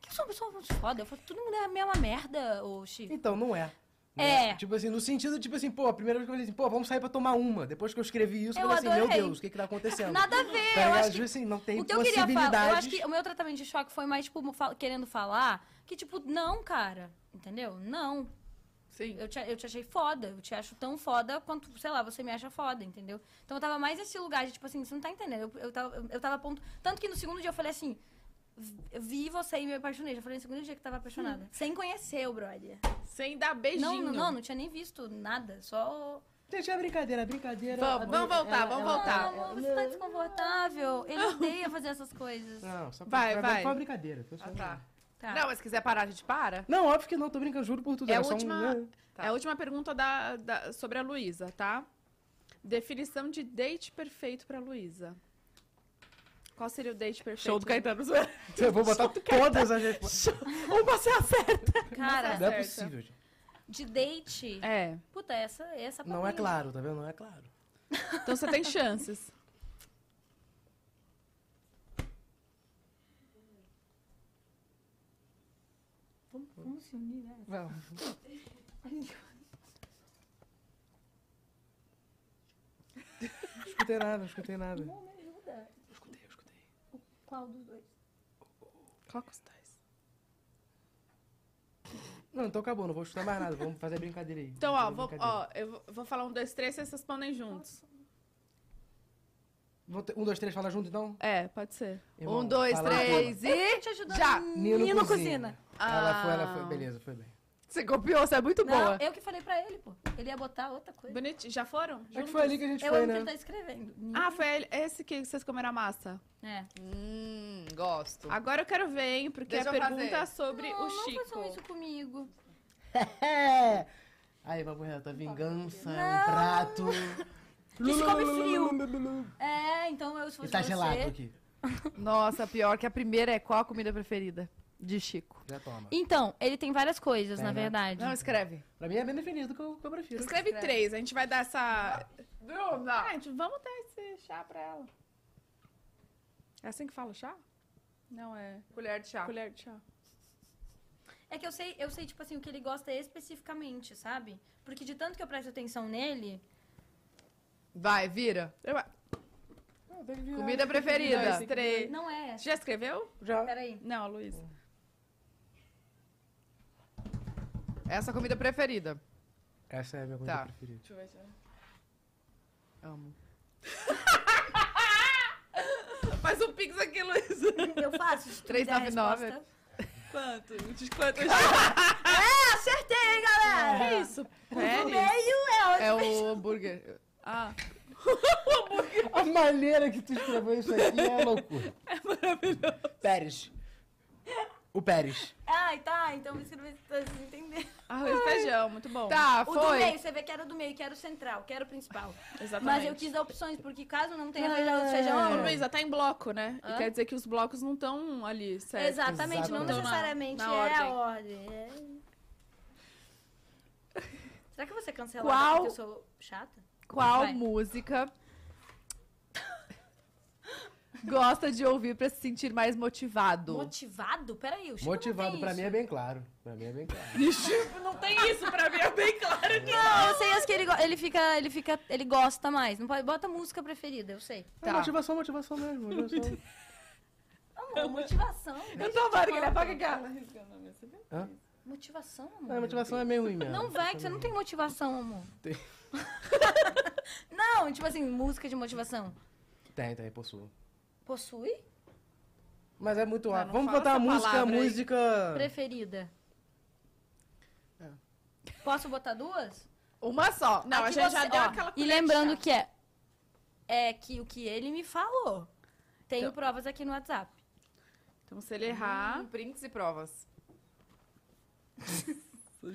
D: que eu sou uma pessoa muito foda? Eu falo, todo mundo é a mesma merda, ô Chico.
C: Então, não é.
D: É.
C: Tipo assim, no sentido, tipo assim, pô, a primeira vez que eu falei assim, pô, vamos sair pra tomar uma. Depois que eu escrevi isso, eu
D: Eu
C: falei assim, meu
D: adorei.
C: Deus, o que que tá acontecendo?
D: Nada a ver,
C: Tá
D: eu
C: ligado?
D: acho que
C: Tipo assim, não tem
D: O que eu queria falar, eu acho
C: possibilidades.
D: que o meu tratamento de choque foi mais, tipo, fal- querendo falar que, tipo, não, cara. Entendeu? Não.
A: Sim.
D: Eu te, eu te achei foda, eu te acho tão foda quanto, sei lá, você me acha foda, entendeu? Então eu tava mais nesse lugar de, tipo assim, você não tá entendendo. Eu, eu, tava, eu, eu tava a ponto. Tanto que no segundo dia eu falei assim. "Vi- eu Vi você e me apaixonei. Já falei no segundo dia que tava apaixonada. Sem conhecer o brother.
B: Sem dar beijinho.
D: Não, não, não, não tinha nem visto nada. Só.
C: Gente, é brincadeira, é brincadeira.
A: Vamos,
C: É-
A: vamos voltar,
C: é-
A: vamos
C: é-
A: voltar.
D: Ah, amor, você tá desconfortável. Ele odeia fazer essas coisas.
C: Não, só
A: Vai,
C: pra,
A: vai.
C: Foi uma brincadeira. foi só
A: Ah,
C: uma-
A: tá.
D: Tá.
A: Não, mas se quiser parar, a gente para.
C: Não, óbvio que não, tô brincando, juro por tudo.
B: É
C: era
B: a
C: só um- [laughs]
B: última,
C: né?
A: Tá.
B: é a última pergunta da, da- sobre a Luísa, tá? Definição de date perfeito pra Luísa. Qual seria o date perfeito?
A: Show do Caetano.
C: Eu
A: [laughs]
C: vou botar todas as respostas.
A: Tá Uma você acerta.
D: Cara,
C: Não é
B: Certo.
C: possível, gente.
D: de date.
B: É.
D: Puta, essa, essa pra
C: Não é
D: mim.
C: claro, tá vendo? Não é claro.
B: Então você tem
A: [laughs]
B: chances.
F: Vamos, vamos se unir, né?
E: Vamos.
C: Não escutei nada, não escutei nada.
F: Não, me ajuda.
C: Eu escutei, eu escutei.
F: Qual dos dois?
B: Qual
A: é
B: que os dois?
C: Não, então acabou, não vou escutar mais nada. Vamos fazer a brincadeira aí.
B: Então, ó,
C: Vamos
B: vou,
C: fazer a
B: ó,
C: brincadeira.
B: eu vou- vou falar um, dois, três, vocês respondem juntos.
C: Vou ter- Um, dois, três, fala junto então?
B: É, pode ser.
C: Irmão,
A: um, dois,
C: fala
A: três
D: tá
A: e.
F: Te ajudando.
A: Já!
C: tudo. Nino,
D: Nino
C: cozinha.
D: Cozina.
C: Ela foi, ela
B: Ah.
C: foi. Beleza, foi bem.
A: Você copiou, você é muito
D: Não,
A: boa.
D: eu que falei pra ele, pô. Ele ia botar outra coisa.
B: Bonitinho. Já foram?
C: É que
B: Juntos?
C: foi ali que a gente
D: eu
C: foi,
D: amo que
C: né?
D: ele tá escrevendo.
B: Ah, foi ele- esse que vocês comeram a massa.
D: É.
A: Hum, gosto.
B: Agora eu quero ver, hein, porque
A: Deixa
B: a
A: eu
B: pergunta é
A: fazer.
B: sobre
D: não,
B: o
D: não
B: Chico.
D: façam isso comigo.
C: É. Aí, papo reto, a vingança é um
D: Não.
C: prato.
D: [laughs] Que se come frio. É, então eu se
C: E
D: fosse
C: tá
D: você...
C: gelado aqui.
E: Nossa, pior que a primeira é qual a comida preferida? De Chico.
C: Já toma.
D: Então, ele tem várias coisas,
C: Tem,
D: na
C: né?
D: verdade.
E: Não, escreve.
C: Pra mim é bem definido o que eu, que eu prefiro.
B: Escreve três, a gente vai dar essa. Ah, gente, vamos dar esse chá pra ela. É assim que fala chá? Não, é
A: Colher de chá.
B: colher de chá.
D: É que eu sei, eu sei, tipo assim, o que ele gosta especificamente, sabe? Porque de tanto que eu presto atenção nele,
E: Vai, vira.
B: Eu-
C: Ah, tem que virar.
E: Comida preferida.
B: dois, três.
D: não é
B: Você
D: essa.
B: Já escreveu?
C: Já.
D: Peraí.
B: Não, a Luísa.
E: Essa é a comida preferida.
C: Essa é a minha comida
E: Tá.
C: preferida.
B: Deixa eu ver se.
E: Amo.
B: Faz um pix aqui, Luísa.
D: Eu faço. se tu me der a
E: 399.
D: resposta.
B: Quanto? De quanto?
D: É, acertei, hein, galera!
B: É isso.
D: No
B: Pérez?
D: meio é
E: É o hambúrguer.
B: Ah,
C: A maneira que tu escreveu isso aqui
D: [laughs]
C: é loucura. É maravilhoso. Pérez. O Pérez.
D: Ai, tá, então me escrevi pra vocês entenderem.
B: arroz e Ah, feijão, muito bom.
E: Tá,
D: O do
E: foi.
D: meio, você vê que era o do meio, que era o central, que era o principal.
B: Exatamente.
D: Mas eu quis dar opções, porque caso não tenha arroz arroz e feijão, é
B: Ô,
D: eu não-
B: Luísa, tá em bloco, né? E
D: Hã?
B: quer dizer que os blocos não estão ali, certo?
D: Exatamente, não
C: Exatamente.
D: necessariamente
B: Na
D: é a ordem. é. Será que eu vou ser cancelada
E: Qual?
D: porque eu sou chata?
E: Qual
D: Vai.
E: música gosta de ouvir pra se sentir mais motivado?
D: Motivado? Peraí, o Chico
C: Motivado
D: Tipo, não tem
C: pra
D: isso.
C: mim é bem claro. Pra mim é bem claro.
B: Não tem isso pra mim, é bem claro que
D: Não, eu sei as que ele, go- ele fica, ele fica, ele gosta mais. Não pode, bota a música preferida, eu sei.
C: É motivação, motivação mesmo. Motivação.
D: [laughs] Amor, motivação.
A: Eu tô amando que
B: é
A: ele apaga aqui. ó.
C: Hã?
D: Motivação, amor.
C: Não, motivação é meio ruim mesmo.
D: Não vai, que você não tem motivação, amor.
C: Tem.
D: [laughs] não, tipo assim, música de motivação.
C: Tem, tem, possuo.
D: Possui?
C: Mas é muito
B: Não, não
C: rápido. Vamos
B: fala
C: botar a
B: essa
C: música,
B: palavra aí.
C: música.
D: Preferida.
C: É.
D: Posso botar duas?
E: Uma só.
B: Não, a
D: Aqui
B: gente já
D: você-
B: deu
D: ó,
B: aquela
D: E
B: colher de
D: lembrando
B: chá.
D: que é. É que o que ele me falou. Tenho
B: Então.
D: provas aqui no WhatsApp.
B: Então, se ele errar.
E: Hum, prints e provas.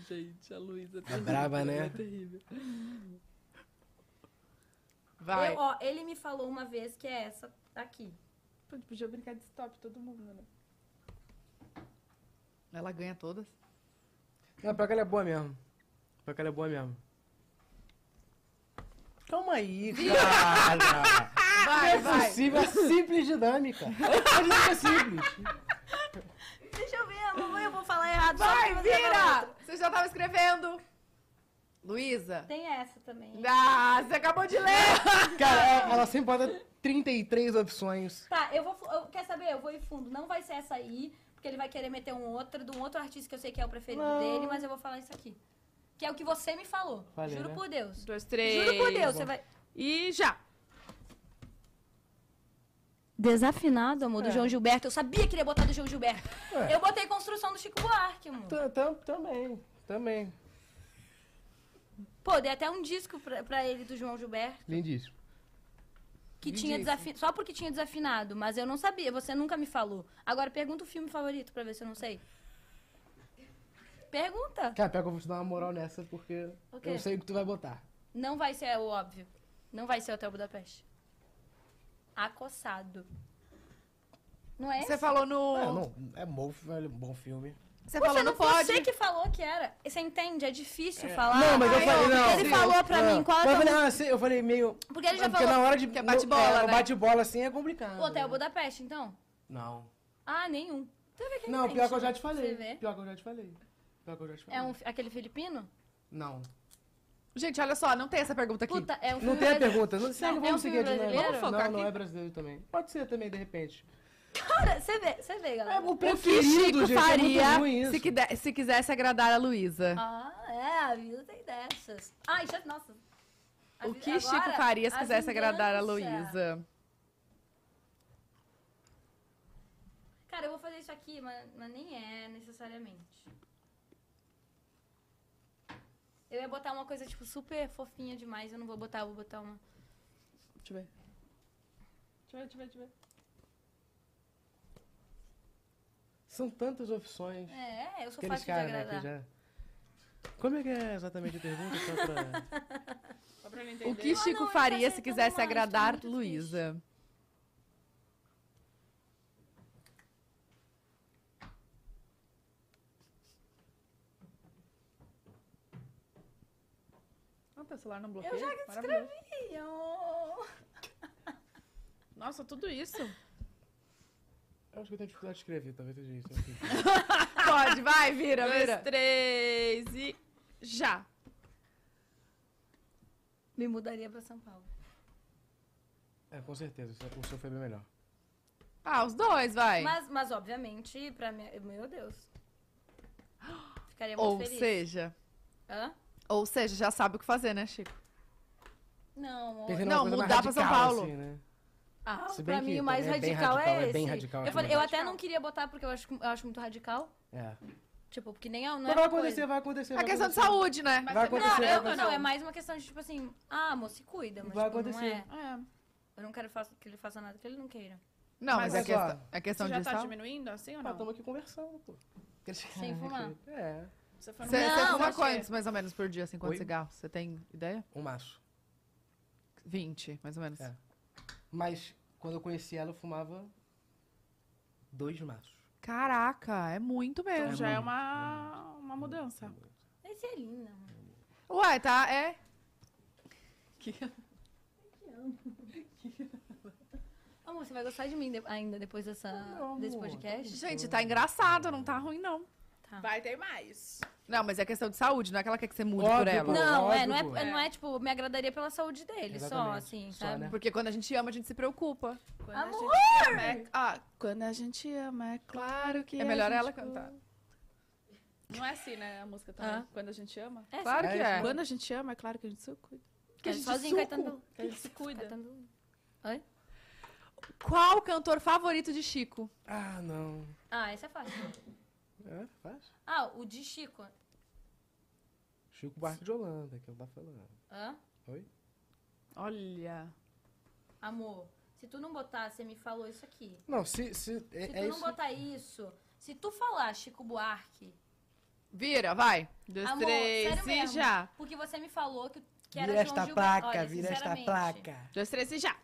B: gente, a Luísa
C: É braba, né?
B: terrível.
E: Vai.
D: Eu, ó, ele me falou uma vez que é essa aqui.
B: Podia brincar de stop todo mundo, né?
E: Ela ganha todas.
C: Não, pior que ela é boa mesmo. Pior que ela é boa mesmo. Calma aí, cara.
D: Ah,
E: Vai,
C: Não é
E: vai.
C: possível, é simples dinâmica. A dinâmica é simples.
D: Deixa eu ver, mamãe, eu vou falar errado. só
E: Vai,
D: porque você falou outra.
E: vira! Você já tava escrevendo. Luísa.
D: Tem essa também.
E: Ah, você acabou de ler.
C: Cara, ela, ela sempre bota 33 opções.
D: Tá, eu vou. fu- eu- quer saber? Eu vou ir fundo. Não vai ser essa aí, porque ele vai querer meter um outro, de um outro artista que eu sei que é o preferido dele, mas eu vou falar isso aqui. Que é o que você me falou.
C: Falei,
D: Juro
C: né?
D: por
E: Um,
D: Deus.
B: Dois, três.
D: Juro por Deus, você vai.
B: E já.
D: Desafinado, amor, do João Gilberto. Eu sabia que ele ia botar do João Gilberto.
C: Ué.
D: Eu botei construção do Chico Buarque, amor.
C: Tam- tam- Também, também.
D: Pô, dei até um disco pra, pra ele do João Gilberto,
C: Lindíssimo.
D: que tinha desafinado. Só porque tinha desafinado, mas eu não sabia, você nunca me falou. Agora pergunta o filme favorito pra ver se eu não sei. Pergunta.
C: Cara, pior que eu vou te dar uma moral nessa, porque
D: O quê?
C: eu sei o que tu vai botar.
D: Não vai ser é o óbvio. Não vai ser Hotel Budapeste. Acossado. Não é
E: Você
D: esse?
E: falou no.
C: É, não, é bom, é bom filme.
E: Você
D: Você
E: falou
D: não é
E: no pode.
D: Você que falou que era. Você entende? É difícil falar.
C: não, mas é eu
D: Ai,
C: falei,
D: porque
C: não.
D: Ele falou pra
C: Ah,
D: mim qual
C: mas
D: é
C: eu
D: o
C: falei, ah, sei, eu falei meio.
D: Porque ele já
C: porque
D: falou.
C: na hora de.
E: que é bate-bola,
C: é,
E: né?
C: Bate-bola assim é complicado.
D: Hotel
C: né?
D: Budapeste, então?
C: Não.
D: Ah, nenhum.
C: Não, pior que eu já te
D: Você
C: falei.
D: vê?
C: Pior que eu já te falei. Pior que eu já te falei.
D: É um, fi- aquele filipino?
C: Não.
A: Gente, olha só, não tem essa pergunta aqui.
D: Puta, é um
C: Não
D: filme
C: tem a
D: brasile-
C: pergunta. Não, segue,
D: é um
C: vamos seguir
D: filme
C: adiante.
D: brasileiro?
C: Não,
A: Vamos focar
C: não,
A: aqui.
C: é brasileiro também. Pode ser também, de repente.
D: Cara, você vê, você vê,
C: É
D: galera.
C: o
A: O que
C: preferido,
A: Chico
C: gente. é muito ruim
A: faria
C: isso.
A: se, quide- se quisesse agradar a Luísa?
D: Ah, é, a vida tem dessas. Ai, já, nossa. A
A: o
D: vi-
A: que
D: agora,
A: Chico faria se
D: a
A: quisesse agradar a
D: vingança.
A: Luísa?
D: Cara, eu vou fazer isso aqui, mas, mas nem é necessariamente. Eu ia botar uma coisa, tipo, super fofinha demais. Eu não vou botar, eu vou botar uma...
B: Deixa eu ver. Deixa eu ver, deixa eu ver, deixa eu ver.
C: São tantas opções.
D: É, eu sou
C: Aqueles
D: fácil de
C: caras, né, que
D: agradar.
C: já... Como é que é exatamente a pergunta? Só pra... [laughs]
B: Só pra eu entender.
A: O que
D: não,
A: Chico
D: eu
A: faria
D: faço
A: se
D: tão
A: quisesse
D: mais, tô
A: agradar
D: Tá muito
A: Luísa?
B: Ah, teu celular não bloqueia? Eu já
D: Ih, eu-
B: Nossa, tudo isso.
C: Eu acho que eu tenho dificuldade de escrever, talvez seja isso.
A: Pode, vai, vira,
B: Dois,
A: vira.
B: três e... Já.
D: Me mudaria pra São Paulo.
C: É, com certeza. O seu foi bem melhor.
A: Ah, os dois,
C: É.
A: vai.
D: Mas, mas, obviamente, pra mim... Meu Deus. Ficaria é muito
A: Ou
D: feliz.
A: seja,
D: Hã?
A: ou seja, já sabe o que fazer, né, Chico?
D: Não, ou-
C: Pensei
A: Não,
C: numa coisa mais
A: mudar pra São
C: radical,
A: Paulo.
C: assim, né?
D: Ah,
C: um- Se bem
D: pra
C: que
D: mim o mais
C: também é bem
D: radical,
C: radical,
D: é
C: é
D: esse.
C: bem radical
D: eu, falei-
C: também.
D: eu até não queria botar porque eu acho, eu acho muito radical.
C: É. assim.
D: Tipo, porque nem é, não é
C: Mas vai
D: uma coisa.
C: acontecer, vai acontecer.
A: A
C: vai
A: questão de
C: acontecer.
A: saúde, né?
B: Mas
C: Vai
B: é
D: Não,
C: acontecer,
B: verdade,
D: eu-
C: vai
D: eu não, é mais uma questão de tipo assim, ah, amor, se cuida, mas
C: Vai
D: tipo, não
C: acontecer.
D: é.
B: É.
D: Eu não quero faça- que ele faça nada que ele não queira.
A: Não,
B: Mas
A: mas, é
C: olha só,
A: questão, é questão
B: Você já
A: de
B: tá
A: saúde.
B: diminuindo assim ou
C: Ah,
B: não?
C: tamo aqui conversando, pô. Aqueles
D: Sem
C: caras
D: fumar.
C: que- É.
B: Você foi no
A: Você
D: Não,
A: você fuma
B: mas-
A: quantos, mais ou menos, por dia, assim, quantos
C: Oi?
A: cigarros? Você tem ideia?
C: Um macho.
A: 20, mais ou menos.
C: É. Mas quando eu conheci ela, eu fumava dois machos.
A: Caraca, é muito
B: Então
A: mesmo.
B: já é uma, uma mudança.
D: Esse é lindo, amor.
B: um
A: Ué, tá, é.
D: Amor, você vai gostar de mim de- ainda depois dessa,
C: Não,
D: desse
C: amor.
D: podcast?
A: Gente, tá engraçado, não tá ruim, não.
B: Ah. Vai ter mais.
A: Não, mas é questão de saúde, não é aquela que você mude por
C: Óbvio,
A: ela.
C: pô.
D: Não, é,
C: Óbvio,
D: não é,
C: pô.
D: não é tipo, me agradaria pela saúde dele, só
C: Exatamente.
D: assim,
C: Só,
D: sabe?
C: né?
A: Porque quando a gente ama, a gente se preocupa.
B: Quando
D: Amor!
B: A gente ama, é... Ah, quando a gente ama, é claro que
A: É melhor
B: a gente
A: ela
B: gosta.
A: cantar.
B: Não é assim, né, a música também.
D: Ah.
B: Quando a gente ama.
D: É,
A: Claro que é.
B: Quando a gente ama, é claro que a gente se cuida.
D: Que a gente sozinho, Caetano,
B: Que a gente se cuida.
D: Caetano.
A: Qual o cantor favorito de Chico?
C: Ah, não.
D: Ah, essa é fácil.
C: É, faz.
D: Ah, o de Chico.
C: Chico Barco de Holanda, que eu tava falando.
D: Hã?
C: Oi?
A: Olha.
D: Amor, se tu não botar, você me falou isso aqui.
C: Não, se. se é,
D: Se tu
C: é
D: não
C: isso.
D: botar isso, se tu falar Chico Buarque,
A: Vira, vai. Dois,
D: Amor,
A: três
D: sério
A: e
D: mesmo.
A: já.
D: porque você me falou que, que era
C: Vira
D: João
C: esta
D: Gilberto.
C: placa,
D: Olha,
C: vira esta
D: sinceramente,
C: placa.
B: Dois, três e já.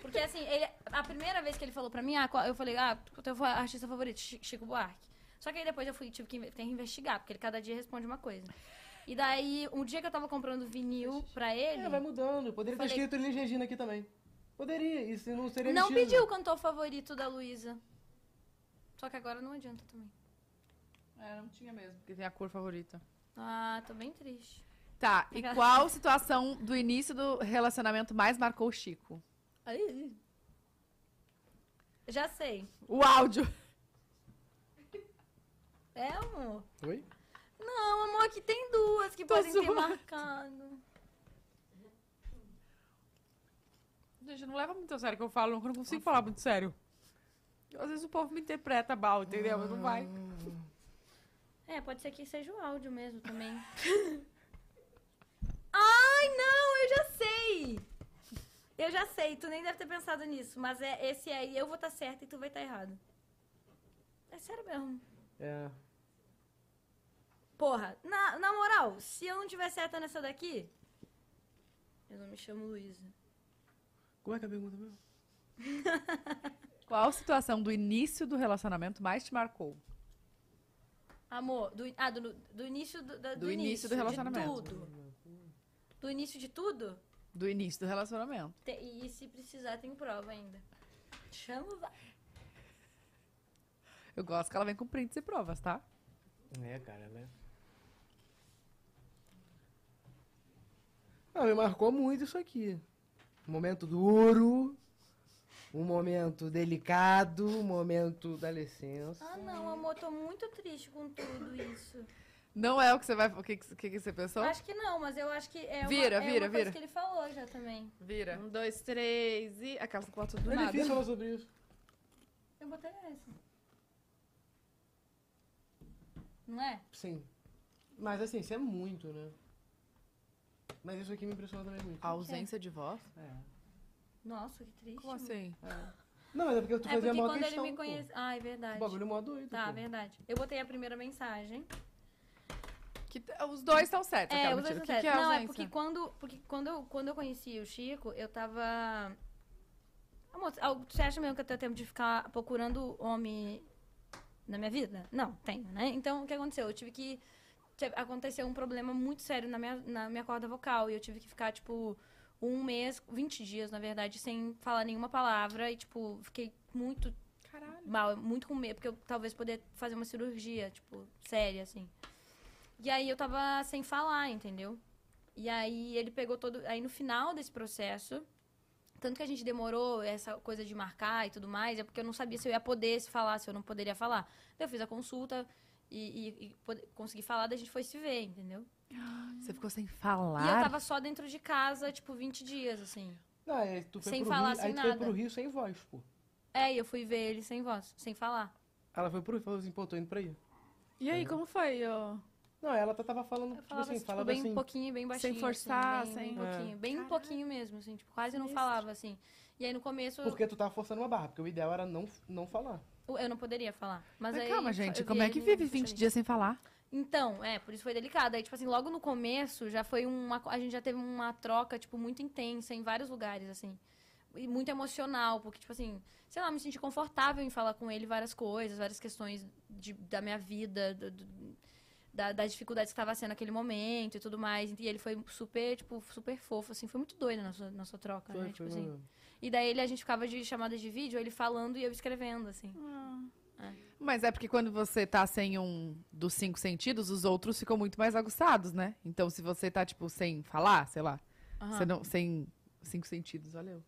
D: Porque assim, ele, a primeira vez que ele falou pra mim, ah, qual- eu falei, ah, qual teu fa- artista favorito, Chi- Chico Buarque. Só que aí depois eu fui, tive que, inve- tem que investigar, porque ele cada dia responde uma coisa. E daí, um dia que eu tava comprando vinil pra ele,
C: É, vai mudando. Poderia ter
D: Falei-
C: escrito Elis Regina aqui também. Poderia, isso não seria
D: não
C: mentira.
D: pediu o cantor favorito da Luísa. Só que agora não adianta também.
B: É, não tinha mesmo.
A: Porque tem a cor favorita.
D: Ah, tô bem triste.
A: Tá, e
D: Obrigada.
A: qual situação do início do relacionamento mais marcou o Chico?
D: Já sei.
A: O áudio.
D: É, amor?
C: Oi?
D: Não, amor, que tem duas que podem ter
A: zoando.
D: marcado.
A: Gente, não leva muito a sério que eu falo, eu não consigo falar muito sério. Às vezes o povo me interpreta mal, entendeu? Mas não vai.
D: É, pode ser que seja o áudio mesmo também. [laughs] Ai, não, eu já sei! Eu já sei, tu nem deve ter pensado nisso, mas é esse aí, eu vou estar certa e tu vai estar errado. É sério mesmo.
C: É.
D: Porra, na, na moral, se eu não tiver certa nessa daqui, eu não me chamo Luísa.
C: Como é que é a pergunta mesmo?
A: Qual situação do início do relacionamento mais te marcou?
D: Amor, do, ah, do, do início do, da-
A: Do início do relacionamento.
D: De tudo. Do início de tudo?
A: Do início do relacionamento.
D: Te- E se precisar, tem prova ainda. Chama vai.
A: Eu gosto que ela vem com prints e provas, tá?
C: É, cara, ela é. Ah, me marcou muito isso aqui. Um momento duro, um momento delicado, um momento da licença.
D: Ah, não, amor, tô muito triste com tudo isso.
A: Não é o que você vai. O que, que, que você pensou?
D: Acho que não, mas eu acho que é uma,
A: Vira,
D: é
A: vira,
D: uma
A: vira.
D: coisa que ele falou já também.
A: Vira.
B: Um, dois, três e. Aquelas que botam do
C: É
B: nada.
C: difícil falar sobre isso.
D: Eu botei essa. Não é?
C: Sim. Mas assim, isso é muito, né? Mas isso aqui me impressionou também muito.
A: A ausência de voz?
C: É.
D: Nossa, que triste.
A: Como assim?
C: Não, mas é porque eu tô
D: É porque
C: fazendo a maior
D: quando
C: questão.
D: ele me
C: pô.
D: conhece. Ah, é verdade.
C: O bagulho é mó doido.
D: Tá,
C: pô.
D: verdade. Eu botei a primeira mensagem.
A: Que t- os dois estão certos.
D: É,
A: aquela
D: eu
A: mentira. O
D: botei
A: que, que é
D: Não, é
A: ausência?
D: porque quando, porque quando, eu, quando eu conheci o Chico, eu tava. Amor, al- você acha mesmo que eu tenho tempo de ficar procurando homem na minha vida? Não, tenho, né? Então, o que aconteceu? Eu tive que. te- Aconteceu um problema muito sério na minha, na minha corda vocal e eu tive que ficar, tipo, um mês, 20 dias, na verdade, sem falar nenhuma palavra e, tipo, fiquei muito
B: Caralho.
D: mal, é muito com medo, porque eu talvez poder fazer uma cirurgia, tipo, séria, assim. E aí eu tava sem falar, entendeu? E aí ele pegou todo. Aí no final desse processo, tanto que a gente demorou essa coisa de marcar e tudo mais, é porque eu não sabia se eu ia poder se falar, se eu não poderia falar. Daí eu fiz a consulta e, e- e pod- consegui falar, daí a gente foi se ver, entendeu?
A: Você ficou sem
D: E eu
A: falar.
D: tava só dentro de casa, tipo, 20 dias, assim.
C: Não, aí tu foi
D: Sem
C: pro
D: falar,
C: Rio,
D: sem
C: aí tu foi
D: nada.
C: pro Rio sem voz, pô.
D: É, e eu fui ver ele sem voz, sem falar.
C: Ela foi pro Rio e falou assim, pô, tô indo pra aí.
B: E
D: É.
B: aí, como foi? ô?
C: Não, ela tá- tava falando,
D: Eu
C: tipo
D: falava,
C: assim,
D: tipo,
C: falava
D: bem
C: assim.
D: pouquinho, bem baixinho. assim,
B: forçar, sem-
D: bem, Bem pouquinho, bem
B: Caralho.
D: pouquinho mesmo, assim, tipo, quase não
B: Sinistro.
D: falava, assim. E aí no começo eu-
C: Porque tu tava forçando uma barra, porque o ideal era não, não falar.
D: eu não poderia falar. Mas,
A: Mas
D: aí,
A: calma,
D: eu
A: gente.
D: vi
A: Como é
D: ele
A: que
D: no
A: vive 20
D: fechamento.
A: dias sem falar?
D: Então, é, por isso foi delicado. Aí, tipo assim, logo no começo já foi uma. co- A gente já teve uma troca, tipo, muito intensa em vários lugares, assim. E muito emocional, porque, tipo assim, sei lá, me senti confortável em falar com ele várias coisas, várias questões de- da minha vida, do- do- da, das dificuldades que estava sendo naquele momento e tudo mais. E ele foi super, tipo, super fofo, assim, foi muito doido a nossa, nossa troca, né?
C: Foi,
D: Tipo
C: foi
D: assim.
C: maneiro.
D: E daí ele, a gente ficava de chamadas de vídeo, ele falando e eu escrevendo, assim.
A: Mas é porque quando você tá sem um dos cinco sentidos, os outros ficam muito mais aguçados, né? Então, se você tá, tipo, sem falar, sei lá,
D: Aham.
A: você não, sem cinco sentidos, olha eu.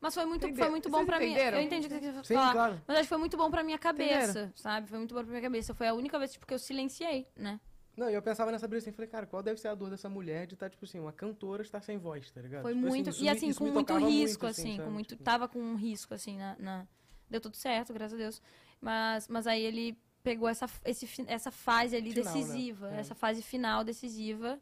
D: Mas foi muito, foi
A: Entende-
D: muito bom
A: vocês
D: pra mim.
A: entenderam?
D: Eu entendi o que você quis
C: Sim,
D: falar.
C: claro.
D: Mas acho que foi muito bom pra minha cabeça, sabe? Foi muito bom pra minha cabeça. Foi a única vez tipo, que eu silenciei,
C: É,
D: né?
C: Não, e eu pensava nessa brisa assim, falei, cara, qual deve ser a dor dessa mulher de estar, tipo assim, uma cantora estar sem voz, tá ligado?
D: Foi
C: Tipo
D: muito.
C: isso
D: e
C: me-
D: assim,
C: isso
D: com
C: me
D: muito
C: tocava
D: risco, assim.
C: sabe?
D: com muito,
C: Tipo,
D: Tava com um risco, assim, na, na- Deu tudo certo, graças a Deus. Mas, mas aí ele pegou essa, esse, fi- essa fase ali
C: Final, né?
D: decisiva.
C: É.
D: Essa fase final decisiva.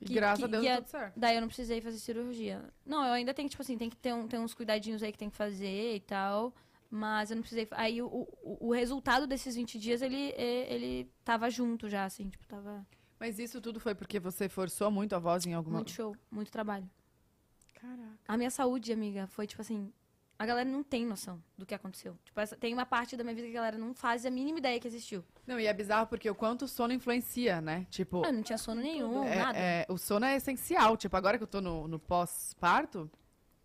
A: E
D: Que-
A: graças
D: que-
A: a Deus
D: que
A: deu
D: é-
A: tudo certo.
D: Daí eu não precisei fazer cirurgia. Não, eu ainda tenho, tipo assim, tem que ter, um, tem uns cuidadinhos aí que tem que fazer e tal. Mas eu não precisei. Aí o, o, o resultado desses 20 dias, ele, é- ele tava junto já, assim, tipo, tava
A: Mas isso tudo foi porque você forçou muito a voz em alguma...
D: muito show, muito trabalho.
B: Caraca.
D: A minha saúde, amiga, foi tipo assim. A galera não tem noção do que aconteceu. Tipo, essa- tem uma parte da minha vida que a galera não faz a mínima ideia que existiu.
A: Não, e é bizarro porque o quanto o sono influencia, né? Tipo,
D: Eu Ah, não tinha sono nenhum,
A: é-
D: nada.
A: é, o sono é essencial. Tipo, agora que eu tô no, no pós-parto,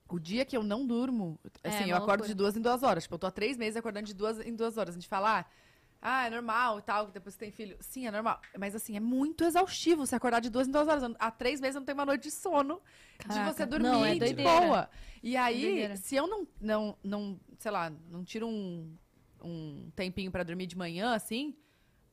A: o dia que eu não durmo,
D: É,
A: assim,
D: uma
A: eu acordo
D: loucura.
A: de duas em duas horas. Tipo, eu tô há três meses acordando de duas em duas horas. A gente fala, ah, ah, é normal e tal, que depois você tem filho. Sim, é normal. Mas assim, é muito exaustivo você acordar de duas em duas horas. Eu- Há três meses eu não tenho uma noite de sono de
D: Caraca.
A: você dormir
D: Não, é
A: de
D: doideira. É
A: boa. E aí,
D: doideira.
A: se eu não, não, não, sei lá, não tiro um, um tempinho pra dormir de manhã, assim,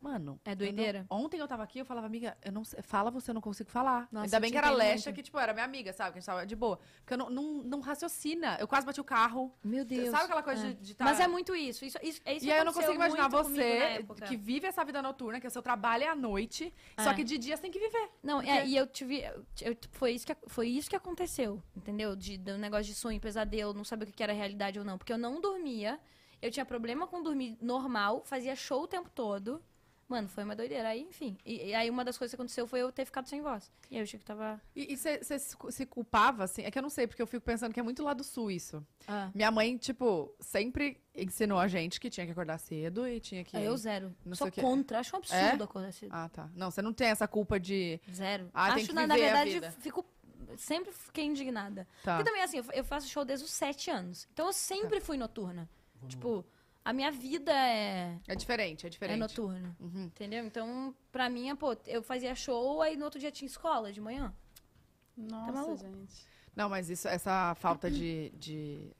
A: mano. eu
D: É
A: não-
D: doideira.
A: ontem eu tava aqui, eu falava, amiga, eu não sei, fala você, eu não consigo falar.
D: Nossa,
A: Ainda
D: eu
A: bem
D: te
A: que era
D: entendo
A: Lecha,
D: muito.
A: que, tipo, era minha amiga, sabe? Que a gente tava de boa. Porque eu não, não, não raciocina. Eu quase bati o carro.
D: Meu Deus.
A: Sabe aquela coisa
D: É.
A: de estar.
D: Mas é muito isso. isso, isso é isso
A: E
D: que
A: aí eu não
D: aconteceu
A: consigo imaginar
D: muito comigo na
A: você
D: época.
A: que vive essa vida noturna, que o seu trabalho é à noite,
D: É.
A: só que de dia você tem que viver.
D: Não, é,
A: Porque-
D: e eu tive. eu- eu- foi, isso que, ac- foi isso que aconteceu, entendeu? De, do negócio de sonho, pesadelo, não saber o que que era realidade ou não. Porque eu não dormia, eu tinha problema com dormir normal, fazia show o tempo todo. Mano, foi uma doideira. Aí, enfim. E, e aí uma das coisas que aconteceu foi eu ter ficado sem voz. E aí o Chico tava.
A: E você se, cu- se culpava, assim? É que eu não sei, porque eu fico pensando que é muito lá do sul isso.
D: Ah,
A: Minha mãe, tipo, sempre ensinou a gente que tinha que acordar cedo e tinha que.
D: É, Eu zero.
A: não sei
D: Sou
A: o quê.
D: contra, acho um absurdo
A: É?
D: acordar cedo.
A: Ah, tá. Não, você não tem essa culpa de.
D: Zero.
A: Ah, tem
D: acho,
A: que
D: na, na
A: viver a
D: verdade,
A: vida.
D: fico. sempre fiquei indignada.
A: Tá.
D: Porque também, assim, eu fa- eu faço show desde os sete anos. Então eu sempre fui noturna. Tipo, a minha vida é,
A: É diferente, é
D: é
A: diferente.
D: noturna. Entendeu? Então, pra mim, é, pô, eu fazia show, aí no outro dia tinha escola de manhã.
B: Nossa, Tá
D: maluco?
B: gente.
A: Não, mas isso, essa falta de. de...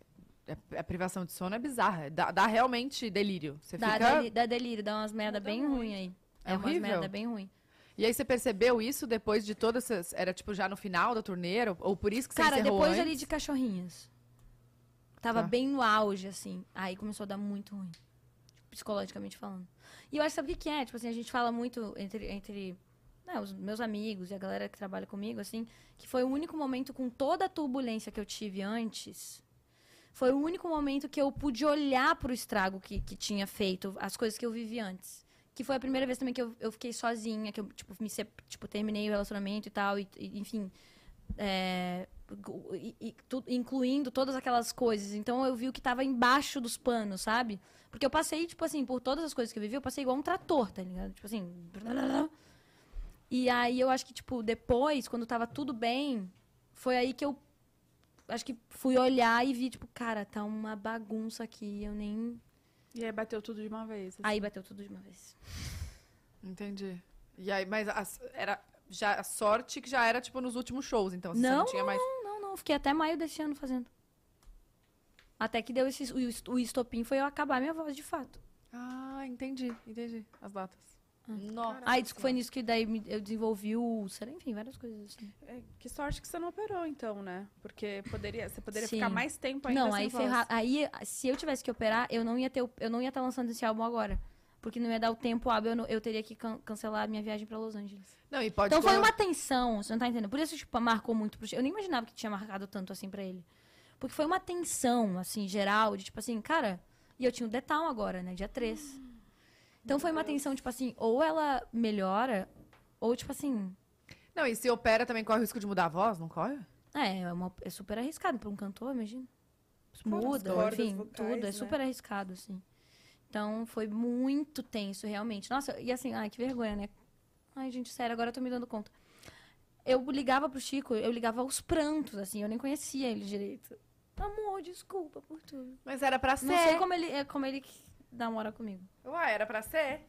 A: a- A privação de sono é bizarra. Dá, dá realmente delírio. Você
D: Dá,
A: fica.
D: deli- dá delírio, dá umas merda bem ruim aí.
A: É
D: É umas
A: horrível.
D: merda bem ruim.
A: E aí você percebeu isso depois de todas essas. Era tipo já no final da turnê? Ou, ou por isso que você
D: Cara,
A: encerrou
D: depois
A: antes?
D: ali de cachorrinhas. Tava
A: Tá.
D: bem no auge, assim. Aí começou a dar muito ruim. tipo, Psicologicamente falando. E eu acho que sabe o que que é? Tipo assim, a gente fala muito entre, entre né, os meus amigos e a galera que trabalha comigo, assim, que foi o único momento com toda a turbulência que eu tive antes. Foi o único momento que eu pude olhar pro estrago que, que tinha feito, as coisas que eu vivi antes. Que foi a primeira vez também que eu, eu fiquei sozinha, que eu, tipo, me, sep- tipo, terminei o relacionamento e tal, e- e enfim é, gu- e- e tu- incluindo todas aquelas coisas. Então eu vi o que tava embaixo dos panos, sabe? Porque eu passei, tipo assim, por todas as coisas que eu vivi, eu passei igual um trator, tá ligado? Tipo assim. brrrr. E aí eu acho que, tipo, depois, quando tava tudo bem, foi aí que eu acho que fui olhar e vi, tipo, cara, tá uma bagunça aqui, eu nem.
B: E aí bateu tudo de uma vez. assim.
D: Aí bateu tudo de uma vez.
A: Entendi. E aí, mas as- era já a sorte que já era tipo nos últimos shows, então assim, você não
D: Não,
A: tinha mais.
D: Não, não, fiquei até maio desse ano fazendo. Até que deu esse, o est- o estopim foi eu acabar minha voz de fato.
A: Ah, entendi, entendi as datas.
B: Ah.
D: Nossa. Ai, desculpa, foi nisso que daí me- eu desenvolvi o. Será, enfim, várias coisas assim.
B: É, que sorte que você não operou, então, né? Porque poderia, você poderia
D: Sim.
B: ficar mais tempo ainda
D: Não,
B: sem
D: aí
B: voz.
D: ferra... Aí, se eu tivesse que operar, eu não ia ter, o- eu não ia estar lançando esse álbum agora. Porque não ia dar o tempo hábil, eu, não- eu teria que can- cancelar a minha viagem pra Los Angeles.
A: Não, e pode
D: então foi
A: colo-
D: uma tensão, você não tá entendendo? Por isso, tipo, marcou muito pro Chico. Eu nem imaginava que tinha marcado tanto assim pra ele. Porque foi uma tensão, assim, geral, de tipo assim, cara. E eu tinha o Detal agora, né? Dia 3. Então foi uma tensão, tipo assim, ou ela melhora, ou tipo assim.
A: Não, e se opera também corre o risco de mudar a voz, não corre?
D: É, é, uma- é super arriscado pra um cantor, imagina. Muda,
G: cordas
D: enfim,
G: vocais,
D: tudo. É
G: né?
D: super arriscado, assim. Então, foi muito tenso, realmente. Nossa, e assim, ai, que vergonha, né? Ai, gente, sério, agora eu tô me dando conta. Eu ligava pro Chico, eu ligava aos prantos, assim, eu nem conhecia ele direito. Amor, desculpa por tudo.
A: Mas era pra
D: Não sei como ele, é, como ele que namora comigo.
A: Ué, "Ah, era pra ser.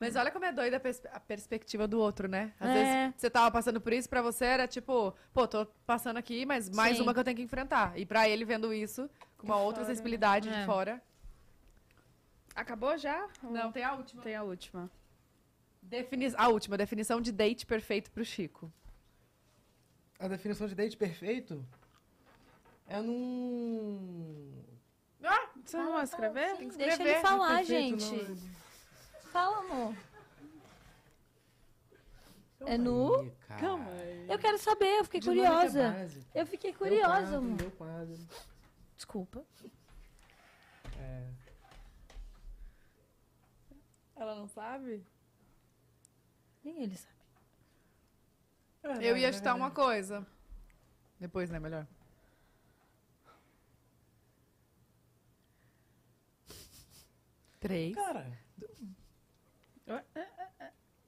A: Mas olha como é doida a, pers- a perspectiva do outro, né? Às
D: Uhum. É.
A: vezes você tava passando por isso, pra você era tipo, pô, tô passando aqui, mas mais
D: Sim.
A: uma que eu tenho que enfrentar. E pra ele vendo isso, com uma outra
B: fora, né?
A: sensibilidade
D: É. Uhum.
A: de fora.
B: Acabou já?
A: Não, tem a última.
B: Tem a última.
A: Defini a última, definição de date perfeito pro Chico.
C: A definição de date perfeito é num.
B: Você não vai escrever?
D: Ah, Sim, deixa ele falar,
C: Perfeito,
D: gente.
C: não, né?
D: Fala, amor.
C: Calma
D: É nu?
C: aí, cara.
B: Calma aí.
D: Eu quero saber, eu fiquei
C: Dinâmica
D: curiosa.
C: básica.
D: Eu fiquei
C: Meu
D: curiosa,
C: quadro,
D: amor.
C: meu quadro.
D: Desculpa.
C: É.
B: Ela não sabe?
D: Nem ele sabe. É
A: Eu
C: É,
A: ia chutar uma coisa. Depois, né? Melhor. Três.
C: Cara.
B: Ué?
D: É,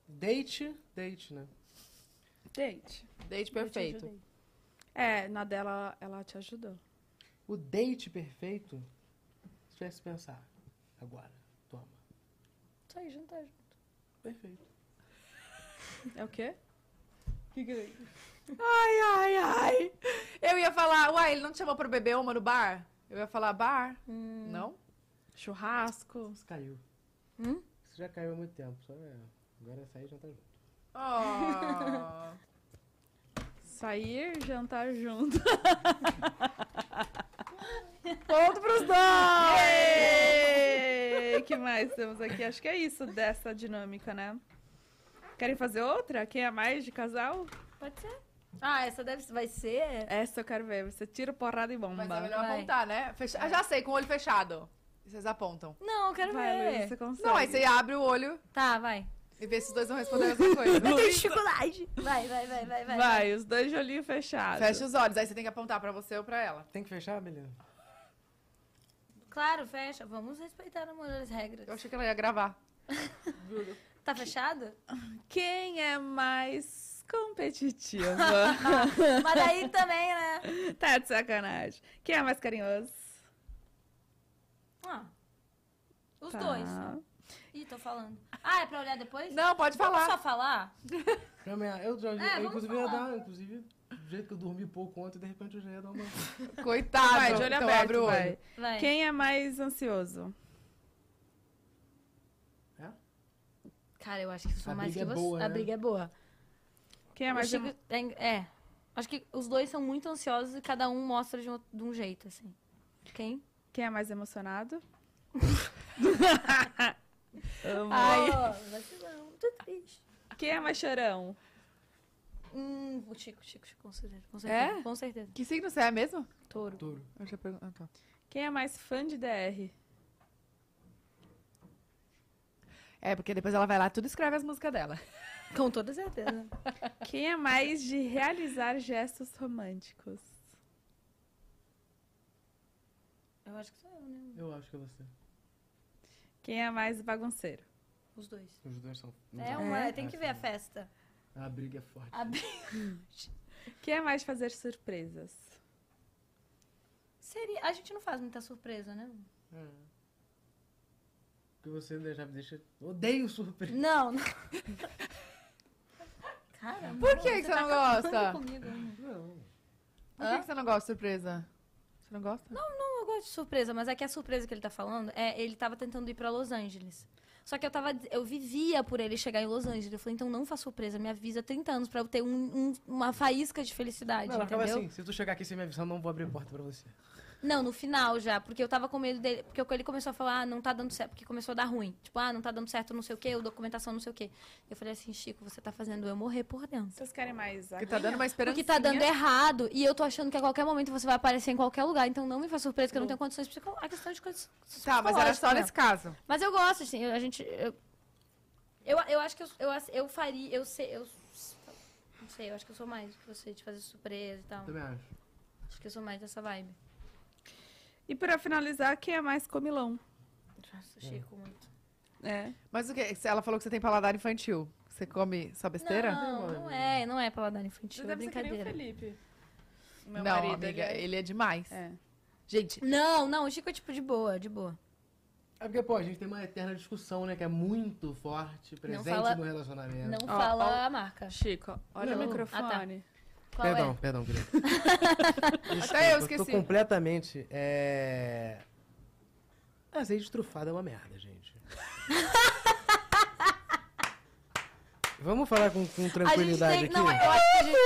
C: Date, date, né?
B: Date.
A: Date
B: Eu te
A: perfeito.
B: ajudei. É, na dela, ela te ajudou.
C: O date perfeito, se tivesse que pensar, agora, toma.
D: Só aí, jantar.
C: Perfeito.
B: É o quê?
A: Ai, ai, ai. Eu ia falar, uai, ele não te chamou pra beber uma no bar? Eu ia falar bar. Não?
B: Churrasco.
C: Isso caiu.
D: Hum?
C: Isso já caiu há muito tempo. Só é, agora é sair e jantar junto.
A: Oh.
B: Sair, jantar junto. [laughs]
A: Ponto pros dois!
B: Ei, que mais temos aqui? Acho que é isso dessa dinâmica, né? Querem fazer outra? Quem é mais de casal?
D: Pode ser. Ah, essa deve vai ser.
B: Essa eu quero ver. Você tira porrada e bomba.
A: [laughs] Mas é melhor
D: Vai.
A: apontar, né? Fecha... Ah, já sei, com o olho fechado. Vocês apontam.
D: Não, eu quero
B: Vai,
D: ver.
B: Luiz, você consegue.
A: Não, aí você abre o olho
D: Tá, vai.
A: e vê se os dois vão responder a mesma coisa.
D: Eu tenho dificuldade. Vai, vai, vai, vai, vai.
B: Vai, os dois de olhinho fechado.
A: Fecha os olhos, aí você tem que apontar pra você ou pra ela.
C: Tem que fechar, beleza?
D: Claro, fecha. Vamos respeitar amor, as regras.
A: Eu achei que ela ia gravar.
D: [laughs] Tá fechado?
B: Quem é mais [laughs] competitiva.
D: Mas daí também, né?
B: tá de sacanagem. Quem é mais carinhoso?
D: Ah, os
B: Tá.
D: dois. Ih, tô falando. Ah, é pra olhar depois?
E: Não, pode
D: Vamos
E: falar.
D: Só falar?
C: Não, mas Eu já,
D: É,
C: eu,
D: vamos
C: inclusive, ia
D: falar.
C: dar, inclusive, do jeito que eu dormi pouco ontem, de repente eu já ia dar uma.
E: Coitado.
B: Vai, de olho
E: então
B: aberto,
E: abre o olho.
B: vai.
D: Vai.
B: Quem é mais ansioso?
D: Cara, eu acho que eu sou
C: A
D: mais
C: briga
D: que
C: é
D: você.
C: boa,
D: a
C: né?
D: briga é boa.
B: Quem é mais...
D: O Chico tem- É. Acho que os dois são muito ansiosos e cada um mostra de um, de um jeito, assim. Quem?
B: Quem é mais emocionado?
D: Ai.
F: vacilão, tô triste.
B: Quem é mais chorão?
D: Hum, o Chico, Chico, Chico, com certeza. Com certeza.
E: É?
D: Com certeza.
E: Que signo você é mesmo?
D: Touro.
C: Touro.
E: Eu já pergunto. ah, tá.
B: Quem é mais fã de DR?
E: É, porque depois ela vai lá, tudo escreve as músicas dela.
D: Com toda certeza.
B: Quem é mais de realizar gestos românticos?
D: [laughs] eu acho que sou eu, né?
C: Eu acho que é você.
B: Quem é mais bagunceiro?
D: Os dois.
C: Os dois são. não
D: É
C: são-
D: uma,
C: É.
D: tem que ver a festa.
C: A briga é forte.
D: A briga-
B: Quem é mais de fazer surpresas?
D: [laughs] Seria... A gente não faz muita surpresa, né?
C: É. Porque você ainda já me deixa. Odeio surpresa.
D: Não, [laughs] não. Caramba.
E: Por que, que você
D: tá
E: não
D: acabando
E: gosta?
D: Comigo.
C: Não.
E: Por que, que você não gosta de surpresa? Você não gosta? Não.
D: Eu gosto de surpresa, mas é que a surpresa que ele tá falando é ele tava tentando ir pra Los Angeles. Só que eu tava. Eu vivia por ele chegar em Los Angeles. Eu falei, então não faz surpresa, me avisa há 30 anos pra eu ter um- um- uma faísca de felicidade,
C: Não, ela acaba
D: entendeu?
C: assim. Se tu chegar aqui sem me avisar, eu não vou abrir porta pra você.
D: Não, no final já, porque eu tava com medo dele. Porque ele começou a falar, ah, não tá dando certo, porque começou a dar ruim. Tipo, ah, não tá dando certo, não sei o quê, ou documentação, não sei o quê. Eu falei assim, Chico, você tá fazendo eu morrer por dentro.
B: Vocês querem mais
E: Porque tá dando uma esperança.
D: Porque tá dando errado e eu tô achando que a qualquer momento você vai aparecer em qualquer lugar. Então não me faz surpresa, que eu não tenho condições psicológicas. A questão de coisas.
E: Tá, mas era só
D: psicológicas, né?
E: nesse caso.
D: Mas eu gosto, assim, eu- a gente. Eu, eu, eu acho que eu, eu, ass- eu faria. Eu sei. Eu, não sei, eu acho que eu sou mais do que você de fazer surpresa e tal.
C: Também acho.
D: Acho que eu sou mais dessa vibe.
B: E pra finalizar, quem é mais comilão?
D: Nossa, Chico, muito.
B: É.
E: Mas o que? Ela falou que você tem paladar infantil. Você come só besteira?
D: Não, não é, não é paladar
B: tipo,
D: infantil, é
C: um
D: brincadeira.
B: Felipe. Meu
E: Não,
B: marido,
E: amiga,
B: ele é-
E: ele é demais.
B: É.
E: Gente,
D: Não, não, o Chico é tipo de boa, de boa.
C: É porque, pô, a gente tem uma eterna discussão, né? Que é muito forte, presente
D: fala-
C: no relacionamento.
D: Não
B: Ó,
D: fala
B: ó.
D: a marca.
B: Chico, olha
D: Não.
B: o microfone.
D: Qual
C: perdão,
D: é?
C: perdão, [laughs] querido.
E: até eu
C: Tô
E: esqueci.
C: completamente. É. Azeite trufado é uma merda, [laughs] gente. Vamos falar com, com
D: A gente
C: tranquilidade
D: tem.
C: aqui?
D: Não, eu acho que a gente-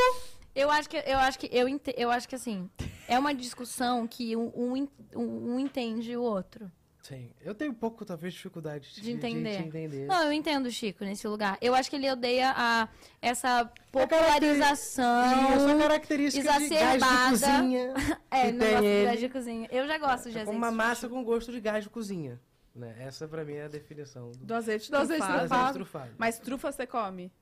D: Eu acho que eu acho que eu, ente- eu acho que assim, é uma discussão que um, um en- um- um entende o outro.
C: Sim. Eu tenho um pouco, talvez, dificuldade de,
D: De entender.
C: de entender.
D: Não, eu entendo o Chico nesse lugar. Eu acho que ele odeia a, essa
C: E essa é
D: popularização.
C: característica de
D: exacerbada.
C: gás de cozinha.
D: É,
C: que
D: não
C: tem
D: gosto de
C: ele.
D: gás de cozinha. Eu já gosto de
C: É
D: azeite.
C: como uma
D: de
C: massa com gosto de gás de cozinha. Né? Essa, pra mim, é a definição do,
B: Do azeite
E: Do azeite
B: trufado.
C: azeite trufado.
B: Mas trufa você come?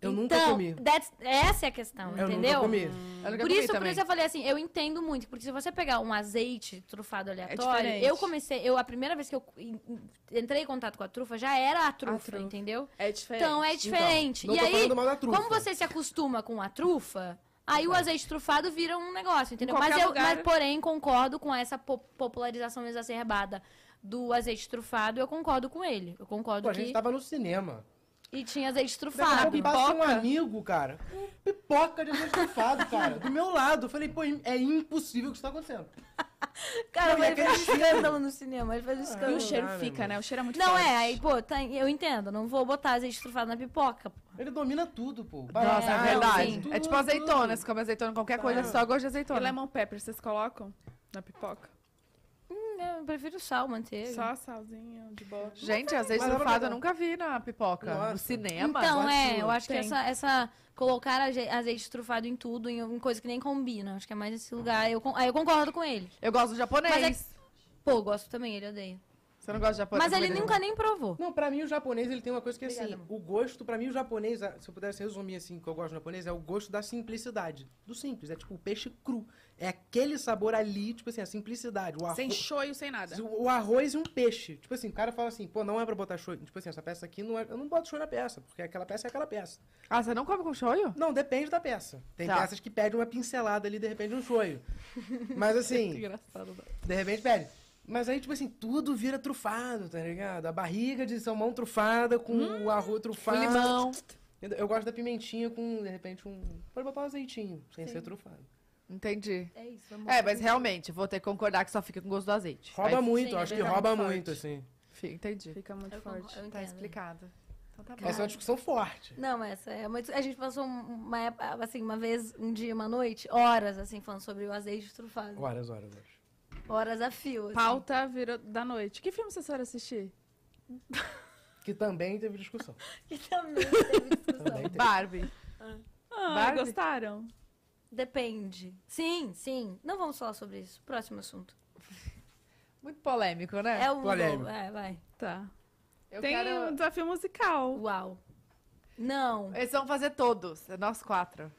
C: Eu
D: então,
C: nunca comi.
D: that's- essa é a questão,
C: Eu
D: entendeu?
C: nunca comi.
E: Eu nunca
D: Hum. Por
E: comi
D: isso, por
E: também.
D: isso eu falei assim, eu entendo muito, porque se você pegar um azeite trufado aleatório,
B: diferente.
D: eu comecei, eu a primeira vez que eu en- en- entrei em contato com a trufa já era a trufa,
B: trufa.
D: entendeu?
B: É diferente.
D: Então é diferente.
C: Não
D: e
C: tô
D: aí,
C: falando mal da trufa.
D: como você se acostuma com a trufa, aí o azeite trufado vira um negócio, entendeu?
B: qualquer
D: Mas eu,
B: lugar.
D: mas, porém, concordo com essa po- popularização exacerbada do azeite trufado, eu concordo com ele. Eu concordo
C: Pô, a gente
D: que.
C: tava no cinema.
D: E tinha azeite
C: Daqui a
D: trufado.
C: pouco passa um amigo, cara. com Pipoca de azeite trufado, [laughs] cara. Do meu lado. Eu falei, pô, é impossível o que isso tá acontecendo.
D: Cara,
C: Não, e
D: ele fez um
C: aquele cheiro?
D: escândalo no cinema, ele fez um
B: E o
D: escândalo.
B: cheiro
C: Ah, meu
B: fica,
C: Deus.
B: né? O cheiro é muito
D: Não,
B: forte.
D: é, aí, pô, tá- eu entendo, não vou botar azeite trufado na pipoca. pô.
C: Ele domina tudo, pô.
E: Nossa,
D: É,
E: é,
D: não,
E: verdade.
D: sim.
E: É tipo azeitona. Você come azeitona, qualquer coisa, é só gosto de
B: E
E: azeitona.
B: lemon é pepper, vocês colocam na pipoca?
D: Hum, Eu prefiro sal, manteiga.
B: Só salzinho, de boa.
E: Gente, azeite
C: Mas ela
E: trufado
C: vai
E: eu nunca vi na pipoca.
C: Nossa.
E: No cinema.
D: Então, é,
B: tudo.
D: eu acho que
B: Tem.
D: essa, essa- Colocar aze- azeite trufado em tudo, em alguma coisa que nem combina. Acho que é mais esse lugar. Eu, con- aí eu concordo com ele.
E: Eu gosto do japonês.
D: Mas Pô, eu gosto também, ele odeia.
A: Você não gosta de japonês?
D: é- Mas ele nunca nem provou.
C: Não, pra mim o japonês ele tem uma coisa que é assim,
H: Obrigada,
C: o gosto, pra mim o japonês, ah, se eu pudesse resumir assim, o que eu gosto do japonês é o gosto da simplicidade, do simples, é tipo o peixe cru, é aquele sabor ali, tipo assim, a simplicidade, o arroz,
B: Sem shoyu, sem nada.
C: o o arroz e um peixe. Tipo assim, o cara fala assim, pô, não é pra botar show, tipo assim, essa peça aqui não é, eu não boto show na peça, porque aquela peça é aquela peça.
A: Ah, você não come com shoyu?
C: Não, depende da peça. Tem
A: Tá.
C: peças que pedem uma pincelada ali, de repente um shoyu. Mas assim,
B: [laughs] Engraçado.
C: de repente pede. Mas aí, tipo assim, tudo vira trufado, tá ligado? A barriga de salmão trufada com o arroz trufado.
A: limão.
C: Entendeu? Eu gosto da pimentinha com, de repente, um. Pode botar um azeitinho, sem ser trufado.
A: Entendi.
H: É isso, vamos
A: É, mas realmente, vou ter que concordar que só fica com gosto do azeite.
C: Rouba
A: Aí
C: muito,
D: sim,
C: eu
D: é
C: acho que
D: verdade,
C: rouba
D: forte.
C: muito, assim.
A: fica- Entendi.
B: Fica muito
D: É, Eu
B: forte.
D: concordo, eu
A: Tá
D: entendo.
A: explicado. Então tá bom.
C: Essa é uma discussão forte.
D: Não, essa é muito. A gente passou uma época, assim, uma vez, um dia, uma noite, horas, assim, falando sobre o azeite trufado.
C: Horas, horas, horas.
D: Horas a fio. assim. [laughs]
B: Pauta virou da noite. Que filme vocês foram assistir?
C: Que também teve discussão.
H: Que também teve discussão.
C: Também teve.
A: Barbie.
B: Ah,
A: Barbie?
B: gostaram?
D: Depende. Sim, sim. Não vamos falar sobre isso. Próximo assunto.
A: Muito polêmico, né?
D: É um.
C: polêmico.
D: É, vai.
B: Tá.
A: Eu
B: Tem um
A: quero...
B: desafio musical.
D: Uau. Não.
A: Eles vão fazer todos. É nós quatro.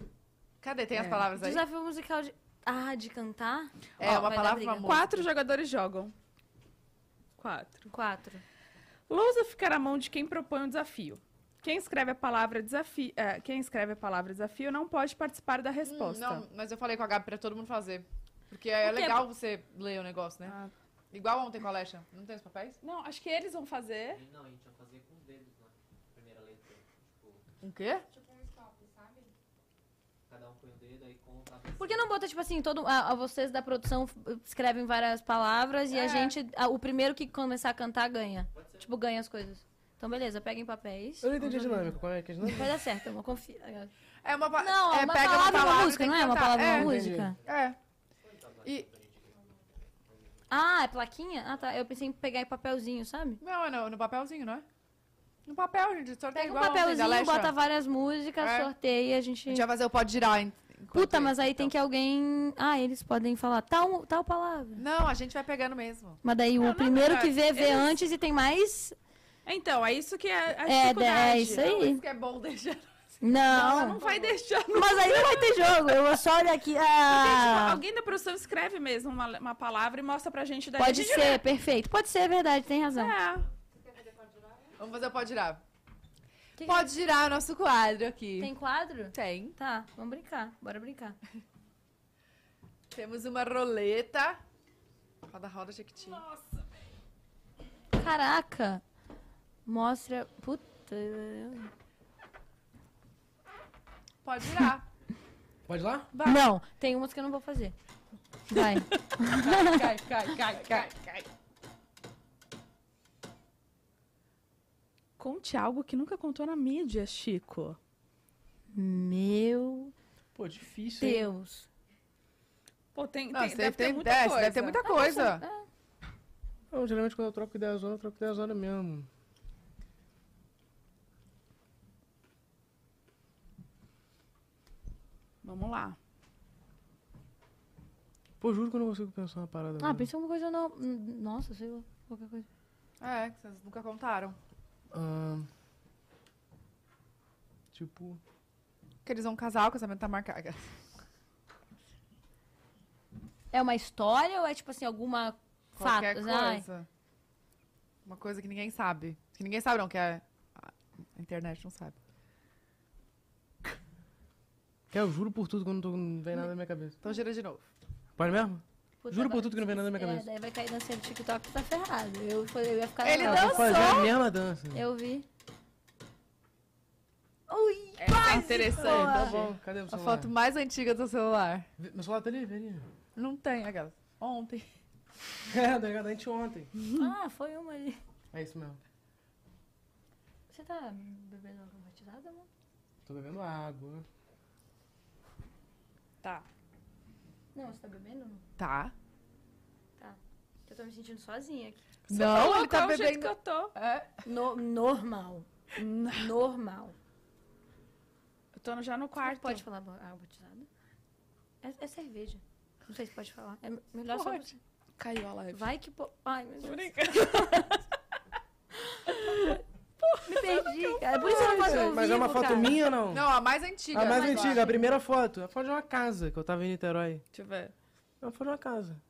A: Cadê? Tem as
B: É.
A: palavras aí?
D: Desafio musical de. Ah, de cantar?
A: É,
D: Ó,
A: uma
D: vai dar
A: palavra
D: briga.
A: uma música.
B: Quatro jogadores jogam. Quatro.
D: Quatro.
B: Lousa ficar à mão de quem propõe o desafio. Quem escreve a palavra desafio, eh, quem escreve a palavra desafio não pode participar da
A: Hum,
B: resposta.
A: Não, mas eu falei com a Gabi pra todo mundo fazer. Porque é
D: O quê?
A: legal você ler o negócio, né?
B: Ah.
A: Igual ontem com a Alexa. Não tem os papéis?
B: Não, acho que eles vão fazer.
I: Não, a gente ia fazer com os dedos na primeira letra. Tipo,
A: Um quê?
I: cada um põe o dedo aí conta. a
D: Por que não bota, tipo assim, todo. A, a vocês da produção f- escrevem várias palavras e a
A: É.
D: gente. a- o primeiro que começar a cantar ganha. Tipo, ganha as coisas. Então, beleza, peguem papéis.
C: Eu não entendi a dinâmica, como é que a dinâmica?
D: Vai dar certo, eu confio.
A: É uma pa-
D: Não, é
A: é,
D: uma
A: pega
D: palavra,
A: uma
D: e uma
A: palavra
D: música,
A: tem
D: não
A: que
D: é? Uma
A: cantar.
D: palavra, e uma
A: É.
D: música.
A: É. E,
D: Ah, é plaquinha? Ah, tá. Eu pensei em pegar em papelzinho, sabe?
A: não, é no, no papelzinho, não é? No papel, gente. Sorteio
D: Pega um
A: igual ontem da
D: papelzinho,
A: Alexa.
D: bota várias músicas,
A: É.
D: sorteia, a gente.
A: A gente vai fazer o pode girar. en- enquanto
D: Puta,
A: isso,
D: mas aí
A: então.
D: tem que alguém. Ah, eles podem falar tal, tal palavra.
A: Não, a gente vai pegando mesmo.
D: Mas daí
B: Não,
D: o
B: na
D: primeiro que vê,
B: verdade,
D: vê
B: eles-
D: antes e tem mais.
B: Então, é isso que é a
D: É,
B: dificuldade.
D: é isso aí.
A: Não, isso que é bom deixar.
B: Ela
D: Não.
B: não vai deixar.
D: Mas aí não vai ter jogo. Eu só olho aqui.
B: Tipo,
D: Ah,
B: alguém da produção escreve mesmo uma, uma palavra e mostra pra gente. Daí a
D: pode
B: gente
D: ser, perfeito. Pode ser, é verdade, tem razão.
B: É.
A: Vamos fazer o pode girar.
D: Que-
A: Pode girar o nosso quadro aqui.
D: Tem quadro?
A: Tem.
D: Tá, vamos brincar. Bora brincar.
A: Temos uma roleta. Roda, roda, Jequiti.
D: Caraca. Mostra. Puta.
A: Pode girar.
C: Pode ir lá?
A: Vai.
D: Não, tem umas que eu não vou fazer. Vai. [laughs]
A: Cai, cai, cai, cai, cai.
B: Conte algo que nunca contou na mídia, Chico.
D: Meu
C: Pô, difícil. hein?
D: Deus.
B: Pô, tem,
A: Não,
B: tem,
A: você
B: deve, ter
A: tem-
B: muita
A: é, você
B: coisa.
A: deve ter muita coisa.
C: Não, geralmente quando eu troco ideia zona, eu troco ideia zona mesmo.
B: Vamos lá.
C: Pô, juro que eu não consigo pensar uma parada.
D: Ah,
C: agora.
D: pensa em alguma coisa não. Nossa, sei lá. Qualquer coisa.
A: É, que vocês nunca contaram.
C: Ahn, tipo.
A: Que eles vão casar, o casamento tá marcado.
D: É uma história ou é tipo assim, alguma.
A: Qualquer
D: Fatos, ai.
A: coisa. Uma coisa que ninguém sabe. Que ninguém sabe, não, que a, a internet não sabe.
C: Cara, eu juro por tudo que eu não, tô, não vem nada na minha cabeça.
A: Então gira de novo.
C: Pode mesmo?
D: Puta,
C: Juro por
D: vai-
C: tudo que não vem nada na minha
D: É,
C: cabeça.
D: daí vai cair dançando TikTok e tá ferrado. Eu, eu ia ficar.
A: Ele
D: na-
A: dançou!
C: Ah, Vou fazer a mesma dança.
D: Eu vi. Ui!
A: É, tá interessante.
C: Tá bom, cadê o
A: A
C: celular?
A: foto mais antiga do celular.
C: Vê- Meu celular tá ali, vem ali. [laughs]
A: Não tem, aquela. Ontem.
C: É, tá ligado? A gente ontem.
D: Ah, foi uma ali.
C: É isso mesmo.
D: Você tá bebendo alguma batizada, amor?
C: Tô bebendo água.
A: Tá.
D: Não, você tá bebendo?
A: Tá.
D: Eu tô me sentindo sozinha aqui.
A: não, ele
B: Falou
A: tá
B: qual é o jeito
A: bebendo.
B: que eu tô.
A: É.
D: No- normal. Normal.
B: Eu tô no- já no quarto.
D: Pode falar bo- água batizada? É, é cerveja. Não sei se pode falar. É melhor só.
A: Pode.
B: Caiu a live.
D: Vai que. po- Ai, meu Deus.
C: mas é uma
D: vivo,
C: foto
D: cara.
C: minha ou não?
A: Não, a mais antiga.
C: a mais
D: mas eu
C: antiga,
D: acho.
C: a primeira foto. É A foto de uma casa que eu tava em Niterói.
B: Deixa eu ver.
C: É uma foto de uma casa.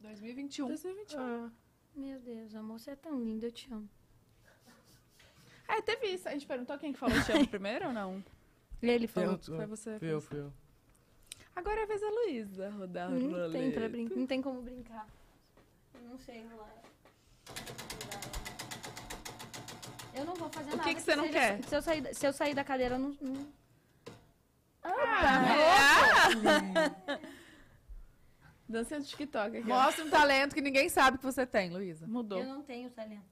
A: 2021.
D: Tipo,
B: 2021.
C: Ah,
D: Meu Deus, amor, você é tão lindo, eu te amo.
B: Ah, teve isso. A gente perguntou quem que falou te amo primeiro ou não?
D: Ele falou.
C: eu,
B: Foi você.
C: fui eu, fui
D: [laughs]
C: eu.
B: Agora é a vez da Luísa
C: ah,
B: rodar o
D: "Hum, Não tem, pra
B: rolê.
D: brin- não tem como brincar. Eu não é. sei enrolar. Eu não vou fazer nada.
B: que você não
D: seja-
B: quer?
D: Se eu sair, da- se eu sair da cadeira, eu não. não-
B: Dancinha do TikTok aqui. ó.
A: Mostra um talento que ninguém sabe que você tem, Luísa.
B: Mudou.
D: eu não tenho talento.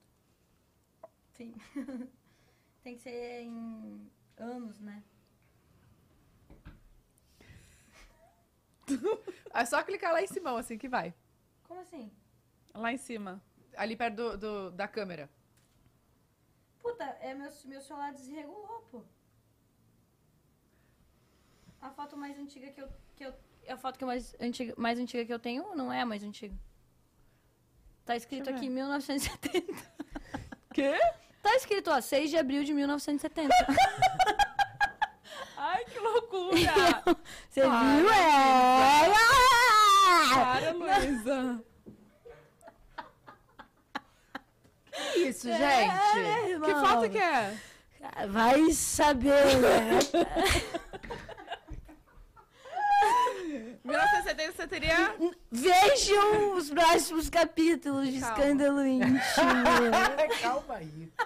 D: Sim. [laughs] tem que ser em anos, né?
A: É só clicar lá em cima, assim que vai.
D: Como assim?
B: Lá em cima.
A: Ali perto do, do- da câmera.
D: Puta, é meu, meu celular desregulou, pô. A foto mais antiga que eu. Que eu é a foto que eu mais, antiga, mais antiga que eu tenho não é a mais antiga. Tá escrito aqui 1970.
B: Quê?
D: Tá escrito, ó, 6 de abril de [laughs] 1970.
B: Ai, que loucura!
D: Você viu? É!
B: [laughs] Para, Luísa.
A: Isso, gente.
D: Irmão,
B: Que foto que é?
D: Vai saber, [laughs] né?
A: É.
B: 1970 você teria...
D: Vejam os próximos capítulos de
B: Calma.
D: Escândalo Íntimo.
C: Calma aí.
D: [laughs]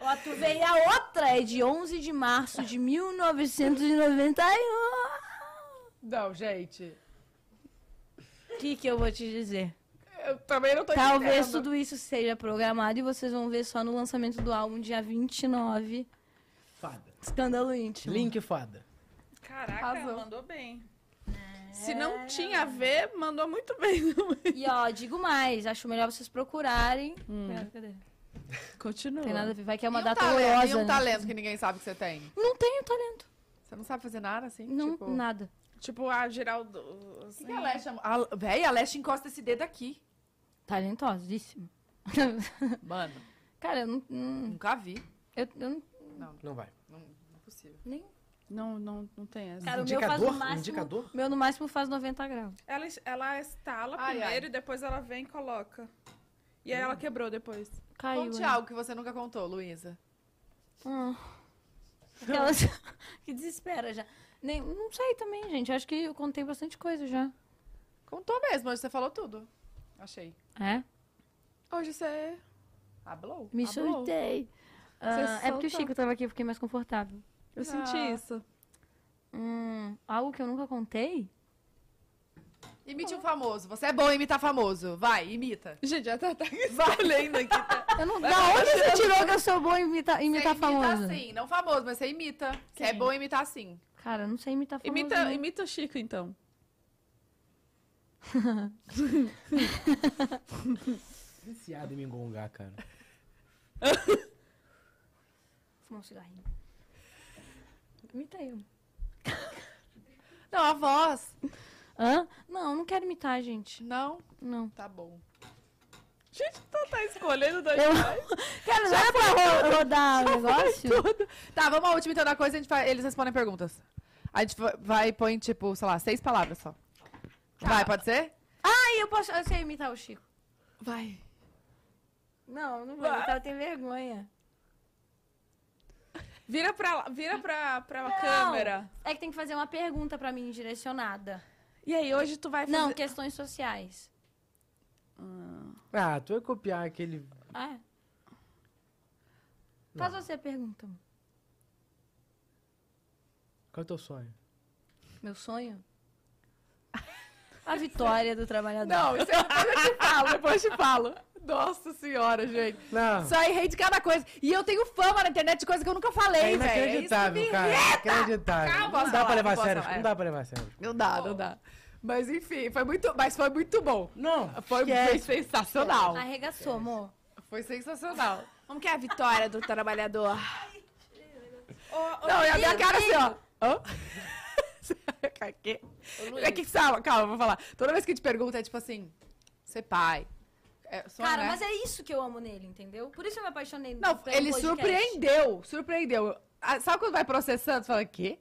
D: Ó, tu veio a outra, é de 11 de março de 1991.
A: Não, gente.
D: O que que eu vou te dizer?
A: Eu também não tô
D: Talvez
A: entendendo.
D: tudo isso seja programado e vocês vão ver só no lançamento do álbum dia 29,
C: Fada.
D: Escândalo Íntimo.
C: Link fada.
B: Caraca,
A: Arrasou.
B: mandou bem. É. Se não tinha a ver, mandou muito bem.
D: E ó, digo mais, acho melhor vocês procurarem.
C: Hum.
D: Pera, cadê?
B: [laughs] Continua.
D: Tem nada a ver, vai que é uma
A: E um
D: data
A: talento,
D: horrorosa.
A: E um
D: né?
A: talento que ninguém sabe que você tem.
D: Não tenho talento.
A: Você não sabe fazer nada, assim?
D: Não,
A: tipo...
D: nada.
B: Tipo, a assim, Geraldo...
A: O que, que a Leste... A... Véi, a Leste encosta esse dedo aqui.
D: Talentosíssimo. [laughs]
A: Mano.
D: Cara, eu não. não-
A: Nunca vi. é
D: Eu, eu não,
C: Não vai.
A: Impossível.
D: nem.
B: Não, não, não tem essa.
D: Cara, o meu faz
C: indicador?
D: no máximo.
C: Indicador?
D: Meu no máximo faz 90 graus.
B: Ela, ela estala
A: Ai,
B: primeiro
A: ai.
B: e depois ela vem e coloca. E aí ela quebrou depois.
D: Caiu.
A: Conte
D: né?
A: algo que você nunca contou, Luísa.
D: Ah. Aquelas [laughs] que desespera já. Nem, não sei também, gente. Acho que eu contei bastante coisa já.
A: Contou mesmo, hoje você falou tudo. Achei.
D: É?
B: Hoje você...
A: Ablou.
D: Me
A: Ablou.
D: surtei. Ah,
B: Você
D: é porque o
B: soltou.
D: Chico tava aqui, eu fiquei mais confortável.
B: Eu senti isso.
D: Hum, algo que eu nunca contei?
A: Imite um famoso. Você é bom em imitar famoso. Vai, imita.
B: Gente, a [laughs] Tatá tá olhando aqui. Tá...
D: Eu não, [laughs] da onde você tirou que eu sou boa em imitar, imitar
A: você
D: famoso?
A: imita sim. Não famoso, mas você imita. Você é bom em imitar sim.
D: Cara, eu não sei imitar famoso.
B: Imita,
D: não.
B: imita o Chico, então.
C: Viciado em me engongar, cara.
D: Fumar um cigarrinho. Imita eu.
A: Não, a voz.
D: Hã? Não, não quero imitar, gente.
A: Não,
D: Não.
A: tá bom.
B: Gente, tu tá escolhendo dois
D: Eu-
B: pais.
D: [laughs] Cara, não era pra ro- rodar o negócio?
A: Tá, vamos à última então da coisa, a gente vai- eles respondem perguntas. A gente va- vai e põe, tipo, sei lá, seis palavras só. Vai, pode ser?
D: Ai, eu posso. Eu sei imitar o Chico.
A: Vai.
D: Não, eu não vou
B: Vai.
D: imitar, eu tenho vergonha.
B: Vira pra, lá- vira pra, pra câmera.
D: É que tem que fazer uma pergunta pra mim direcionada.
B: E aí, hoje tu vai fazer...
D: Não, questões sociais.
C: Ah, tu vai copiar aquele.
D: Ah, é? Faz você a pergunta. amor.
C: Qual é o teu sonho?
D: Meu sonho? A vitória do trabalhador.
A: Não, isso é depois eu te falo, depois eu te falo. Nossa senhora, gente.
C: Não.
A: Isso aí rei de cada coisa. E eu tenho fama na internet de coisa que eu nunca
C: É
A: falei, velho. É isso que
C: inacreditável,
A: me
C: cara. Inacreditável.
A: Calma,
C: não dá
A: Salá,
C: pra levar a
A: não posso
C: sério.
A: falar,
C: Não
A: é.
C: dá pra levar a sério.
A: Não dá, não dá. Mas enfim, foi muito, mas foi muito bom.
C: Não.
A: Foi, foi sensacional.
D: Arregaçou, amor.
A: Foi sensacional.
B: Como que é a vitória do trabalhador? Ô, ô,
A: Não, e a minha cara assim, ó. Hã? [laughs] Quê? É que calma, calma, vou falar. Toda vez que te pergunta é tipo assim, ser é pai, É, só,
D: Cara,
A: né?
D: mas é isso que eu amo nele, entendeu? Por isso eu me apaixonei
A: Não,
D: pelo
A: ele
D: Então, podcast.
A: surpreendeu, surpreendeu. Ah, Sabe quando vai processando, você fala, quê?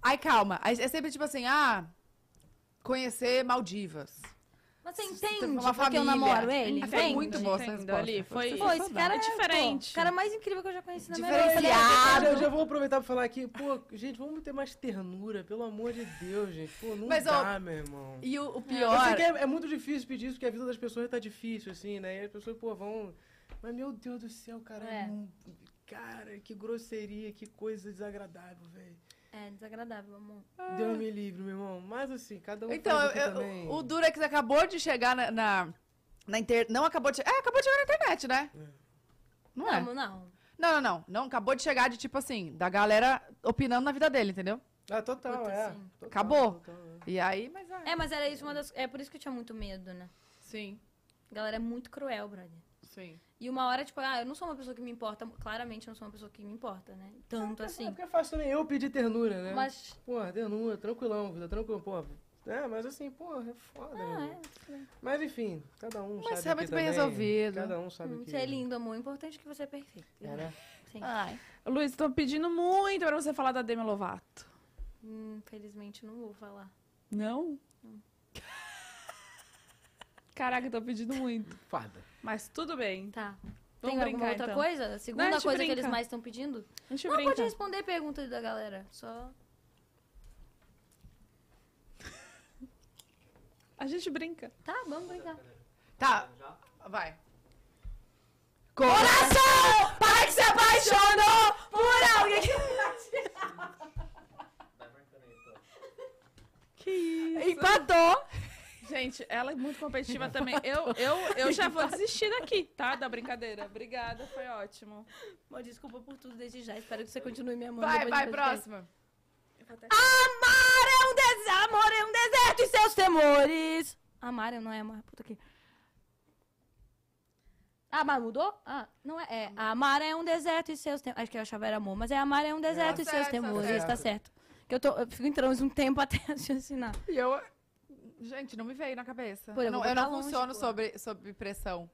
A: Aí calma, aí é sempre tipo assim, ah, conhecer Maldivas.
D: Mas você
A: Você
D: entende
A: tem
D: porque eu namoro ele?
A: Foi
D: Entende?
A: muito boa essa
B: Entendo
A: resposta.
B: ali, foi-
D: Pô, esse cara é,
A: tipo,
D: pô,
B: Diferente.
D: o cara mais incrível que eu já conheci na minha vida.
A: Diferenciado.
C: eu já vou aproveitar pra falar aqui, pô, gente, vamos ter mais ternura, pelo amor de Deus, gente. Pô, não
A: Mas, ó,
C: dá, meu irmão.
A: E o, o
C: Eu
A: pior...
C: sei que é, é muito difícil pedir isso, porque a vida das pessoas tá difícil, assim, né? E as pessoas, pô, vão. Mas meu Deus do céu, cara.
D: É.
C: não- Cara, que grosseria, que coisa desagradável, velho.
D: É, desagradável, amor.
C: Deus me livre, meu irmão. Mas assim, cada um
A: Ah. Então,
C: faz o que
A: eu- eu-
C: também.
A: o Durex acabou de chegar na... na, na inter... Não acabou de... che- É, acabou de chegar na internet, né? Não é?
D: Não, não.
A: Não, não, não. Não, acabou de chegar de tipo assim, da galera opinando na vida dele, entendeu?
C: Ah, total,
D: Puta,
C: é.
D: sim.
C: Total,
A: Acabou?
C: total, é.
A: E aí, mas é.
D: É, mas era isso uma das... É por isso que eu tinha muito medo, né?
A: Sim,
D: A galera é muito cruel, brother.
A: sim.
D: E uma hora, tipo, ah, eu não sou uma pessoa que me importa. Claramente eu não sou uma pessoa que me importa, né? Tanto
C: É
D: assim.
C: porque é fácil também eu pedir ternura, né?
D: Mas...
C: Porra, ternura, tranquilão, vida, tranquilo, pô. É, mas assim, porra, é foda,
D: Ah,
C: né?
D: é.
C: Mas enfim, cada um sabe.
A: Mas é
C: o
A: muito
C: que
A: bem
C: também,
A: resolvido.
C: Cada um sabe o
D: Hum,
C: que.
D: Você é lindo, amor. O importante é que você é perfeito.
C: É, né?
D: Sim.
B: Luiz, tô pedindo muito pra você falar da Demi Lovato.
D: Hum, Infelizmente, não vou falar.
B: Não? Caraca, eu tô pedindo muito.
C: Fada.
B: Mas tudo bem.
D: Tá.
B: Vamos
D: Tem
B: brincar,
D: alguma outra
B: então.
D: coisa? A segunda
B: Não, a gente
D: coisa que
B: brinca.
D: eles mais estão pedindo?
B: A gente
D: não,
B: brinca.
D: pode responder perguntas da galera. Só...
B: A gente brinca.
D: Tá, vamos brincar.
A: Tá,
I: Já?
A: vai.
D: Coração! Pai que se apaixonou por alguém
I: Vai marcando aí, então.
A: Empatou!
B: Gente, ela é muito competitiva também. Eu, eu, eu já vou desistir daqui, tá? Da brincadeira. Obrigada, foi ótimo.
D: Bom, desculpa por tudo desde já. Espero que você continue me amando.
A: Vai,
D: depois
A: vai,
D: do podcast.
A: próxima.
D: Amar é um deserto, amor é um deserto e seus temores. Amar eu não é amar, puta que. Ah, mas mudou? Ah, não é. é. Amar é um deserto e seus temores. Acho que eu achava era amor, mas é amar é um deserto e
A: Tá
D: seus
A: certo, tá
D: temores,
C: certo.
D: tá certo. Que eu, tô, eu fico em transe um tempo [laughs] até raciocinar.
A: E eu. Gente, não me veio na cabeça.
D: Pô, eu
A: eu não,
D: vou
A: eu não
D: botar longe,
A: funciono
D: pô.
A: sobre, sobre pressão.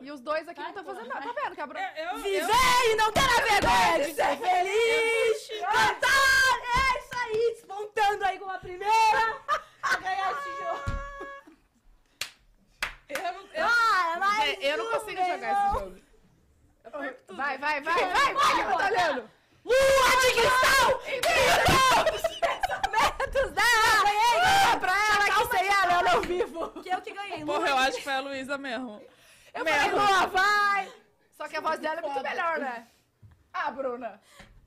A: E os dois aqui não estão fazendo nada. Tá vendo, cabrão?
B: Eu,
D: Viver e não ter a vergonha de ser feliz! Cantar! É isso aí! Despontando aí com a primeira! A ganhar esse jogo!
B: eu, eu, não-
D: Ah, mas.
A: Gente, eu não consigo jogar esse jogo. Vai, vai, vai, vai, vai, que eu tô olhando.
D: Lua de cristal! Pensamentos dela! Ah,
A: Pra ela que sem ela eu não vivo.
D: Que eu que ganhei,
B: Porra,
D: Lua.
B: eu acho que foi a Luísa mesmo.
A: Eu falei, Lua, vai! Só que a voz dela é muito melhor, né? Ah, Bruna.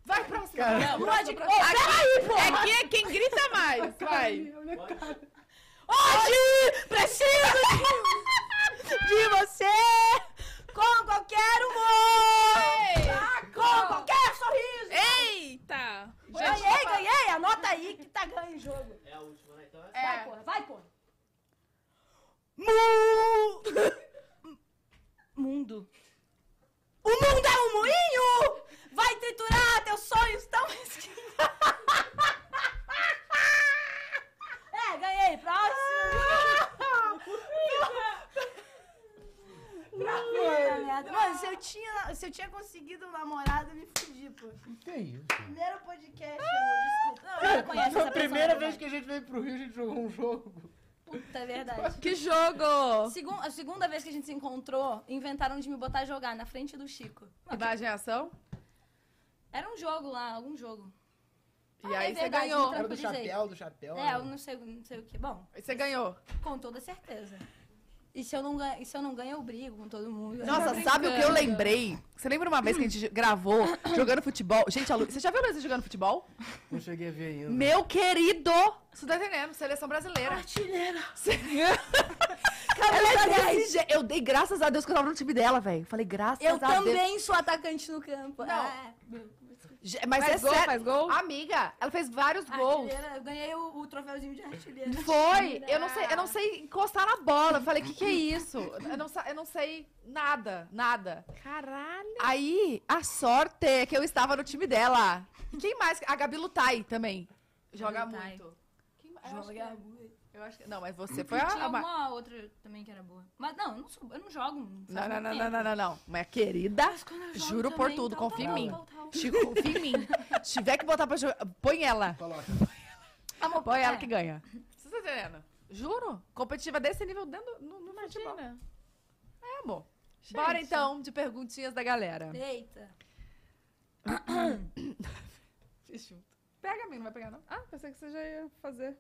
A: Vai, um próxima. Não,
D: Lua de
A: próxima,
D: cristal! Peraí, pô!
A: próxima. Aqui é quem grita mais. Vai.
D: Hoje preciso de- de você com qualquer humor! Com qualquer sorriso!
B: Eita!
D: Ganhei, ganhei! Anota aí que tá ganho o jogo.
I: É a última, né? Então é
D: Vai, porra, vai, porra. [laughs] Mundo. O mundo é um moinho! Vai triturar teus sonhos tão mesquinhos. [laughs] é, ganhei. Próximo. Puta merda. né? Mano, se eu, tinha, se eu tinha conseguido um namorado, eu me fudi, pô.
C: Que isso?
D: Primeiro podcast, amor, desculpa. Não, eu já conheço
C: Foi
D: essa
C: a primeira
D: pessoa, né?
C: vez que a gente veio pro Rio, a gente jogou um jogo.
D: Puta, é verdade.
B: Que jogo!
D: Segun- a segunda vez que a gente se encontrou, inventaram de me botar a jogar na frente do Chico.
A: Imagem e ação.
D: Era um jogo lá, algum jogo.
A: E
D: Ah,
A: aí
D: é
A: você
D: verdade,
A: ganhou.
D: então.
C: Era do
D: Tranquilizei.
C: chapéu, do chapéu.
D: É,
C: né?
D: eu não sei, não sei o que. Bom,
A: E Você ganhou.
D: com toda certeza. E se eu não ganho, e se eu, não ganho eu brigo com todo mundo.
A: Nossa, sabe o que eu lembrei? Você lembra uma vez que a gente
D: [coughs]
A: gravou jogando futebol? Gente, a Lu... você já viu a Luísa jogando futebol?
C: Não cheguei a ver ainda.
D: Uhum.
A: Meu querido! Você tá entendendo? Seleção brasileira.
D: Artilheira.
B: [laughs]
A: Ela é desse je- Eu dei graças a Deus que eu tava no time dela, velho. Falei, graças
D: Eu
A: a Deus.
D: também sou atacante no campo.
A: Não.
D: É.
A: Je- Mas
B: Faz
A: é
B: gol,
A: sério.
B: faz gol?
A: Amiga, ela fez vários gols.
D: Artilheira, eu ganhei o, o troféuzinho de artilheira. Ah,
A: Foi! Eu não sei, eu não sei encostar na bola. Eu falei, o que, que é isso? Eu não, sa- eu não sei nada, nada.
B: Caralho!
A: Aí, a sorte é que eu estava no time dela. E quem mais? A Gabi Lutai também. Joga
D: Lutai.
A: muito. Quem mais? Eu acho que
D: Joga
A: é.
D: muito.
A: Eu acho que. Não, Ah, mas você foi a.
D: Tinha
A: a ma-
D: alguma outra também que era boa. Mas não, eu não, sou- eu não jogo.
A: Não, não, não, não, não, não, não. Mas querida, juro por tudo, confia em mim. Chico, confia em mim.
D: [laughs]
A: Se tiver que botar pra jogar, põe ela.
C: Coloca.
D: Amor,
A: Põe ela
D: é.
A: que ganha. Você tá entendendo? Juro. Competitiva desse nível dentro do- no, no futebol.
B: Imagina.
A: É, amor. Bora então de perguntinhas da galera.
D: Eita.
A: Fiz junto. Pega, amigo, não vai pegar, não?
B: Ah, pensei que você já ia fazer.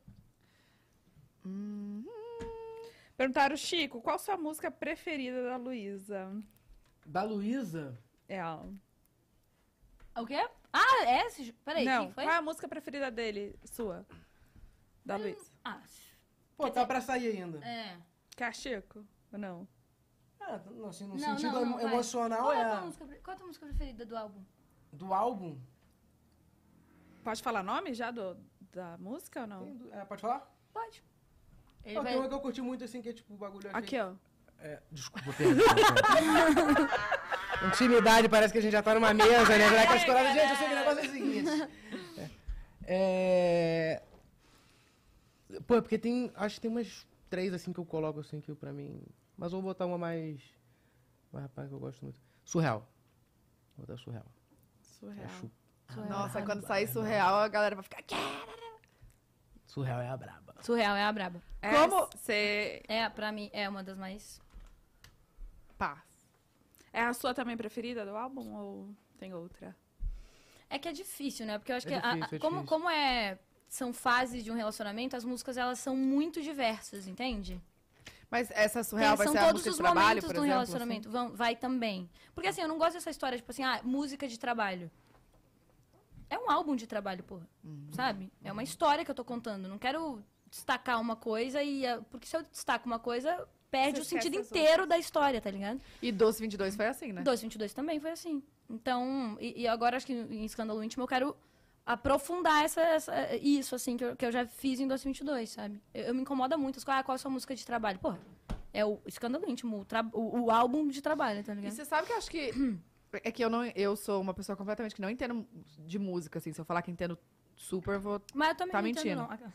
B: Perguntaram, Chico, qual sua música preferida da Luísa?
C: Da Luísa?
B: É a...
D: O quê? Ah, é? esse jo- Peraí,
B: Não,
D: quem foi?
B: qual é a música preferida dele, sua? Da Luísa.
D: Ah,
C: Pô, tá pra sair ainda.
D: é.
B: Que é a Chico? Ou não?
C: Ah, não, assim, no
D: Não,
C: sentido
D: não, não,
C: emo-
D: vai.
C: emocional
D: Qual é
C: é
D: a tua
C: a-
D: música, pre- qual é a tua música preferida do álbum?
C: do álbum.
B: Pode falar nome já do, da música ou não?
C: Tem du- é, pode falar?
D: Pode. Ele
C: Não,
D: vai-
C: Tem uma que eu curti muito, assim, que é tipo o bagulho... eu
B: Aqui,
C: achei-
B: ó.
C: É, desculpa, perdão. [laughs] Intimidade, parece que a gente já tá numa mesa, né? Aquela escorada. Gente, eu sei que o negócio é o seguinte. É. É, Pô, é porque tem. Acho que tem umas três assim que eu coloco assim que eu, pra mim. Mas eu vou botar uma mais. Mas rapaz, que eu gosto muito. Surreal. Vou botar surreal.
B: Surreal.
C: Acho-
E: Nossa,
A: Ah,
E: quando sair surreal, a galera vai ficar. "Quê?"
C: Surreal é a braba.
D: Surreal é a braba.
B: É,
E: Como-
B: cê-
D: É, pra mim, é uma das mais...
E: Pá.
B: É a sua também preferida do álbum ou tem outra?
D: É que é difícil, né? Porque eu acho
C: É
D: que... a- a-
C: difícil, é
D: como,
C: difícil.
D: como é... São fases de um relacionamento, as músicas, elas são muito diversas, entende?
E: Mas essa
D: Porque
E: surreal vai
D: É, são
E: ser a
D: todos
E: música
D: os
E: de trabalho,
D: momentos
E: por
D: do
E: exemplo? assim.
D: relacionamento. Vão, vai também. Porque assim, eu não gosto dessa história, tipo assim, ah, música de trabalho. É um álbum de trabalho, porra.
E: Uhum.
D: Sabe? É uma história que eu tô contando. Não quero destacar uma coisa e. ah, Porque se eu destaco uma coisa, perde
B: Você
D: o sentido
B: esquece as
D: inteiro da história, tá ligado?
E: assim? E Doce 22 foi assim, né?
D: 222 também foi assim. Então, e, e agora acho que em Escândalo Íntimo eu quero aprofundar essa, essa- isso, assim, que eu, que eu já fiz em 2022, sabe? Eu, eu me incomoda muito. as co- Ah, qual é a sua música de trabalho? Porra, é o Escândalo Íntimo, o, tra- o- o álbum de trabalho, tá
E: E
D: ligado?
E: você sabe que eu acho que. É que eu não. Eu sou uma pessoa completamente que não entendo de música, assim. Se eu falar que entendo super, eu vou
D: Mas eu também
E: Tá
D: não entendo,
E: mentindo.
D: não. Ah,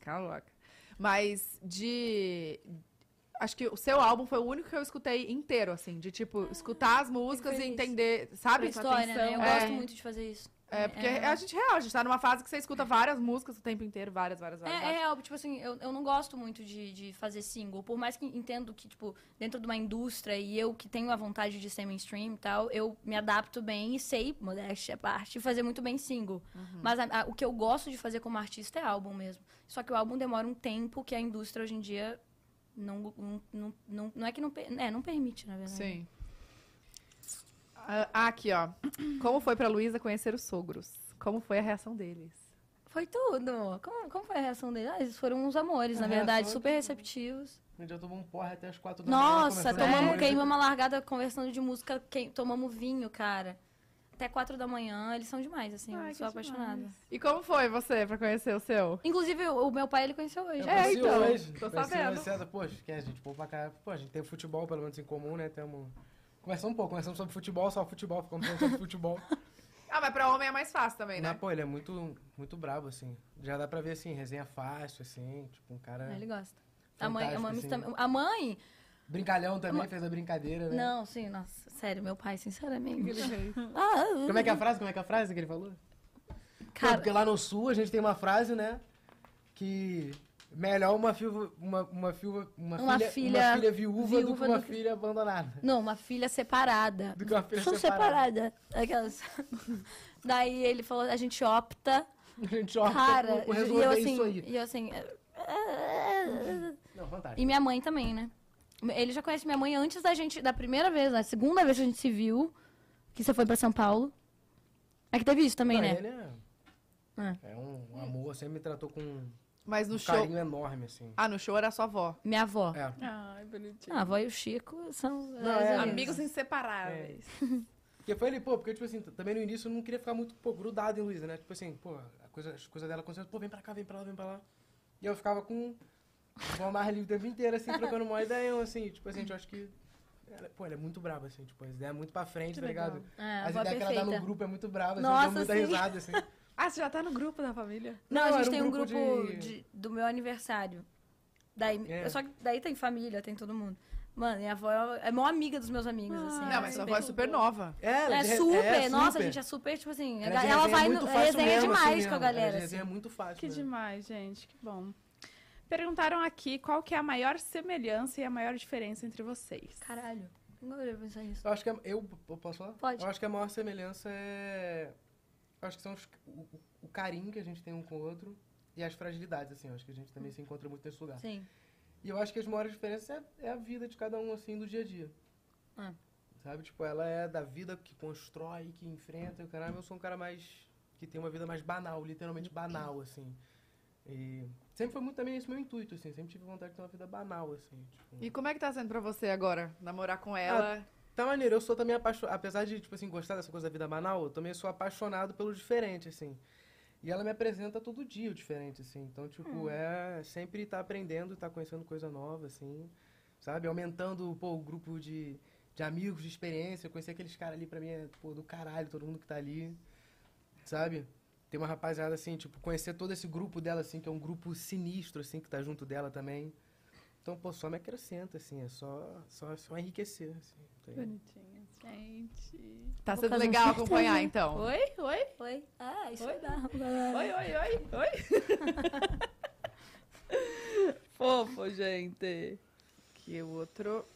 E: Caraca. Mas de. Acho que o seu álbum foi o único que eu escutei inteiro, assim, de tipo,
D: Ah,
E: escutar
D: é
E: as músicas e
D: feliz.
E: entender, sabe?
D: a história, né? Eu
E: É.
D: gosto muito de fazer isso.
E: É, porque a gente real, a gente tá numa fase que você escuta várias músicas o tempo inteiro, várias, várias, várias.
D: É, é real, tipo assim, eu, eu não gosto muito de, de fazer single. Por mais que entendo que, tipo, dentro de uma indústria e eu que tenho a vontade de ser mainstream e tal, eu me adapto bem e sei, modéstia à parte, fazer muito bem single. Mas a- a- o que eu gosto de fazer como artista é álbum mesmo. Só que o álbum demora um tempo que a indústria hoje em dia não, não, não, não, não é que não, per- é, não permite, na verdade.
E: Sim. Ah, ah, aqui, ó. Como foi pra Luísa conhecer os sogros? Como foi a reação deles?
D: Foi tudo. Como, como foi a reação deles? Ah, eles foram uns amores,
C: A
D: na verdade,
C: reação é
D: super receptivos.
C: A gente já tomou um porra até as quatro da manhã.
D: Nossa,
C: conversando
D: tomamos,
C: com
D: queimamos uma largada conversando de música, queim, tomamos vinho, cara. Até quatro da manhã, eles são demais, assim,
B: Ai,
D: eu
B: que
D: sou apaixonada.
E: E como foi você pra conhecer o seu?
D: Inclusive, o o meu pai, ele conheceu hoje.
C: Eu
E: É,
C: conheci
E: então,
D: né,
C: hoje.
E: tô
C: Conheci
E: sabendo.
C: hoje, César, pô, esquece, gente, pô, pra caralho. Pô, a gente tem futebol, pelo menos, em comum, né? Temos... Conversamos um pouco, conversamos sobre futebol, só futebol, ficamos falando sobre
D: [laughs]
C: futebol.
E: Ah, mas pra homem é mais fácil também,
C: Mas,
E: né?
C: pô, ele é muito, muito brabo, assim. Já dá pra ver, assim, resenha fácil, assim, tipo, um cara
D: Ah, Ele gosta. A mãe, a
C: Fantástico, assim.
D: mami
C: sim.
D: também. A mãe?
C: brincalhão também, fez a brincadeira, né?
D: Não, sim, nossa. Sério, meu pai, sinceramente. ah,
C: Como é que é a frase? Como é que é a frase que ele falou? Pô,
D: cara,
C: Porque lá no sul a gente tem uma frase, né? Que melhor uma filha, uma, uma filha, uma,
D: Uma
C: filha,
D: filha
C: uma filha viúva, do que
D: viúva
C: uma
D: do que-
C: filha abandonada. [laughs]
D: não, uma filha separada.
C: Do que uma filha
D: Sou
C: separada.
D: separada. Aquelas. [laughs] Daí ele falou, a gente opta.
C: A gente opta
D: Cara,
C: por, por
D: e
C: resolver
D: eu assim.
C: isso aí.
D: E eu assim. é-
C: Não,
D: E
C: fantástico.
D: minha mãe também, né? Ele já conhece minha mãe antes da gente, da primeira vez, né? Segunda vez que a gente se viu, que você foi pra São Paulo. É que teve isso também,
C: Não,
D: né? Ah.
C: Ele é, é um, um amor, sempre me tratou com um
E: Mas no show.
C: carinho enorme, assim.
E: Ah, no show era sua avó.
D: Minha avó.
C: É.
B: Ai, bonitinho.
D: Ah, a avó e o Chico são
C: Não, é.
E: Amigos inseparáveis.
C: Porque foi ele, pô, porque, tipo assim, t- também no início eu não queria ficar muito, pô, grudado em Luísa, né? Tipo assim, pô, a coisa, as coisas dela acontecendo, pô, vem pra cá, vem pra lá, vem pra lá. E eu ficava com uma mais livre o tempo inteiro, assim, trocando uma ideia, assim, tipo assim, eu acho que. Ela, pô, ela é muito brava, assim, tipo, as ideias muito pra frente,
B: Que
C: tá
B: legal.
C: ligado?
D: É, a
C: As
D: avó
C: ideias que ela dá no
D: perfeita.
C: grupo é muito brava, assim,
D: Nossa,
C: deu muita
D: sim.
C: risada, assim.
A: Ah, você já tá no grupo da família?
D: [laughs] Não, a
C: Não,
D: gente
C: era um
D: tem um grupo,
C: grupo de-
D: de- do meu aniversário. Daí,
C: É.
D: eu só, que- daí tem família, tem todo mundo. Mano, minha avó é a maior amiga dos meus amigos,
C: Ah,
D: assim.
E: Não, mas
D: super.
E: sua voz é super nova.
D: É
C: de re-
D: super, nossa, a
C: super.
D: gente é super, tipo assim, a
C: Era
D: ga-
C: de
D: ela
C: resenha
D: vai
C: muito
D: no,
C: fácil
D: resenha
C: mesmo,
D: demais
C: assim,
D: com a
C: mesmo. Era de
D: galera.
C: Resenha
D: assim.
C: muito fácil.
B: Que
C: mesmo.
B: demais, gente. Que bom. Perguntaram aqui qual que é a maior semelhança e a maior diferença entre vocês.
D: Caralho, nunca parei pra pensar nisso.
C: Eu acho que a, eu, eu posso falar?
D: Pode.
C: Eu acho que a maior semelhança é. eu acho que são os- o, o carinho que a gente tem um com o outro e as fragilidades, assim. eu acho que a gente também se encontra muito nesse lugar.
D: Sim.
C: E eu acho que as maiores diferenças é, é a vida de cada um, assim, do dia a dia.
D: É.
C: Sabe? Tipo, ela é da vida que constrói, que enfrenta. E o caramba, eu sou um cara mais. que tem uma vida mais banal, literalmente banal, assim. E sempre foi muito também esse meu intuito, assim. Sempre tive vontade de ter uma vida banal, assim. Tipo...
E: E como é que tá sendo pra você agora? Namorar com
D: Ah,
E: ela?
C: Tá maneiro, eu sou também apaixonado. Apesar de, tipo assim, gostar dessa coisa da vida banal, eu também sou apaixonado pelo diferente, assim. E ela me apresenta todo dia o diferente, assim. Então, tipo,
D: Hum.
C: é sempre tá aprendendo, tá conhecendo coisa nova, assim. Sabe? Aumentando, pô, o grupo de, de amigos, de experiência. Eu conheci aqueles caras ali, pra mim, é, pô, do caralho, todo mundo que tá ali. Sabe? Tem uma rapaziada, assim, tipo, conhecer todo esse grupo dela, assim, que é um grupo sinistro, assim, que tá junto dela também. Então, pô, só me acrescenta, assim, é só, só, só enriquecer, assim. tá ligado?
B: Bonitinha, gente.
E: Tá
D: Vou
E: sendo
D: fazer um
E: legal
D: sorteio.
E: acompanhar, então?
B: Oi, oi,
D: Oi? Ah, isso
B: Oi?
D: vai dar.
B: oi, oi, oi, oi. [laughs] Fofo, gente.
E: Que o outro.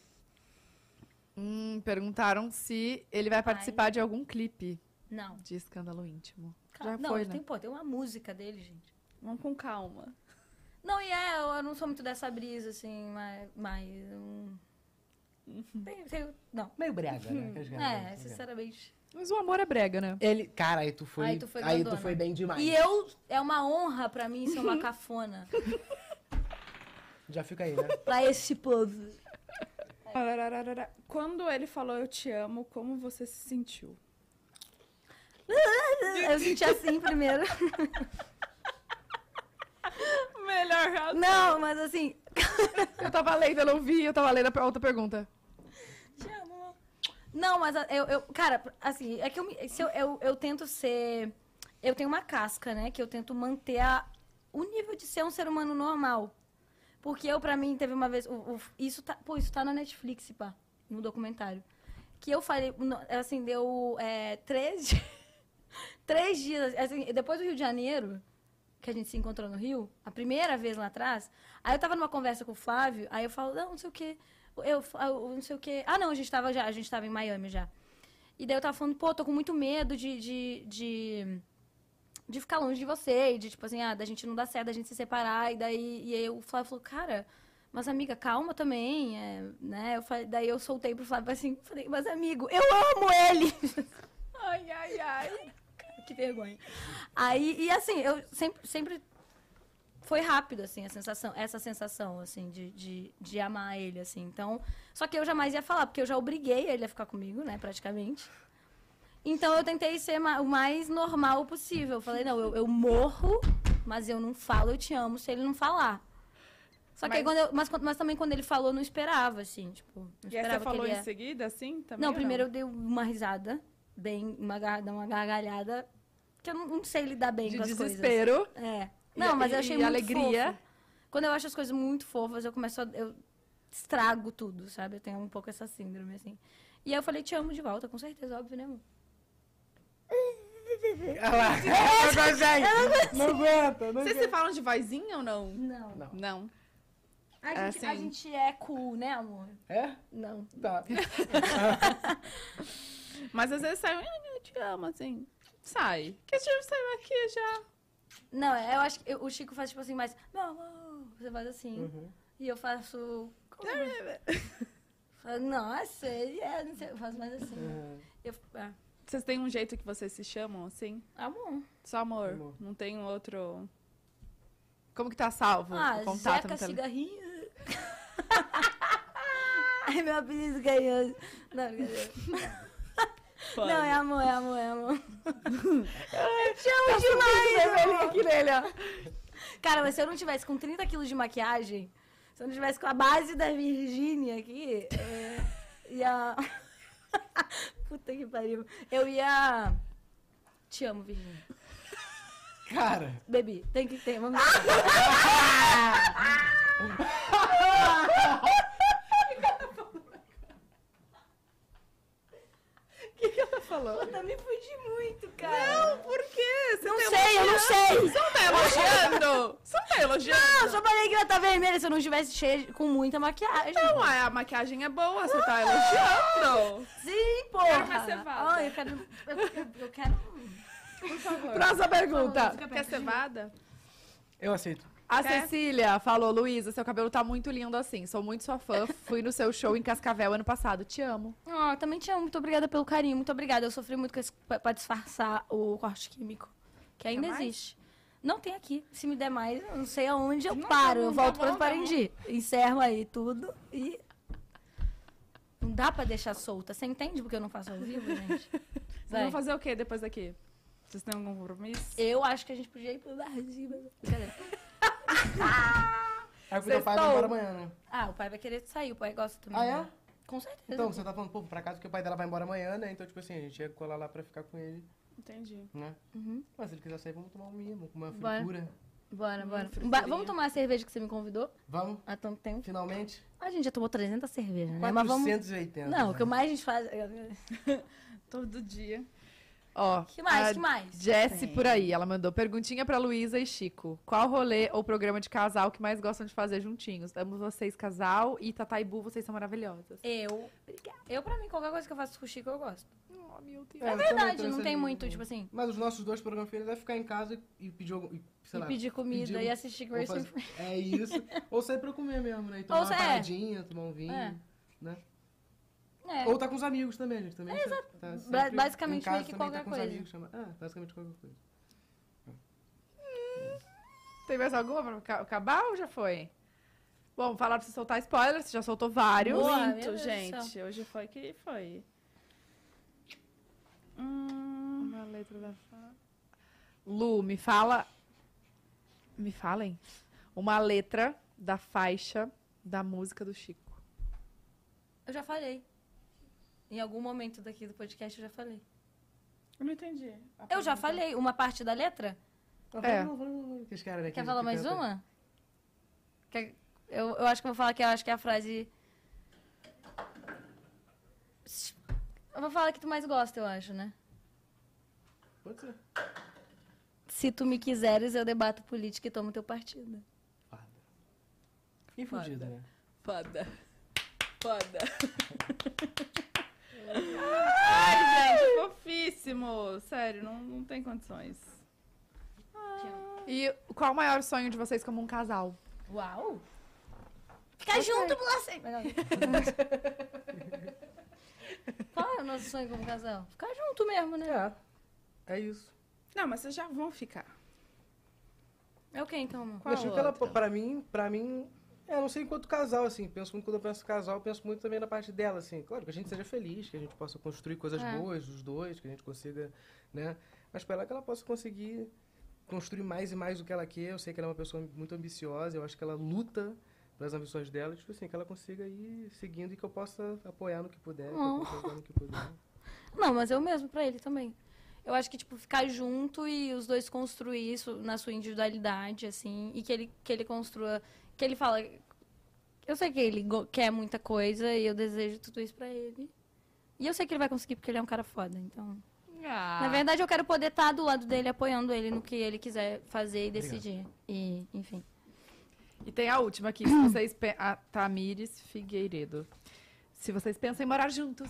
E: Hum, perguntaram se ele vai participar de algum clipe
D: Não.
E: de escândalo íntimo.
D: Calma.
E: Já
D: não,
E: foi,
D: mas
E: né?
D: tem, pô, tem uma música dele, gente.
B: Vamos com calma.
D: Não, e é, eu eu não sou muito dessa brisa, assim, mas. mas hum, tem- tem- não.
C: Meio brega,
D: [laughs]
C: né? Aquelas
D: É,
C: gargantas, né?
D: sinceramente.
E: Mas o amor é brega, né?
C: Ele, cara, aí tu foi,
D: Aí tu foi
C: aí tu
D: grandona.
C: foi bem demais.
D: E eu, é uma honra pra mim ser
E: [laughs]
D: uma cafona
C: Já fica aí, né?
D: pra esse povo.
B: Arararara. Quando ele falou eu te amo, como você se sentiu?
D: Eu senti assim primeiro.
B: Melhor
D: Não, mas assim,
E: Eu tava lendo, eu não vi, eu tava lendo a outra pergunta.
D: Te amo. Não, mas a- eu, eu- cara, assim, é que eu, me- se eu, eu, eu tento ser. Eu tenho uma casca, né? Que eu tento manter a- o nível de ser um ser humano normal. Porque eu, pra mim, teve uma vez. o- o- isso tá, pô, isso tá na Netflix, pá, no documentário. Que eu falei, no- assim, deu é, três, di- [laughs] três dias. Assim, depois do Rio de Janeiro, que a gente se encontrou no Rio, a primeira vez lá atrás, aí eu tava numa conversa com o Flávio, aí eu falo, não, não sei o quê. Eu, fa- eu não sei o quê. Ah, não, a gente tava já, a gente tava em Miami já. E daí eu tava falando, pô, tô com muito medo de. de, de de ficar longe de você, e de tipo assim, ah, da gente não dar certo, da gente se separar, e daí e aí o Flávio falou, cara, mas amiga, calma também, é, né? Eu falei, daí eu soltei pro Flávio assim, falei, mas amigo, eu amo ele!
B: Ai, ai, ai.
D: [laughs] que vergonha. Aí, e assim, eu sempre, sempre foi rápido, assim, a sensação, essa sensação, assim, de, de, de amar ele, assim. Então, só que eu jamais ia falar, porque eu já obriguei ele a ficar comigo, né, praticamente. Então, eu tentei ser ma- o mais normal possível. Eu falei, não, eu, eu morro, mas eu não falo, eu te amo, se ele não falar. Só que aí, quando eu, mas, quando- mas também quando ele falou, eu não esperava, assim, tipo, não
B: E aí você
D: esperava
B: falou
D: que ele
B: em
D: ia...
B: seguida, assim, também?
D: Não,
B: ou
D: primeiro eu dei uma risada, bem, uma, gar- uma gargalhada, que eu não, não sei lidar bem
E: De
D: com as
E: desespero.
D: coisas. É. Não,
E: E-
D: mas eu
E: e-
D: achei
E: e
D: muito
E: alegria.
D: fofo. Quando eu acho as coisas muito fofas, eu começo a... Eu estrago tudo, sabe? Eu tenho um pouco essa síndrome, assim. E aí eu falei, te amo de volta, com certeza, óbvio, né, amor?
C: Olha lá. Não consegue. Não aguenta, não
B: Vocês
C: aguenta.
B: se falam de vozinha ou não?
D: Não.
C: Não.
B: Não.
D: A,
E: É
D: gente, a
E: assim.
D: gente é cool, né, amor?
C: É?
D: Não.
C: Tá.
B: Mas às vezes sai um, "Ah, eu te amo, assim. Sai. Que tipo saiu aqui já.
D: Não, é, eu acho que eu- o Chico faz, tipo assim, mais... Meu amor, você faz assim.
C: Hum.
D: E eu faço... Falo, Nossa, ele é... Não sei, eu faço mais assim.
C: Uhum.
D: Eu, é. tá
B: Vocês têm um jeito que vocês se chamam, assim?
D: Amor.
B: Só amor.
C: Amor.
B: Não tem um outro.
E: Como que tá salvo
D: Ah,
E: o contato
D: Zeca
E: no telefone?
D: Cigarrinho. [laughs] Ai, meu apelido ganhou. Não, brincadeira. Não, é amor, é amor, é
E: [laughs]
D: amor. Eu te amo
E: Tá
D: demais, amor.
E: Que nele, ó.
D: Cara, mas se eu não tivesse com 30 quilos de maquiagem, se eu não tivesse com a base da Virgínia aqui, é, ia... [laughs] Puta que pariu. Eu ia... Te amo, Virgínia.
C: Cara,
D: Bebi, tem que ter, vamos
A: Falou.
D: Eu me fudi muito, cara.
B: Por quê? Você
D: Não,
B: tá
D: sei, eu não sei.
B: Você não tá elogiando? Você não tá elogiando?
D: Eu só falei que ela tá vermelha se eu não estivesse cheia de- com muita maquiagem.
B: Não, a maquiagem é boa, você tá elogiando.
D: Sim,
B: Quero mais
D: porra.
B: cevada.
D: Ai, eu quero. Eu, eu- eu quero. Por favor.
A: Próxima pergunta.
D: Fica
B: Quer
D: perto.
B: cevada?
C: eu aceito.
A: A
B: Quer?
A: Cecília falou, Luísa, seu cabelo tá muito lindo assim. Sou muito sua
D: [laughs]
A: fã. Fui no seu show em Cascavel ano passado. Te amo.
D: Ah, também te amo. Muito obrigada pelo carinho. Muito obrigada. Eu sofri muito com esse, pra, pra disfarçar o corte químico. Que ainda
A: mais?
D: existe. Não tem aqui. Se me der mais, eu não sei aonde eu
B: Não, tá
D: paro. eu
B: bom,
D: volto
B: tá bom,
D: pra
B: tá bom.
D: Parendi. Encerro aí tudo e. Não dá pra deixar solta. Você entende porque eu não faço ao vivo,
B: [laughs]
D: gente?
B: Vocês vão
D: Vai.
B: fazer o quê depois daqui? Vocês têm algum compromisso?
D: Eu acho que a gente podia ir pro barzinho. mas- Brincadeira.
C: É porque meu pai vai embora amanhã, né?
D: Ah, o pai vai querer sair. O pai gosta também.
C: Ah, é?
D: né? Com certeza.
C: Então, você tá falando, pô, pra casa porque o pai dela vai embora amanhã, né? Então, tipo assim, a gente ia colar lá pra ficar com ele,
B: Entendi.
C: né?
D: Uhum.
C: Mas se ele quiser sair, vamos tomar um mimo, com uma
D: Bora.
C: fritura.
B: é?
D: Bora, bora.
B: friturinha.
D: Ba- vamos tomar a cerveja que você me convidou?
C: Vamos?
D: Há tanto tempo.
C: Finalmente?
D: A gente já tomou 300 cervejas, né? Mas vamos.
C: 480.
D: Não, é o que mais a gente faz.
B: Todo dia.
A: Ó,
D: Que mais?
C: Ah,
A: a
D: que mais?
A: Jess
D: Tem.
A: por aí, ela mandou perguntinha pra Luísa e Chico. Qual rolê ou programa de casal que mais gostam de fazer juntinhos? Amo vocês, casal, e Tatá e Bu, vocês são maravilhosas.
D: Eu. Eu, pra mim, qualquer coisa que eu faço com o Chico, eu gosto.
A: Oh, meu Deus.
C: É, eu
D: É
C: também
D: verdade,
C: tô
D: não
C: nessa
D: tem
C: linha
D: muito,
C: também.
D: tipo assim.
C: Mas os nossos dois programas filhos é ficar em casa e pedir algum. e, sei
D: E
C: lá,
D: pedir comida
C: pedir
D: e
C: um-
D: assistir
C: ou
D: Grace
C: fazer-
D: [laughs]
C: É isso. Ou sair pra comer mesmo, né? E tomar
D: Ou
C: uma
D: sa- é.
C: paradinha, tomar um vinho.
D: É.
C: Né?
D: É.
C: Ou tá com os amigos também, a gente também. É, exato.
D: Ba- basicamente meio que qualquer
C: tá Os
D: coisa.
C: amigos, chama... Ah, basicamente qualquer coisa.
A: Tem mais alguma pra ca- acabar ou já foi? Bom, falaram pra você soltar spoiler, você já soltou vários.
D: Boa, meu
B: Muito,
D: Deus do
B: gente. Hoje foi que foi. Hum,
A: Uma letra da fa- Lu, me fala. Me falem. Uma letra da faixa da música do Chico.
D: Eu já falei. Em algum momento daqui do podcast eu já falei.
B: eu não entendi.
D: Eu já falei uma parte da letra?
C: Ah,
A: É.
C: Não, não, não, não. Aqueles caras, né,
D: Quer
C: que-
D: falar
C: que
D: mais
C: canta-
D: uma? Quer- Eu, eu acho que eu vou falar que eu acho que é a frase. Eu vou falar que tu mais gosta, eu acho, né?
C: Pode ser.
D: Se tu me quiseres, eu debato política e tomo teu partido.
C: Fada. E fudido, né?
B: Foda. Foda. Ai, gente, fofíssimo. Sério, não, não tem condições.
A: E qual o maior sonho de vocês como um casal?
D: Uau! Ficar junto, Blacê! Qual é o nosso sonho como casal? Ficar junto mesmo, né?
C: É isso.
B: Não, mas vocês já vão ficar.
D: É o que então, amor?
B: Qual
C: eu acho que ela,
B: outra?
C: pra mim, pra mim, é, eu não sei enquanto casal, assim, penso muito quando eu penso em casal, eu penso muito também na parte dela, assim, claro, que a gente seja feliz, que a gente possa construir coisas
D: É.
C: boas dos dois, que a gente consiga, né, mas pra ela que ela possa conseguir construir mais e mais do que ela quer, eu sei que ela é uma pessoa muito ambiciosa, eu acho que ela luta pelas ambições dela, tipo assim, que ela consiga ir seguindo e que eu possa apoiar no que puder, que eu
D: Oh.
C: possa ajudar no que puder.
D: Não, mas eu mesmo pra ele também. Eu acho que, tipo, ficar junto e os dois construir isso na sua individualidade, assim, e que ele, que ele construa. Que ele fala. Eu sei que ele go- quer muita coisa e eu desejo tudo isso pra ele. E eu sei que ele vai conseguir porque ele é um cara foda, então.
A: Ah.
D: Na verdade, eu quero poder estar do lado dele, apoiando ele no que ele quiser fazer e decidir. E, enfim.
A: E tem a última aqui, [coughs] se vocês pe- a Tamires Figueiredo. Se vocês pensam em morar juntos.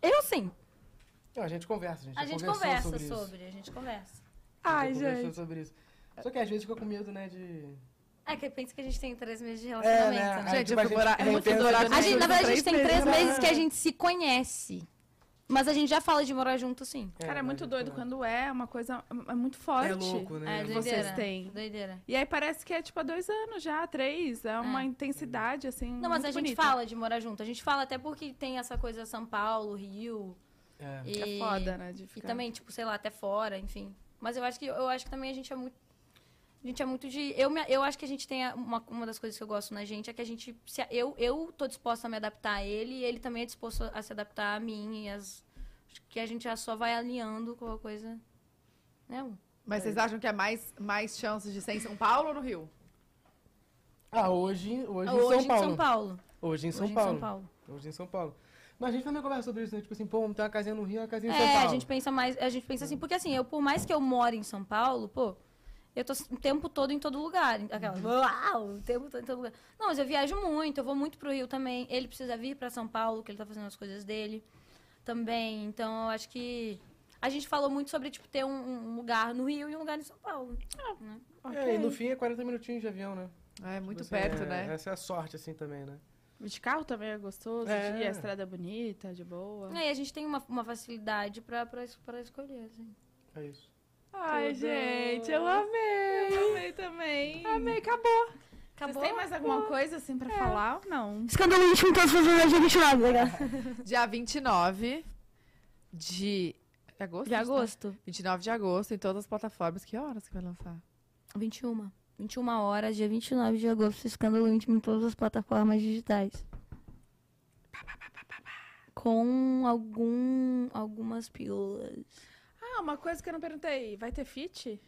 D: Eu sim.
C: Não, a gente conversa, a gente
D: A
C: já
D: gente
C: conversou
D: conversa
C: sobre
D: sobre,
C: isso.
D: a gente conversa.
C: A
B: Ai,
C: gente já conversou
B: gente.
C: sobre isso. Só que às vezes fica com medo, né, de...
D: É que pensa que a gente tem três meses de relacionamento,
C: né?
D: né?
C: Aí,
A: gente, eu
C: tipo, a
A: fui
C: gente
A: morar. eu fui
C: reinventa-
A: morar
D: A gente, na
A: juntos
D: verdade, a gente tem
A: três
D: três
A: meses.
D: meses que a gente se conhece. Mas a gente já fala de morar junto, sim.
B: Cara, é
C: mas
B: muito
C: gente
B: doido
C: conversa.
B: quando é uma coisa é muito forte.
C: É louco, né?
D: É,
C: Você-
D: doideira.
B: Vocês têm.
D: Doideira.
B: E aí parece que é tipo há dois anos já, três. É uma intensidade, assim.
D: Não, mas
B: muito
D: a gente
B: bonita.
D: fala de morar junto. A gente fala até porque tem essa coisa São Paulo, Rio.
C: É.
D: E...
B: É foda, né? De
D: E
B: ficar...
D: também, tipo, sei lá, até fora, enfim. Mas eu acho que eu acho que também a gente é muito. A gente é muito de. Eu, me- eu acho que a gente tem. a- Uma, uma das coisas que eu gosto na gente é que a gente. se- eu, eu tô disposta a me adaptar a ele e ele também é disposto a se adaptar a mim e as Acho que a gente já só vai alinhando com a coisa. Né? amor?
A: Mas vocês acham que é mais, mais chances de ser em São Paulo ou no Rio?
C: Ah, hoje, hoje,
D: Hoje
C: em São Paulo.
D: São Paulo.
C: Hoje em São
D: Hoje
C: Paulo.
D: em São Paulo.
C: Hoje em São Paulo. Mas a gente também conversa sobre isso, né? Tipo assim, pô, tem uma casinha no Rio, uma casinha em São
D: É,
C: Paulo.
D: a gente pensa mais, a gente pensa assim, porque assim, eu por mais que eu moro em São Paulo, pô, eu tô o tempo todo em todo lugar, aquela,
C: Uhum.
D: uau, o tempo todo em todo lugar. Não, mas eu viajo muito, eu vou muito pro Rio também. Ele precisa vir pra São Paulo, que ele tá fazendo as coisas dele também. Então, eu acho que a gente falou muito sobre tipo ter um, um lugar no Rio e um lugar em São Paulo.
C: É, e no fim é 40 minutinhos de avião, né?
A: É muito
C: Você-
A: perto,
C: é,
A: né?
C: Essa é a sorte, assim, também, né?
B: De carro também é gostoso,
C: É.
B: de- a estrada é bonita, de boa.
D: E aí a gente tem uma, uma facilidade pra, pra, es- pra escolher, assim.
C: É isso.
J: Ai,
B: Tudo.
J: gente, eu amei.
B: Eu amei também.
J: Amei, acabou.
D: Tá
B: Vocês têm mais alguma coisa assim pra falar? Não.
D: Escândalo então, íntimo todos os dias de 29, legal.
A: Dia 29 de agosto?
B: né?
A: né?
D: De agosto.
A: 29 de agosto, em todas as plataformas. Que horas que vai lançar?
D: 21. 21 horas, dia 29 de agosto, escândalo íntimo em todas as plataformas digitais. Com algum, algumas pílulas.
B: Ah, uma coisa que eu não perguntei. Vai ter fit?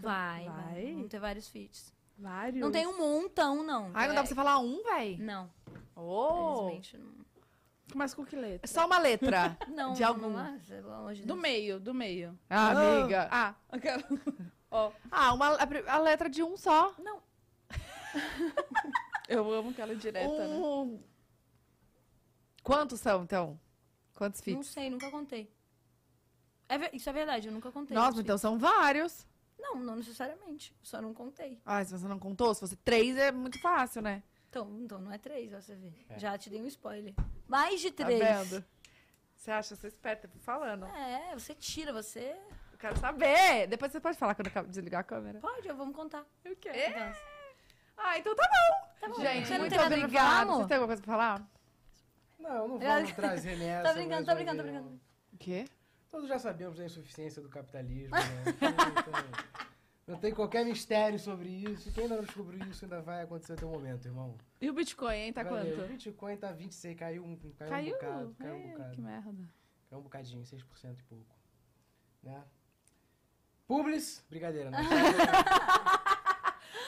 D: Vai,
B: Vai?
D: vai. Vão ter vários feats.
B: Vários?
D: Não tem um montão, não.
A: Ai, não dá pra você falar um,
D: É-
A: véi?
D: Não,
A: Oh,
D: infelizmente não. um-
B: Mas com que letra?
A: É só uma letra.
D: Não,
A: De
D: não,
A: algum.
D: não, ah, pelo amor de
B: Do
D: Deus.
B: meio, do meio.
A: [laughs] Ah, amiga.
B: Ah, aquela- [laughs] Ó,
A: Ah, uma, a, pri- a letra de um só.
D: Não.
B: eu amo aquela direta, né?
A: Um... Quantos são, então? Quantos
D: Não
A: feats?
D: sei, nunca contei. É ver- Isso é verdade, eu nunca contei.
A: Nossa,
D: os
A: então são vários.
D: feats. Não, não necessariamente. Só não contei.
A: Ah, se você não contou, se fosse três é muito fácil, né?
D: Então, então não é três, ó, você vê. Já te dei um spoiler. Mais de
A: Tá
D: três.
A: vendo? Você acha, você é esperta, tô falando.
D: É, você tira, você.
A: Eu quero saber. Depois você pode falar quando eu acabo- desligar a câmera.
D: Pode, eu vou me contar.
B: Eu quero.
D: Então,
A: Ah, então tá bom.
D: tá bom.
A: É? Gente,
D: Você não
A: muito
D: tem nada pra falar,
A: obrigada.
D: amor?
A: Você tá- tem alguma coisa pra falar?
C: Não, não vamos
D: [laughs]
C: trazer nessa.
D: Tô brincando, tô
C: mais uma
D: brincando, tô
C: vez,
D: brincando.
A: O quê?
C: Todos já sabemos da insuficiência do capitalismo, né? Então, Não tem qualquer mistério sobre isso. Quem não descobriu isso ainda vai acontecer até o momento, irmão.
B: E o Bitcoin, hein? Tá
C: Vai ver. O
B: quanto?
C: Bitcoin tá 26, caiu um,
B: Caiu?
C: caiu, um
D: É,
C: bocado. Caiu um
B: Ai,
C: bocado.
B: que merda.
C: Caiu um bocadinho, 6% e pouco. Né? Publis? Brincadeira, né?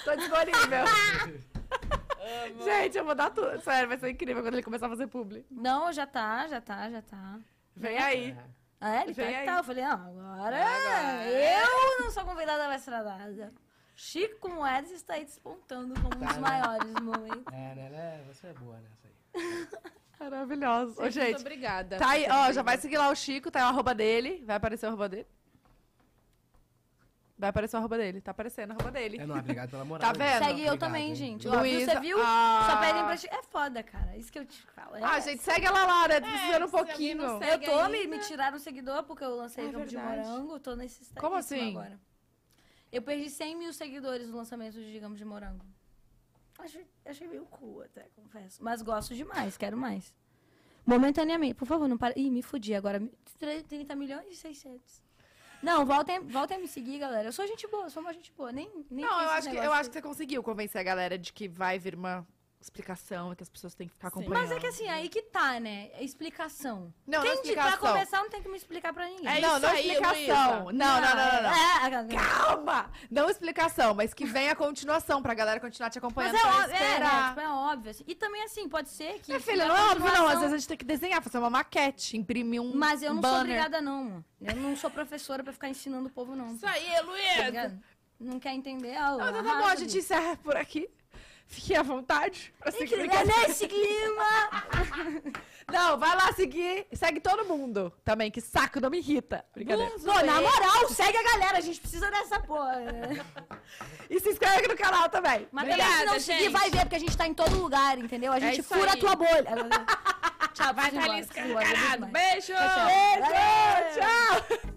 A: Tô disponível. [laughs] Gente, eu vou dar tudo. Sério, vai ser incrível quando ele começar a fazer publi.
D: Não, já tá, já tá, já tá.
A: Vem aí.
D: Ah, é, ele tá
A: Vem
D: que
A: aí.
D: tá. Eu falei, não, agora
A: É,
D: eu não sou convidada mais pra nada. Chico Moedas está aí despontando como um dos
C: Tá, né?
D: maiores momentos.
C: É, né, né? Você é boa nessa aí.
A: Maravilhoso. Ô,
B: Muito
A: gente,
B: obrigada.
A: tá aí, ó, já vai seguir lá o Chico, tá aí o arroba dele. Vai aparecer o arroba dele. Vai aparecer o arroba dele. Tá aparecendo o arroba dele.
C: É, não, obrigado pela
A: Tá
C: moral.
A: vendo?
C: gente.
D: Segue eu
C: Obrigado,
D: também,
C: hein?
D: gente. Ó,
C: Obrigado.
D: viu,
A: Luísa-
D: você viu?
A: Ah.
D: Só pedem pra... ti- É foda, cara. Isso que eu te falo. é
A: Ah,
D: essa.
A: gente, segue ela lá,
D: É,
A: né? Tô precisando um
B: se alguém
A: pouquinho.
B: não segue-
D: Eu tô, me,
B: ainda.
D: me
A: né?
D: tiraram o seguidor porque eu lancei
B: Ah,
D: Campo de
B: verdade.
D: Morango. Tô nesse estadíssimo
A: é Como assim?
D: agora. Eu perdi 100 mil seguidores no lançamento de Digamos de Morango. Achei, achei meio cool até, confesso. Mas gosto demais, quero mais. Momentaneamente. Por favor, não para. Ih, me fudi agora. 30 milhões e 600. Não, voltem, voltem a me seguir, galera. Eu sou gente boa, eu sou uma gente boa. Nem, nem
A: Não,
D: fiz
A: eu
D: esse
A: acho, que, eu
D: negócio.
A: acho que você conseguiu convencer a galera de que vai vir uma explicação e que as pessoas têm que ficar
B: Sim.
A: acompanhando.
D: Mas é que assim, aí que tá, né? É Explicação.
A: Não, não
D: Quem
A: é
D: de- pra
A: explicação. É
D: começar não tem que me explicar pra ninguém.
A: não,
B: isso
A: não
B: aí,
A: explicação.
B: Luísa.
A: Não, não, não, não, não.
D: É, aquela-
A: Calma! Não explicação, mas que venha a continuação pra galera continuar te
D: Mas
A: acompanhando.
D: é
A: pra
D: óbvio, é, né?
A: esperar.
D: Tipo, é óbvio. assim. E também, assim, pode ser que...
A: Minha
D: se
A: filha,
D: der
A: não é óbvio, não.
D: continuação-
A: Às vezes a gente tem que desenhar, fazer uma maquete, imprimir um.
D: Mas eu não sou
A: banner.
D: obrigada, não, mano. Eu não sou professora pra ficar ensinando o povo, não.
B: Isso aí,
D: Tá
B: Luísa!
D: ligado? Não quer entender? Ah,
A: Não, então tá bom, a gente encerra por aqui. Fique à vontade pra seguir.
D: É nesse clima!
A: Não, vai lá seguir. Segue todo mundo também, que saco, não me irrita. Brincadeira.
D: Pô, na moral, segue a galera. A gente precisa dessa porra. né?
A: E se inscreve aqui no canal também.
D: [laughs] Mas
B: Obrigada,
D: também, se não seguir,
B: gente.
D: vai ver, porque a gente tá em todo lugar, entendeu? A gente
B: isso
D: fura
B: aí.
D: a tua bolha. Tchau, vai,
B: Tá ali escancarado. Beijo!
D: Tchau, tchau.
A: Beijo! Tchau!